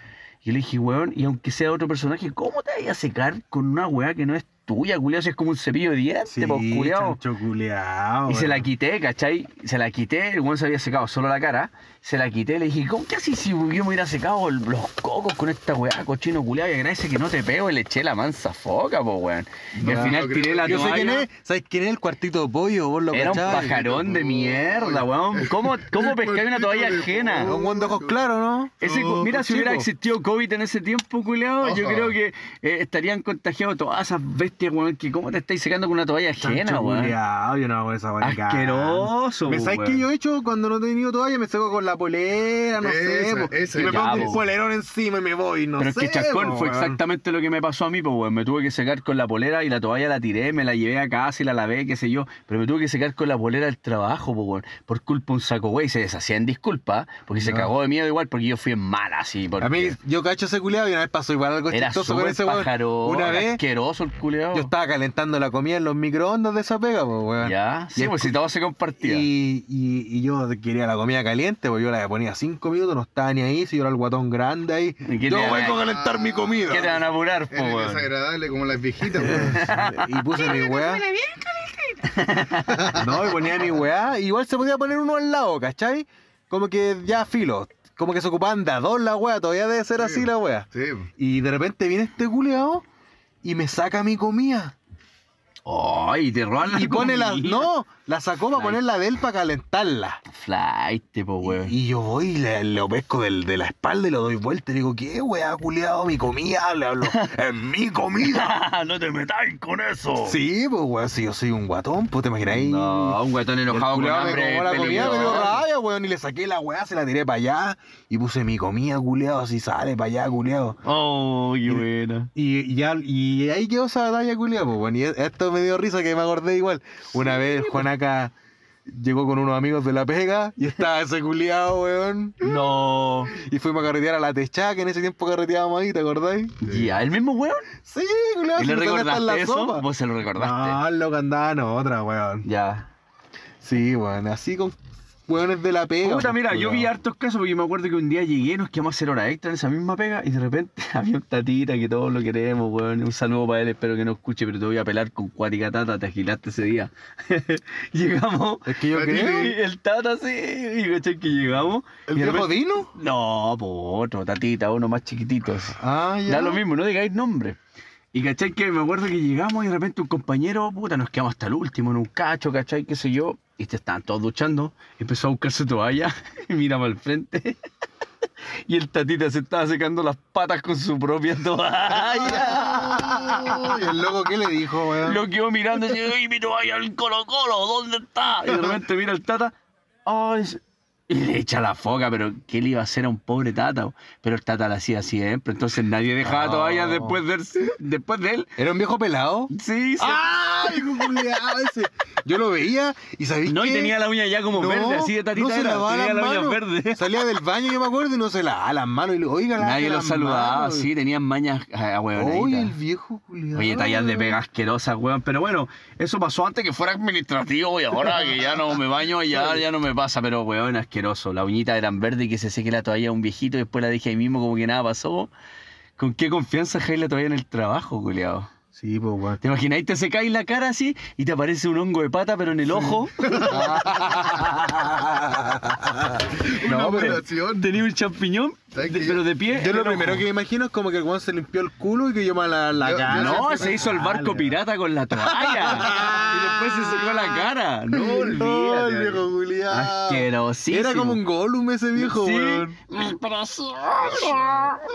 S1: Y le dije, weón, y aunque sea otro personaje, ¿cómo te vas a secar con una weá que no es tuya, culiado? Si es como un cepillo de dientes, pues, culiado.
S2: chancho culeado.
S1: Y se la
S2: weón.
S1: quité, ¿cachai? Se la quité, el weón se había secado solo la cara. Se la quité, le dije, ¿cómo que así si yo me hubiera secado el- los cocos con esta weá, cochino culiado? Y agradece que no te pego y le eché la mansa foca, po, weón. Y
S3: No,
S1: al final
S3: no creo.
S1: tiré la
S2: Yo sé
S1: toalla.
S2: quién es, ¿sabes quién es el cuartito de pollo? Vos lo
S1: Era un
S2: cachai.
S1: pajarón de
S3: Uy.
S1: mierda, weón. ¿Cómo, cómo
S2: *laughs*
S3: El
S1: pescar una
S3: cuartito
S1: toalla
S3: de
S1: ajena?
S2: Un buen de ojos claros, ¿no?
S1: Ese cu-
S3: Oh,
S1: mira, si
S2: chico.
S1: hubiera existido COVID en ese tiempo, culeado, yo
S3: Ojo.
S1: creo que eh, estarían contagiados todas esas bestias, weón, que cómo te estáis secando con una toalla ajena,
S2: Chancho
S1: weón.
S2: culiao, yo no hago esa weá.
S1: Asqueroso,
S2: ¿Me sabes
S1: weón.
S2: qué yo he hecho cuando no he tenido toalla? Me seco con la polera, no sé.
S3: Esa,
S2: po.
S3: esa
S2: y me
S3: ya,
S2: pongo
S1: po.
S2: un polerón encima y me voy, no
S1: Pero es
S2: sé.
S1: que Chacón
S2: po,
S1: fue
S2: weón.
S1: exactamente lo que me pasó a mí, pues, weón. Me tuve que secar con la polera y la toalla la tiré, me la llevé a casa y la lavé, qué sé yo. Pero me tuve que secar con la polera al trabajo, pues, weón. Por culpa de un saco, güey. Se deshacían disculpas, porque se
S3: Ya.
S1: cagó de miedo igual, porque yo fui en mala, así. Porque
S2: A mí, yo cacho ese culiado y una vez pasó igual algo
S1: era
S2: chistoso con
S1: súper
S2: ese weón.
S1: pájaro,
S2: Una vez
S1: asqueroso el culeado.
S2: yo estaba calentando la comida en los microondas de esa pega, po, weón.
S1: Ya, sí,
S2: el
S1: pues
S2: cu-
S1: si todo se compartía.
S2: Y, y, y yo quería la comida caliente, pues yo la ponía 5 minutos, no estaba ni ahí, si yo era el guatón grande ahí.
S1: ¿Y qué
S2: Yo
S1: te-
S2: voy a calentar mi comida.
S1: ¿Qué te van a apurar, po,
S3: Eres
S1: weón?
S3: desagradable como las viejitas, weón.
S1: *laughs*
S2: Y puse mi weá.
S4: bien,
S2: No, y ponía mi weá. Igual se podía poner uno al lado, ¿cachai? Como que ya filo. Como que se ocupaban de a dos la weá. Todavía debe ser así la weá.
S3: Sí.
S2: Y de repente viene este culeado y me saca mi comida.
S1: Ay, te roban *laughs* la
S2: Y pone la.
S1: comida.
S2: No, la sacó para poner la de él para calentarla.
S1: Flight, po, weón.
S2: Y yo voy y le, le pesco del- de la espalda y lo doy vuelta. Y le digo, ¿qué weá, culeado? Mi comida,
S1: *laughs*
S2: le hablo. Es mi comida.
S1: no te metáis con eso.
S2: Sí, pues weón, si yo soy un guatón, pues te imagináis.
S1: No, un guatón
S2: El
S1: enojado con
S2: culiao
S1: hambre.
S2: me comió la
S1: pelo
S2: comida, me dio
S1: weón.
S2: rabia, weón, y le saqué la weá, se la tiré para allá y puse mi comida, culeado, así sale para allá, culeado.
S1: Oh, qué buena.
S2: Y, y ya- y ahí quedó esa batalla, culeado, pues, weón, y esto me dio risa que me acordé igual. Una vez Juanaca llegó con unos amigos de la pega y estaba ese culeado, weón,
S1: No.
S2: y fuimos a carretear a la techá, que en ese tiempo carreteábamos ahí, ¿te acordáis?
S1: Ya, el mismo weón.
S2: Sí, culeado,
S1: ¿Y le
S2: si no está en
S1: recordaste
S2: la
S1: eso?
S2: sopa.
S1: Vos se lo recordaste.
S2: No, loco, andaba en otra, weón.
S1: Ya.
S2: Sí, weón, así con weones de la pega.
S1: Puta,
S2: pues,
S1: mira, yo
S2: culiao.
S1: vi hartos casos porque me acuerdo que un día llegué, nos quedamos a hacer hora extra en esa misma pega y de repente *laughs* había un tatita que todos lo queremos, weón. Un saludo para él, espero que no escuche, pero te voy a pelar con cuática tata, te agilaste ese día. *laughs* llegamos.
S2: Es que yo
S1: y
S2: creo.
S1: el tata sí, y cachai que llegamos.
S2: ¿El
S1: y de
S2: viejo
S1: repente-
S2: Dino?
S1: No, po, otro tatita, uno más chiquitito. así.
S2: Ah, ya.
S1: Da lo mismo, no digáis nombre. Y cachai que me acuerdo que llegamos y de repente un compañero, puta, nos quedamos hasta el último en un cacho, cachai, qué sé yo. Y te estaban todos duchando. Empezó a buscar su toalla *laughs* y miraba al frente. *laughs* Y el tatita se estaba secando las patas con su propia *laughs* toalla.
S2: Ay, el loco, ¿qué le dijo,
S1: *laughs*
S2: weón?
S1: Lo quedó mirando y dice, ¡ay, mi toalla, el Colo Colo! ¿Dónde está? Y de repente mira el tata, ¡ay! se- Y le echa la foca, pero ¿qué le iba a hacer a un pobre tata? Pero el tata la hacía siempre, entonces nadie dejaba
S2: No.
S1: toallas después de, él- después de él.
S2: ¿Era un viejo pelado?
S1: Sí, sí.
S2: ¡Ah! Viejo culiao ese. Yo lo veía y sabía
S1: no, y tenía la uña ya como verde, así de tatita
S2: no se
S1: era,
S2: lavaba
S1: tenía
S2: las
S1: la uña
S2: manos.
S1: verde.
S2: Salía del baño, yo me acuerdo, y no se lavaba las manos. Y le, Oiga, lávate
S1: Nadie lo
S2: las
S1: saludaba,
S2: manos.
S1: sí, tenían mañas ah, a
S2: Oye, el viejo culiao.
S1: Oye, tallas de pega asquerosas, weón. Pero bueno, eso pasó antes que fuera administrativo y ahora que ya no me baño, ya, ya no me pasa. Pero, weón, asqueroso. La uñita eran verde y que se seque la toalla a un viejito y después la dejé ahí mismo como que nada pasó. ¿Con qué confianza Jaila todavía en el trabajo, culiado?
S3: Sí, pues,
S1: *laughs*
S3: weón.
S1: ¿Te imagináis? Te secáis la cara así y te aparece un hongo de pata, pero en el
S2: *laughs*
S1: ojo.
S3: Una
S1: No, pero
S3: operación.
S1: tenía un champiñón,
S3: ¿Sabes
S1: de-
S3: que yo-
S1: pero de pie.
S2: Yo
S1: en
S2: lo
S1: el
S2: primero
S1: ojo.
S2: que me imagino es como que el weón se limpió el culo y que yo me la, la
S3: Yo- yo
S2: cara.
S1: No,
S3: siempre
S1: se
S3: me-
S1: hizo el barco
S3: Dale,
S1: pirata con la
S2: *laughs*
S1: toalla. y después se secó la cara. No,
S2: Oh, el
S1: olvídate.
S2: viejo culiao.
S1: Asquerosísimo.
S2: Era como un Gollum ese viejo,
S1: Sí.
S2: weón.
S4: Mi precioso,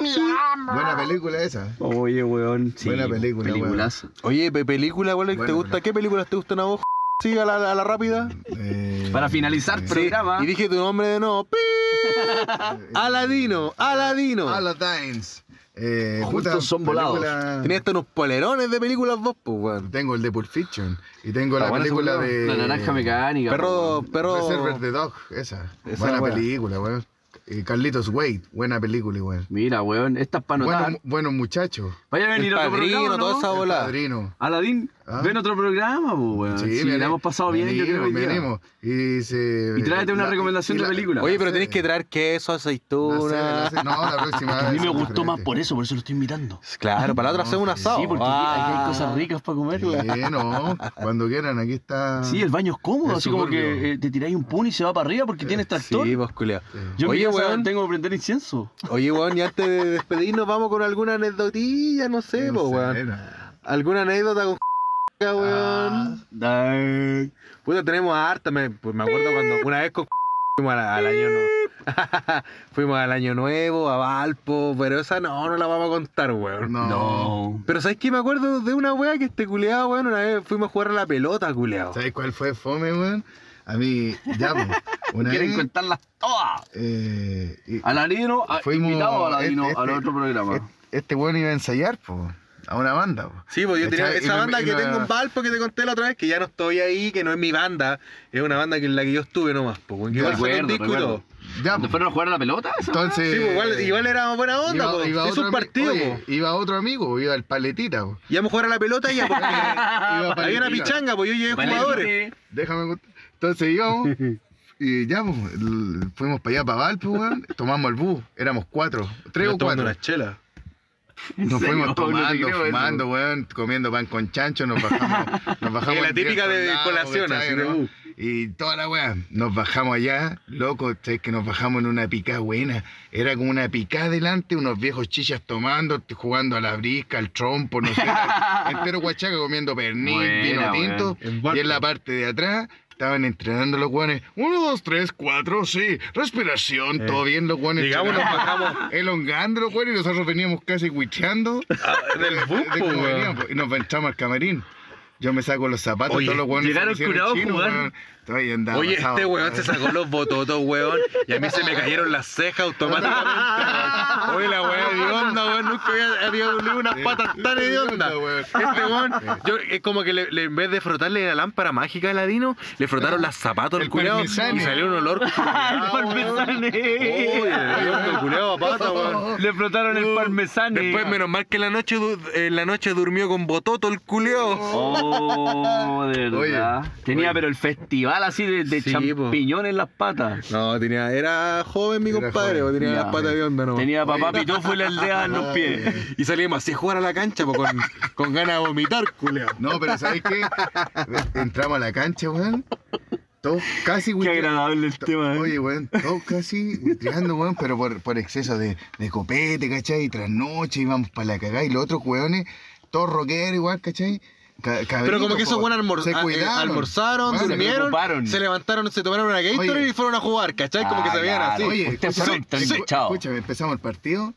S4: mi amo.
S3: Buena película esa.
S1: Oye, weón.
S3: Buena película, weón.
S1: Peliculazo.
S2: Oye, pe- película, weón, ¿te
S3: Bueno,
S2: gusta?
S3: bueno.
S2: ¿Qué películas te gustan a vos? Sí, a la, a la rápida.
S3: Eh,
S1: Para finalizar, programa.
S2: Y dije tu nombre de
S1: *laughs*
S2: nuevo. ¡Pi! Aladino, Aladino.
S3: Aladdines. Eh,
S1: Juntos
S3: puta,
S1: son volados.
S3: película-
S2: Tenías hasta unos polerones de películas vos, pues, weón.
S3: Tengo el de Pulp Fiction. Y tengo
S1: Está
S3: la
S1: buena esa
S3: película
S1: weá.
S3: de.
S1: Ah, La naranja mecánica.
S2: Perro,
S3: Reservoir
S2: perro.
S3: the Dog, esa.
S1: Esa
S3: buena
S1: weá.
S3: película, weón. Y Carlitos Wade, buena película igual.
S1: Mira, weón, estas para
S3: Bueno,
S1: notar.
S3: mu- bueno, muchacho.
S1: Vaya a venir
S2: El
S1: otro
S2: padrino,
S1: programa,
S2: toda
S1: ¿no?
S2: esa
S3: El
S2: Hola.
S3: padrino.
S1: Aladín,
S3: Ah.
S1: ven otro programa, pues, weón. Sí,
S3: viene-
S1: la hemos pasado bien, yo creo.
S3: venimos,
S1: hoy día.
S3: venimos. Y, se-
S1: Y tráete una
S3: la-
S1: recomendación
S3: y la-
S1: de película.
S2: Oye, pero
S3: la
S2: tenés
S3: serie.
S2: que traer queso,
S3: La serie, la
S2: aceituna.
S3: serie. No, la próxima.
S1: *laughs* A mí
S3: vez
S1: me
S3: es
S1: gustó más
S3: diferente.
S1: por eso, por eso lo estoy invitando.
S2: Claro, para la otra hacemos un asado.
S1: Sí, porque
S2: Ah.
S1: aquí hay cosas ricas para comer.
S3: Sí, no, cuando quieran, aquí está.
S1: Sí, el baño es cómodo,
S3: El
S1: así como que
S3: suburbio.
S1: eh, te tiráis un pun y se va para arriba porque tienes tractor.
S2: Sí, vos, culiao.
S3: pues,
S1: Yo en mi
S2: Oye,
S1: casa
S2: weón.
S1: tengo que prender incienso.
S2: Oye, weón, y antes de despedirnos, vamos con alguna anecdotilla, no sé,
S1: pues,
S3: No
S2: po,
S3: sé,
S2: weón.
S3: no.
S2: ¿Alguna anécdota con *laughs*
S1: Ah,
S2: weón?
S1: Ay,
S2: Puta, Pues tenemos harta. Me, pues me acuerdo cuando una vez con fuimos a la- al año nuevo. *laughs* fuimos al año nuevo, a Valpo, pero esa no, no la vamos a contar, weón.
S3: Ah, No.
S1: No.
S2: Pero ¿sabes qué? Me acuerdo de una wea que este culeado, weón, una vez fuimos a jugar a la pelota, culeado.
S3: ¿Sabes cuál fue fome, weón? A mí, ya, po, una
S1: Quieren
S3: vez.
S1: contarlas todas.
S3: eh, y-
S1: Aladino,
S2: Ah,
S1: a-
S3: Fuimos-
S1: invitado a Aladino
S3: este-
S1: al
S3: este-
S1: otro programa.
S3: este- este weón iba a ensayar, po, a una banda, po.
S2: Sí, pues yo tenía
S3: ¿Cachai? Y
S2: esa
S3: me-
S2: banda
S3: y
S2: que
S3: me-
S2: tengo en Valpo que te conté la otra vez, que ya no estoy ahí, que no es mi banda, es una banda que en la que yo estuve nomás, pues, weón. que
S3: Ya,
S2: igual salió un
S1: recuerdo,
S2: disco y
S1: recuerdo.
S2: todo.
S3: Ya,
S1: ¿No
S3: po.
S1: fueron a jugar a la pelota? esa?
S3: Entonces.
S2: Sí, pues, igual, igual era buena onda,
S3: Eh, iba-
S2: pues.
S3: iba
S2: es
S3: otro
S2: un
S3: ami-
S2: partido,
S3: oye,
S2: pues.
S3: Iba otro amigo, po, iba el paletita,
S2: *laughs*
S3: po.
S2: Y vamos a jugar a la pelota y ya,
S3: *laughs*
S2: porque
S3: Iba
S2: había una
S3: Paletita.
S2: pichanga, pues yo llevé
S1: Vale,
S2: jugadores.
S1: dije,
S3: Déjame contar. Entonces íbamos
S2: *laughs*
S3: y ya po, l- fuimos para allá, para Valpo, weón. Tomamos el bus, éramos cuatro, tres
S2: Yo
S3: o
S2: tomando
S3: cuatro.
S2: unas chelas.
S1: ¿en
S3: Nos
S1: serio?
S3: fuimos
S1: No te
S3: tomando,
S1: creo eso.
S3: fumando, weón, comiendo pan con chancho, nos bajamos. Nos bajamos
S2: *laughs* Es la
S3: en
S2: típica
S3: ciertos
S2: de
S3: lados,
S2: colación,
S3: ¿cachai,
S2: así de,
S3: no?
S2: uh.
S3: Y toda la weá, nos bajamos allá, loco, es que nos bajamos en una picá buena. Era como una picá delante, unos viejos chichas tomando, jugando a la brisca, al trompo, no
S2: *laughs*
S3: sé. entero guachaca comiendo pernil,
S1: Buena,
S3: vino
S1: weón.
S3: tinto.
S2: En
S3: Y
S2: Valpo.
S3: en la parte de atrás estaban entrenando los guanes. Uno, dos, tres, cuatro, sí. Respiración,
S2: Eh.
S3: todo bien, los guanes.
S2: Llegamos, nos
S3: entrenando *laughs*
S2: bajamos
S3: elongando los güeyes y nosotros veníamos casi huicheando
S2: ah, del
S3: de
S2: bus,
S3: cómo
S2: pues, weón.
S3: veníamos, y nos entramos al camarín. Yo me saco los zapatos,
S2: Oye,
S3: todos los hueones
S1: llegaron curados a jugar.
S2: Oye, este weón se sacó los bototos, weón, y a mí se me cayeron las cejas automáticamente. Oye, la weá de onda, weón, nunca había, había olido unas patas tan hediondas. Este weón, yo, es como que le- le- en vez de frotarle la lámpara mágica a Ladino, le frotaron las zapatos al
S3: El
S2: culeado y
S3: parmesano.
S2: salió un olor.
S1: El
S3: Ah,
S1: parmesane.
S2: Oye, el culeado a pata, weón.
S1: Le flotaron
S3: Uh,
S1: el parmesane.
S2: Después, menos mal que en la noche, du- en la noche durmió con bototo el culeado.
S1: Oh, de
S3: Oye,
S1: verdad. Tenía pero el festival así de, de
S2: Sí,
S1: champiñón en las patas.
S2: No, tenía, era joven mi
S3: Era
S2: compadre,
S3: joven.
S2: o tenía
S1: Ya,
S2: las patas de onda, no.
S1: Tenía papá pitofo y la aldea en los pies.
S2: *laughs* Y salíamos así a jugar a la cancha po, con, con ganas de vomitar, culeado.
S3: No, pero ¿sabes qué? Entramos a la cancha, weón. Todos casi
S1: Qué
S3: huiche-
S1: agradable el tema. eh.
S3: Oye, weón, todos casi huiteando, weón, pero por, por exceso de, de copete, ¿cachai? Y tras noche íbamos para la cagada y los otros weones, todos rockeros igual, ¿cachai? Ca-
S2: Pero como
S3: caberitos,
S2: que esos
S3: po,
S2: buenos almor-
S3: se
S2: a- eh,
S3: cuidaron.
S2: almorzaron,
S3: Weón,
S2: durmieron,
S1: preocuparon.
S2: se levantaron, se tomaron una Gatorade
S3: Oye.
S2: y fueron a jugar, ¿cachai? Como que
S1: Ah,
S2: se veían
S1: claro.
S2: así.
S3: Oye,
S1: Ustedes
S3: escúchame,
S1: fueron tan
S3: escu-
S1: hinchados.
S3: escúchame, empezamos el partido,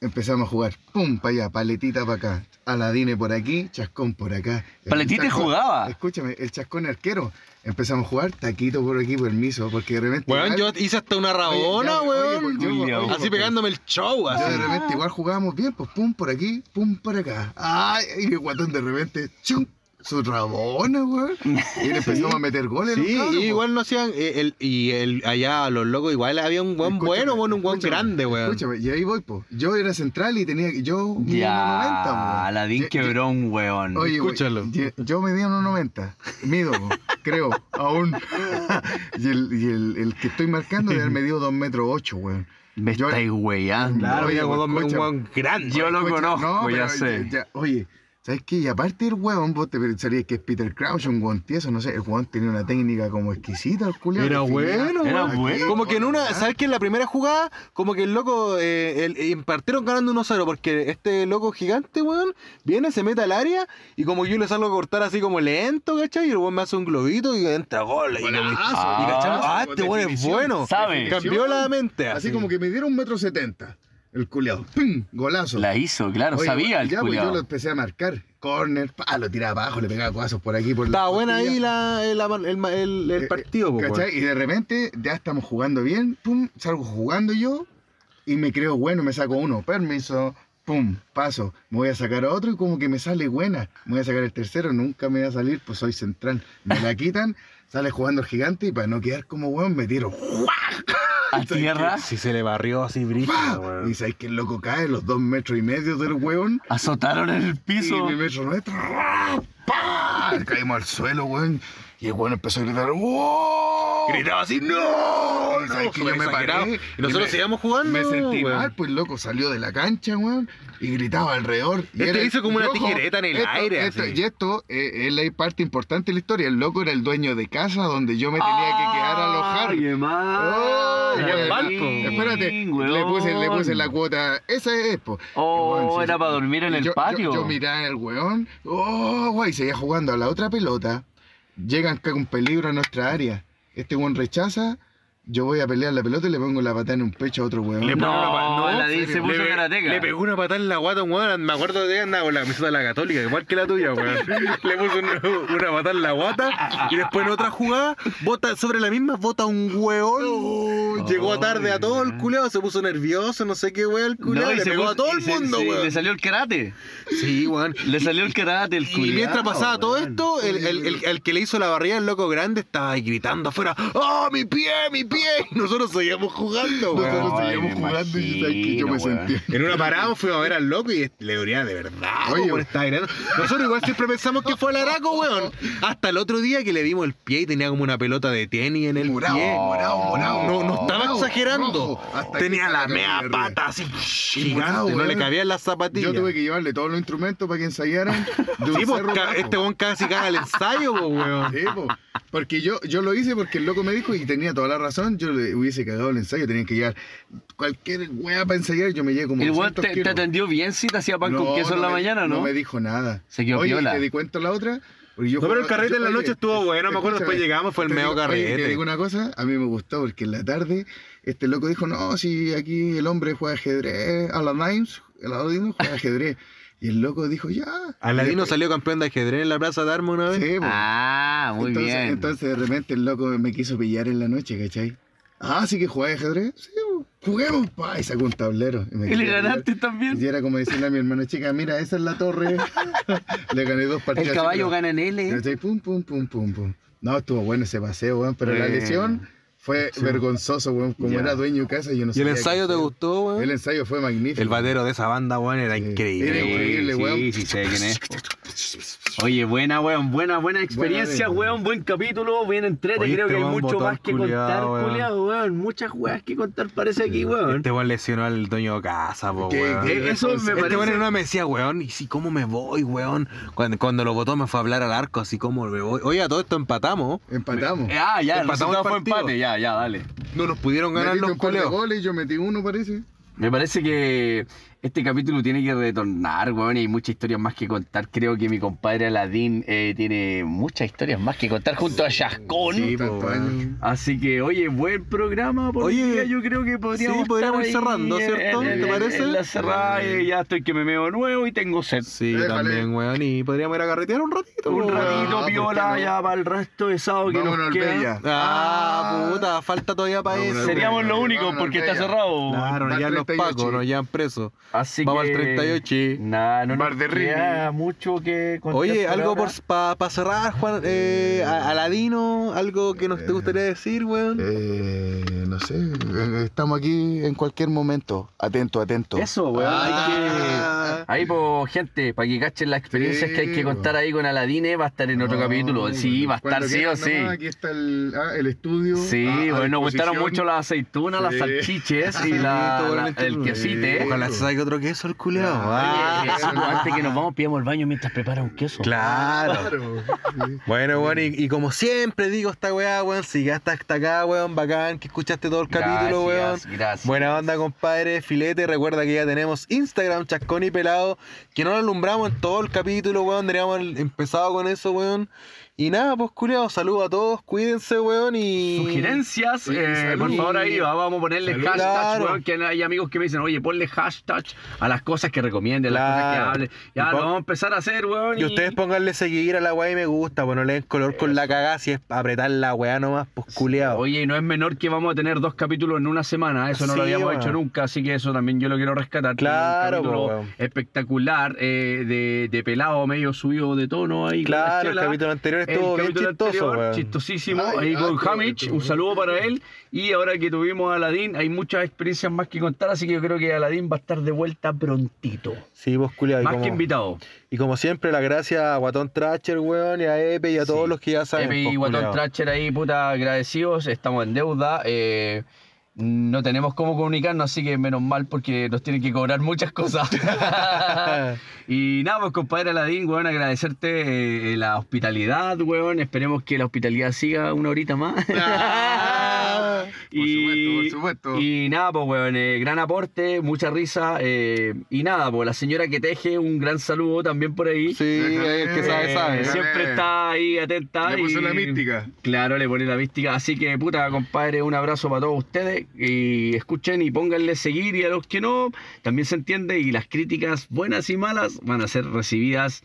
S3: empezamos a jugar, pum, para allá, paletita para acá, Aladine por aquí, Chascón por acá. El
S1: Paletita
S3: Chascón-
S1: jugaba.
S3: Escúchame, el Chascón arquero, empezamos a jugar, taquito por aquí, permiso, porque de repente...
S2: Weón,
S3: igual-
S2: yo hice hasta una
S3: oye, ya,
S2: rabona,
S3: oye,
S2: weón.
S3: yo- oye,
S1: Culiao.
S2: así
S3: porque-
S2: pegándome el show,
S3: yo
S2: así.
S3: de repente igual jugábamos bien, pues pum por aquí, pum por acá. Ay, y el guatón de repente, chum, su rabona, weón. Y
S2: *laughs*
S3: él empezó a meter goles.
S2: Sí,
S3: los cabros,
S2: y
S3: po.
S2: igual no hacían. eh, el- y el, allá a los locos igual había un buen
S3: Escúchame,
S2: bueno, bueno, un buen
S3: escúchame,
S2: grande, weón.
S3: Escúchame, y ahí voy, po. Yo era central y tenía. Yo medía
S1: Ya,
S3: 1,90,
S1: Aladín
S3: Ye-
S1: quebró un weón.
S3: ye- Oye, güey,
S2: escúchalo.
S3: ye- yo medía 1,90. Mido, po, *laughs* creo, aún. *laughs* y el, y el, el que estoy marcando debe haber medido 2 metros 8, weón.
S1: Me
S3: yo-
S1: estáis weyando.
S2: Claro,
S3: Oye,
S2: había un,
S3: weón,
S2: un
S3: escúchame.
S2: buen grande.
S1: Yo lo
S3: Escucha,
S1: conozco,
S3: no,
S1: ya
S3: pero
S1: sé.
S3: ya- oye, ¿sabes qué? Y aparte el huevón, vos te pensarías que es Peter Crouch, un huevón tieso, no sé. El huevón tenía una técnica como exquisita, el culiao,
S2: Era
S3: definida.
S2: bueno,
S1: Era
S2: weón.
S1: bueno.
S2: Como que en una,
S3: ¿Ah?
S2: ¿sabes que En la primera jugada, como que el loco, eh, el, eh, partieron ganando 1-0, porque este loco gigante, weón, viene, se mete al área, y como que yo le salgo a cortar así como lento, ¿cachai? Y el weón me hace un globito y entra gol. Y, como-
S1: Ah.
S2: y cachamos, ah, este weón es
S3: definición.
S2: bueno.
S1: Sabe.
S2: Cambió la mente.
S3: Así
S2: así.
S3: como que me dieron un metro setenta. El culiao. ¡Pum! Golazo.
S1: La hizo, claro,
S3: Oye,
S1: sabía el
S3: ya, pues, yo
S1: culiao.
S3: lo empecé a marcar. Corner, pa, lo tiraba abajo, le pegaba codazos por aquí, por la.
S2: Estaba buena ahí la, el, el- el- el
S3: Eh,
S2: partido, po, weón.
S3: ¿Cachai? Y de repente ya estamos jugando bien, pum, salgo jugando yo y me creo bueno, me saco uno, permiso, pum, paso, me voy a sacar a otro y como que me sale buena, me voy a sacar el tercero, nunca me va a salir, pues soy central, me la quitan, sale jugando el gigante y para no quedar como weón me tiro.
S1: A
S7: ¿Ah?
S1: tierra,
S2: Si se le barrió así brillo,
S3: ¡guau! Ah, Y sabes que el loco cae los dos metros y medio del weón.
S1: azotaron en el piso.
S3: Y mi metro nuestro. ¡ra! ¡pa! Caímos al suelo, weón. Y el weón empezó a gritar. ¡Wow!
S7: Gritaba así, no.
S3: Y sabes que yo me
S2: exagerado.
S3: paré.
S2: Y nosotros
S3: me-
S2: seguíamos jugando,
S3: Me sentí
S2: weón.
S3: mal, pues loco salió de la cancha, weón, y gritaba alrededor. Y
S2: Este hizo como
S3: y
S2: una tijereta en el
S3: esto-
S2: aire,
S3: esto-
S2: así.
S3: y esto eh, es la parte importante de la historia. El loco era el dueño de casa donde yo me tenía que quedar a alojar.
S1: Oye,
S3: Oh,
S1: mal.
S3: weón.
S2: Valpo.
S3: Espérate, le puse, le puse la cuota. Esa es, po.
S1: Oh,
S3: Weón, sí,
S1: era
S3: sí.
S1: para dormir en
S3: Y
S1: el
S3: yo- yo-
S1: patio.
S3: Yo, miraba el weón. Oh, guay, seguía jugando a la otra pelota. Llegan con peligro a nuestra área. Este weón rechaza. Yo voy a pelear la pelota y le pongo la patada en un pecho a otro weón.
S2: Le-
S1: No,
S2: No, no,
S1: Aladín se
S3: serio.
S1: puso
S2: pe-
S1: karateca.
S2: le pegó una patada en la guata, a un weón. Me acuerdo de andaba con la camiseta de la católica, igual que la tuya,
S1: *laughs*
S2: weón. Le puso un- una patada en la guata y después en otra jugada, bota sobre la misma, bota un weón. Llegó tarde a todo el culeado, se puso nervioso, no sé qué weón el culeado.
S1: y
S2: le
S1: se
S2: pegó
S1: puso-
S2: a todo
S1: y
S2: el
S1: se-
S2: mundo,
S1: se- Le
S2: weón.
S1: salió el karate.
S2: Sí, weón.
S1: Le salió el karate, el culiao.
S2: Y mientras pasaba todo esto, el, el- el- el que le hizo la barriga, el loco grande, estaba ahí gritando afuera, ¡Oh, mi pie, mi pie! Y nosotros seguíamos jugando, weón.
S3: Nosotros
S1: Ay,
S3: seguíamos
S1: me
S3: jugando y sabes que yo me
S1: imagino,
S3: sentía.
S2: En una parada fuimos a ver al loco y le dolía de verdad.
S3: Oye,
S2: Oye,
S3: weón.
S2: Nosotros igual siempre pensamos que fue el araco, weón. Hasta el otro día que le vimos el pie y tenía como una pelota de tenis en el
S3: Morado,
S2: pie.
S3: morado, morado.
S2: No, no estaba
S3: morado,
S2: exagerando.
S3: rojo, hasta
S2: tenía
S3: aquí
S2: la
S3: estaba
S2: mea
S3: verde.
S2: pata así gigante.
S3: morado,
S2: no le
S3: weón.
S2: cabían las
S3: Yo
S2: zapatillas.
S3: tuve que llevarle todos los instrumentos para que
S1: *laughs*
S3: ensayaran. De un
S2: Sí, pues,
S3: cerro
S2: ca-
S3: bajo.
S2: este weón casi caga el ensayo, po, weón.
S3: Sí, po. Porque yo, yo lo hice porque el loco me dijo y tenía toda la razón. Yo le hubiese cagado el ensayo, tenía que llevar cualquier weá para ensayar. Yo me llegué como.
S1: El weón
S3: 200
S1: te, te
S3: kilos.
S1: atendió bien si te hacía pan con queso en la
S3: me-
S1: mañana, ¿no?
S3: No me dijo nada.
S1: Se quedó
S3: Oye,
S1: piola.
S3: ¿y te di cuenta la otra? Porque yo
S2: No, pero el
S3: jugaba-
S2: carrete
S3: yo-
S2: en la
S3: oye,
S2: noche estuvo bueno, me acuerdo, después
S3: escúchame,
S2: llegamos, fue el
S3: te
S2: medio
S3: digo- oye,
S2: carrete.
S3: Te digo una cosa, a mí me gustó porque en la tarde este loco dijo, no, si aquí el hombre juega ajedrez, a la Nimes, el Aladino juega ajedrez. Y el loco dijo, ya.
S2: Aladino ¿eh?
S3: Y
S2: salió campeón de ajedrez en la plaza de armas una vez.
S3: después- Sí, po.
S1: Ah, muy
S3: entonces,
S1: bien.
S3: Entonces de repente el loco me quiso pillar en la noche, ¿cachai? Ah, sí que jugaba ajedrez. Sí, po. juguemos, pa. Y sacó un tablero. me
S1: y
S3: quiso
S1: le
S3: pillar.
S1: ganaste
S3: Y
S1: también.
S3: era como decirle a mi hermano, chica, mira, esa es la torre. *laughs* Le gané dos partidas.
S1: El caballo gana en L. ¿eh?
S3: ¿Cachai? Pum, pum, pum, pum, pum. No, estuvo bueno ese paseo, weón, pero la
S1: Eh,
S3: lesión fue vergonzoso, weón. Como
S1: Ya.
S3: era dueño de casa, yo no
S2: ¿Y el
S3: sabía qué
S2: ensayo te
S3: hacer.
S2: gustó, weón?
S3: El ensayo fue magnífico.
S2: El batero de esa banda, weón, era
S3: Sí.
S2: increíble.
S3: Era increíble,
S1: sí,
S3: weón.
S1: sí, sé quién es. Oye, buena, weón, buena, buena experiencia,
S3: Buena,
S1: weón, buen capítulo, bien entrete,
S2: Oye,
S1: creo
S2: este
S1: que hay
S2: weón
S1: mucho
S2: botó
S1: más
S2: el
S1: que
S2: culiao,
S1: contar,
S2: weón.
S1: culiao, weón, muchas weas que contar parece aquí, weón.
S2: Este weón lesionó al dueño de casa, po,
S3: Qué-
S2: weón.
S3: qué
S1: Eh, eso me
S2: Este weón
S1: parece-
S2: en una me decía, weón, ¿y si cómo me voy, weón? Cuando, cuando lo votó me fue a hablar al arco, así como me voy. Oye, a todo esto empatamos.
S3: Empatamos.
S1: Eh, ah, ya, el resultado
S2: Empatamos el
S1: fue
S2: partido.
S1: empate, ya, ya, dale.
S2: No nos pudieron ganar
S3: Metiste
S2: los
S3: un par de
S2: culeos.
S3: goles, yo metí uno, parece.
S1: Me parece que este capítulo tiene que retornar, weón. y Hay muchas historias más que contar. Creo que mi compadre Aladín eh, tiene muchas historias más que contar junto a Yascón.
S2: Sí, po,
S3: Tanto
S2: weón.
S3: año.
S1: Así que, oye, buen programa. Por
S2: Oye,
S1: hoy día. yo creo que podríamos,
S2: sí, podríamos
S1: estar
S2: ir cerrando,
S1: ahí
S2: ¿cierto?
S1: en- en-
S2: ¿Te
S1: en-
S2: parece?
S1: en la cerrada, eh, ya estoy que me meo de nuevo y tengo sed.
S2: Sí, oh,
S3: Déjale.
S2: también, weón. Y podríamos ir a carretear un ratito,
S1: Un
S2: po, weón.
S1: ratito,
S3: ¿por qué
S1: piola,
S3: no?
S1: ya para el resto de sábado que
S3: Vámonos
S1: nos
S3: al
S1: queda.
S3: Bella.
S2: Ah, puta, falta todavía para
S3: Vámonos
S2: eso.
S3: al
S1: Seríamos los únicos
S3: Vámonos al
S1: porque está
S3: Bella.
S1: cerrado.
S2: Claro,
S3: Van
S2: ya los
S3: 30
S2: Paco,
S3: 38.
S2: nos llevan presos.
S1: Así
S2: Vamos
S1: que-
S2: al 38.
S1: Nah, no
S3: Bar
S1: nos
S3: de Rini.
S1: queda mucho que contar
S2: Oye,
S1: por
S2: algo
S1: ahora.
S2: para cerrar, Juan, eh, a- Aladino, algo que nos te gustaría decir, weón.
S3: Eh, no sé, eh, estamos aquí en cualquier momento. Atento, atento.
S1: Eso, weón.
S2: Ah,
S1: hay que- Ahí, pues, gente, para que cachen las experiencias
S3: Sí,
S1: que hay que contar ahí con Aladine, va a estar en otro
S3: No,
S1: capítulo. Sí, va a estar
S3: cuando
S1: sí o
S3: quieran
S1: sí.
S3: nomás, Aquí está el, ah, el estudio.
S1: Sí,
S3: ah, a
S1: bueno, nos gustaron mucho
S3: disposición.
S1: las aceitunas,
S3: Sí.
S1: las salchiches y
S2: Sí,
S1: la-
S2: todo
S1: la-
S2: el
S1: el
S2: entorno.
S1: quesite.
S2: Ojalá se salga otro queso el culeado.
S1: Oye,
S2: Ah,
S1: eso, antes que nos vamos, pillamos el baño mientras prepara un queso.
S2: claro.
S3: Ah,
S1: *laughs*
S3: Claro. sí.
S2: Bueno, weón, y, y como siempre digo esta weá, weón, si ya estás hasta acá, weón, bacán, que escuchaste todo el capítulo, weón.
S1: Gracias, gracias.
S2: Buena onda, compadre. Filete, recuerda que ya tenemos Instagram, Chascón y Pelado, que no lo alumbramos en todo el capítulo, weón. Deberíamos haber empezado con eso, weón. Y nada, pues, culiados, saludos a todos, cuídense, weón, y...
S1: Sugerencias,
S3: Sí,
S1: eh,
S3: salud.
S1: por favor, ahí va, vamos a ponerle
S3: Salud.
S1: hashtag.
S2: Claro.
S1: weón, que hay amigos que me dicen, oye, ponle hashtag a las cosas que recomienden, a las
S2: Claro.
S1: cosas que hablen. Ya
S2: Y
S1: lo
S2: pon-
S1: vamos a empezar a hacer, weón.
S2: Y ustedes pónganle seguir a la weá y me gusta, pues no le den color con la cagada, si es apretar la weá nomás, pues, culiado.
S1: Oye, y no es menor que vamos a tener dos capítulos en una semana, eso no lo
S2: Sí,
S1: habíamos
S2: weón.
S1: hecho nunca, así que eso también yo lo quiero rescatar. Tiene
S2: Claro,
S1: un capítulo
S2: po, weón.
S1: espectacular eh, de, de pelado medio subido de tono ahí. con la
S2: Claro, el
S1: chela.
S2: capítulo anterior
S1: El
S2: estuvo bien
S1: capítulo
S2: chistoso,
S1: anterior,
S2: weón.
S1: chistosísimo,
S3: Ay,
S1: ahí
S3: ah,
S1: con
S3: qué
S1: Hamich,
S3: bonito.
S1: un saludo para él. Y ahora que tuvimos a Aladín, hay muchas experiencias más que contar, así que yo creo que Aladín va a estar de vuelta prontito.
S2: Sí, pues, culiado.
S1: Más que invitado.
S2: Y como siempre, la gracia a Guatón Tracher, weón, y a Epe y a todos
S1: Sí.
S2: los que ya saben.
S1: Epi y
S2: pues,
S1: Guatón
S2: culiao.
S1: Tracher ahí, puta, agradecidos, estamos en deuda. eh, no tenemos cómo comunicarnos, así que menos mal porque nos tienen que cobrar muchas cosas.
S3: *laughs*
S1: y nada, pues compadre Aladín, weón, agradecerte eh, la hospitalidad, weón. Esperemos que la hospitalidad siga una horita más.
S3: Ah, Por supuesto, por supuesto.
S1: *laughs* Y nada, pues, weón, eh, gran aporte, mucha risa. eh, y nada, pues, la señora que teje, un gran saludo también por ahí.
S2: *laughs* Sí, ahí el que sabe,
S1: Eh,
S2: sabe.
S3: sí.
S1: Siempre está ahí atenta.
S3: Le puso
S1: y-
S3: la mística.
S1: Claro, le pone la mística. Así que, puta, compadre, un abrazo para todos ustedes. Y escuchen y pónganle seguir. Y a los que no, también se entiende. Y las críticas buenas y malas van a ser recibidas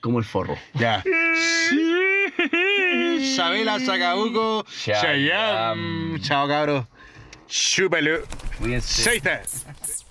S1: como el forro.
S2: Ya. Isabela, Chacabuco,
S1: Chayam.
S2: Chayam. Chao, cabros. Chúpalo.
S1: Cuídense.
S2: Seis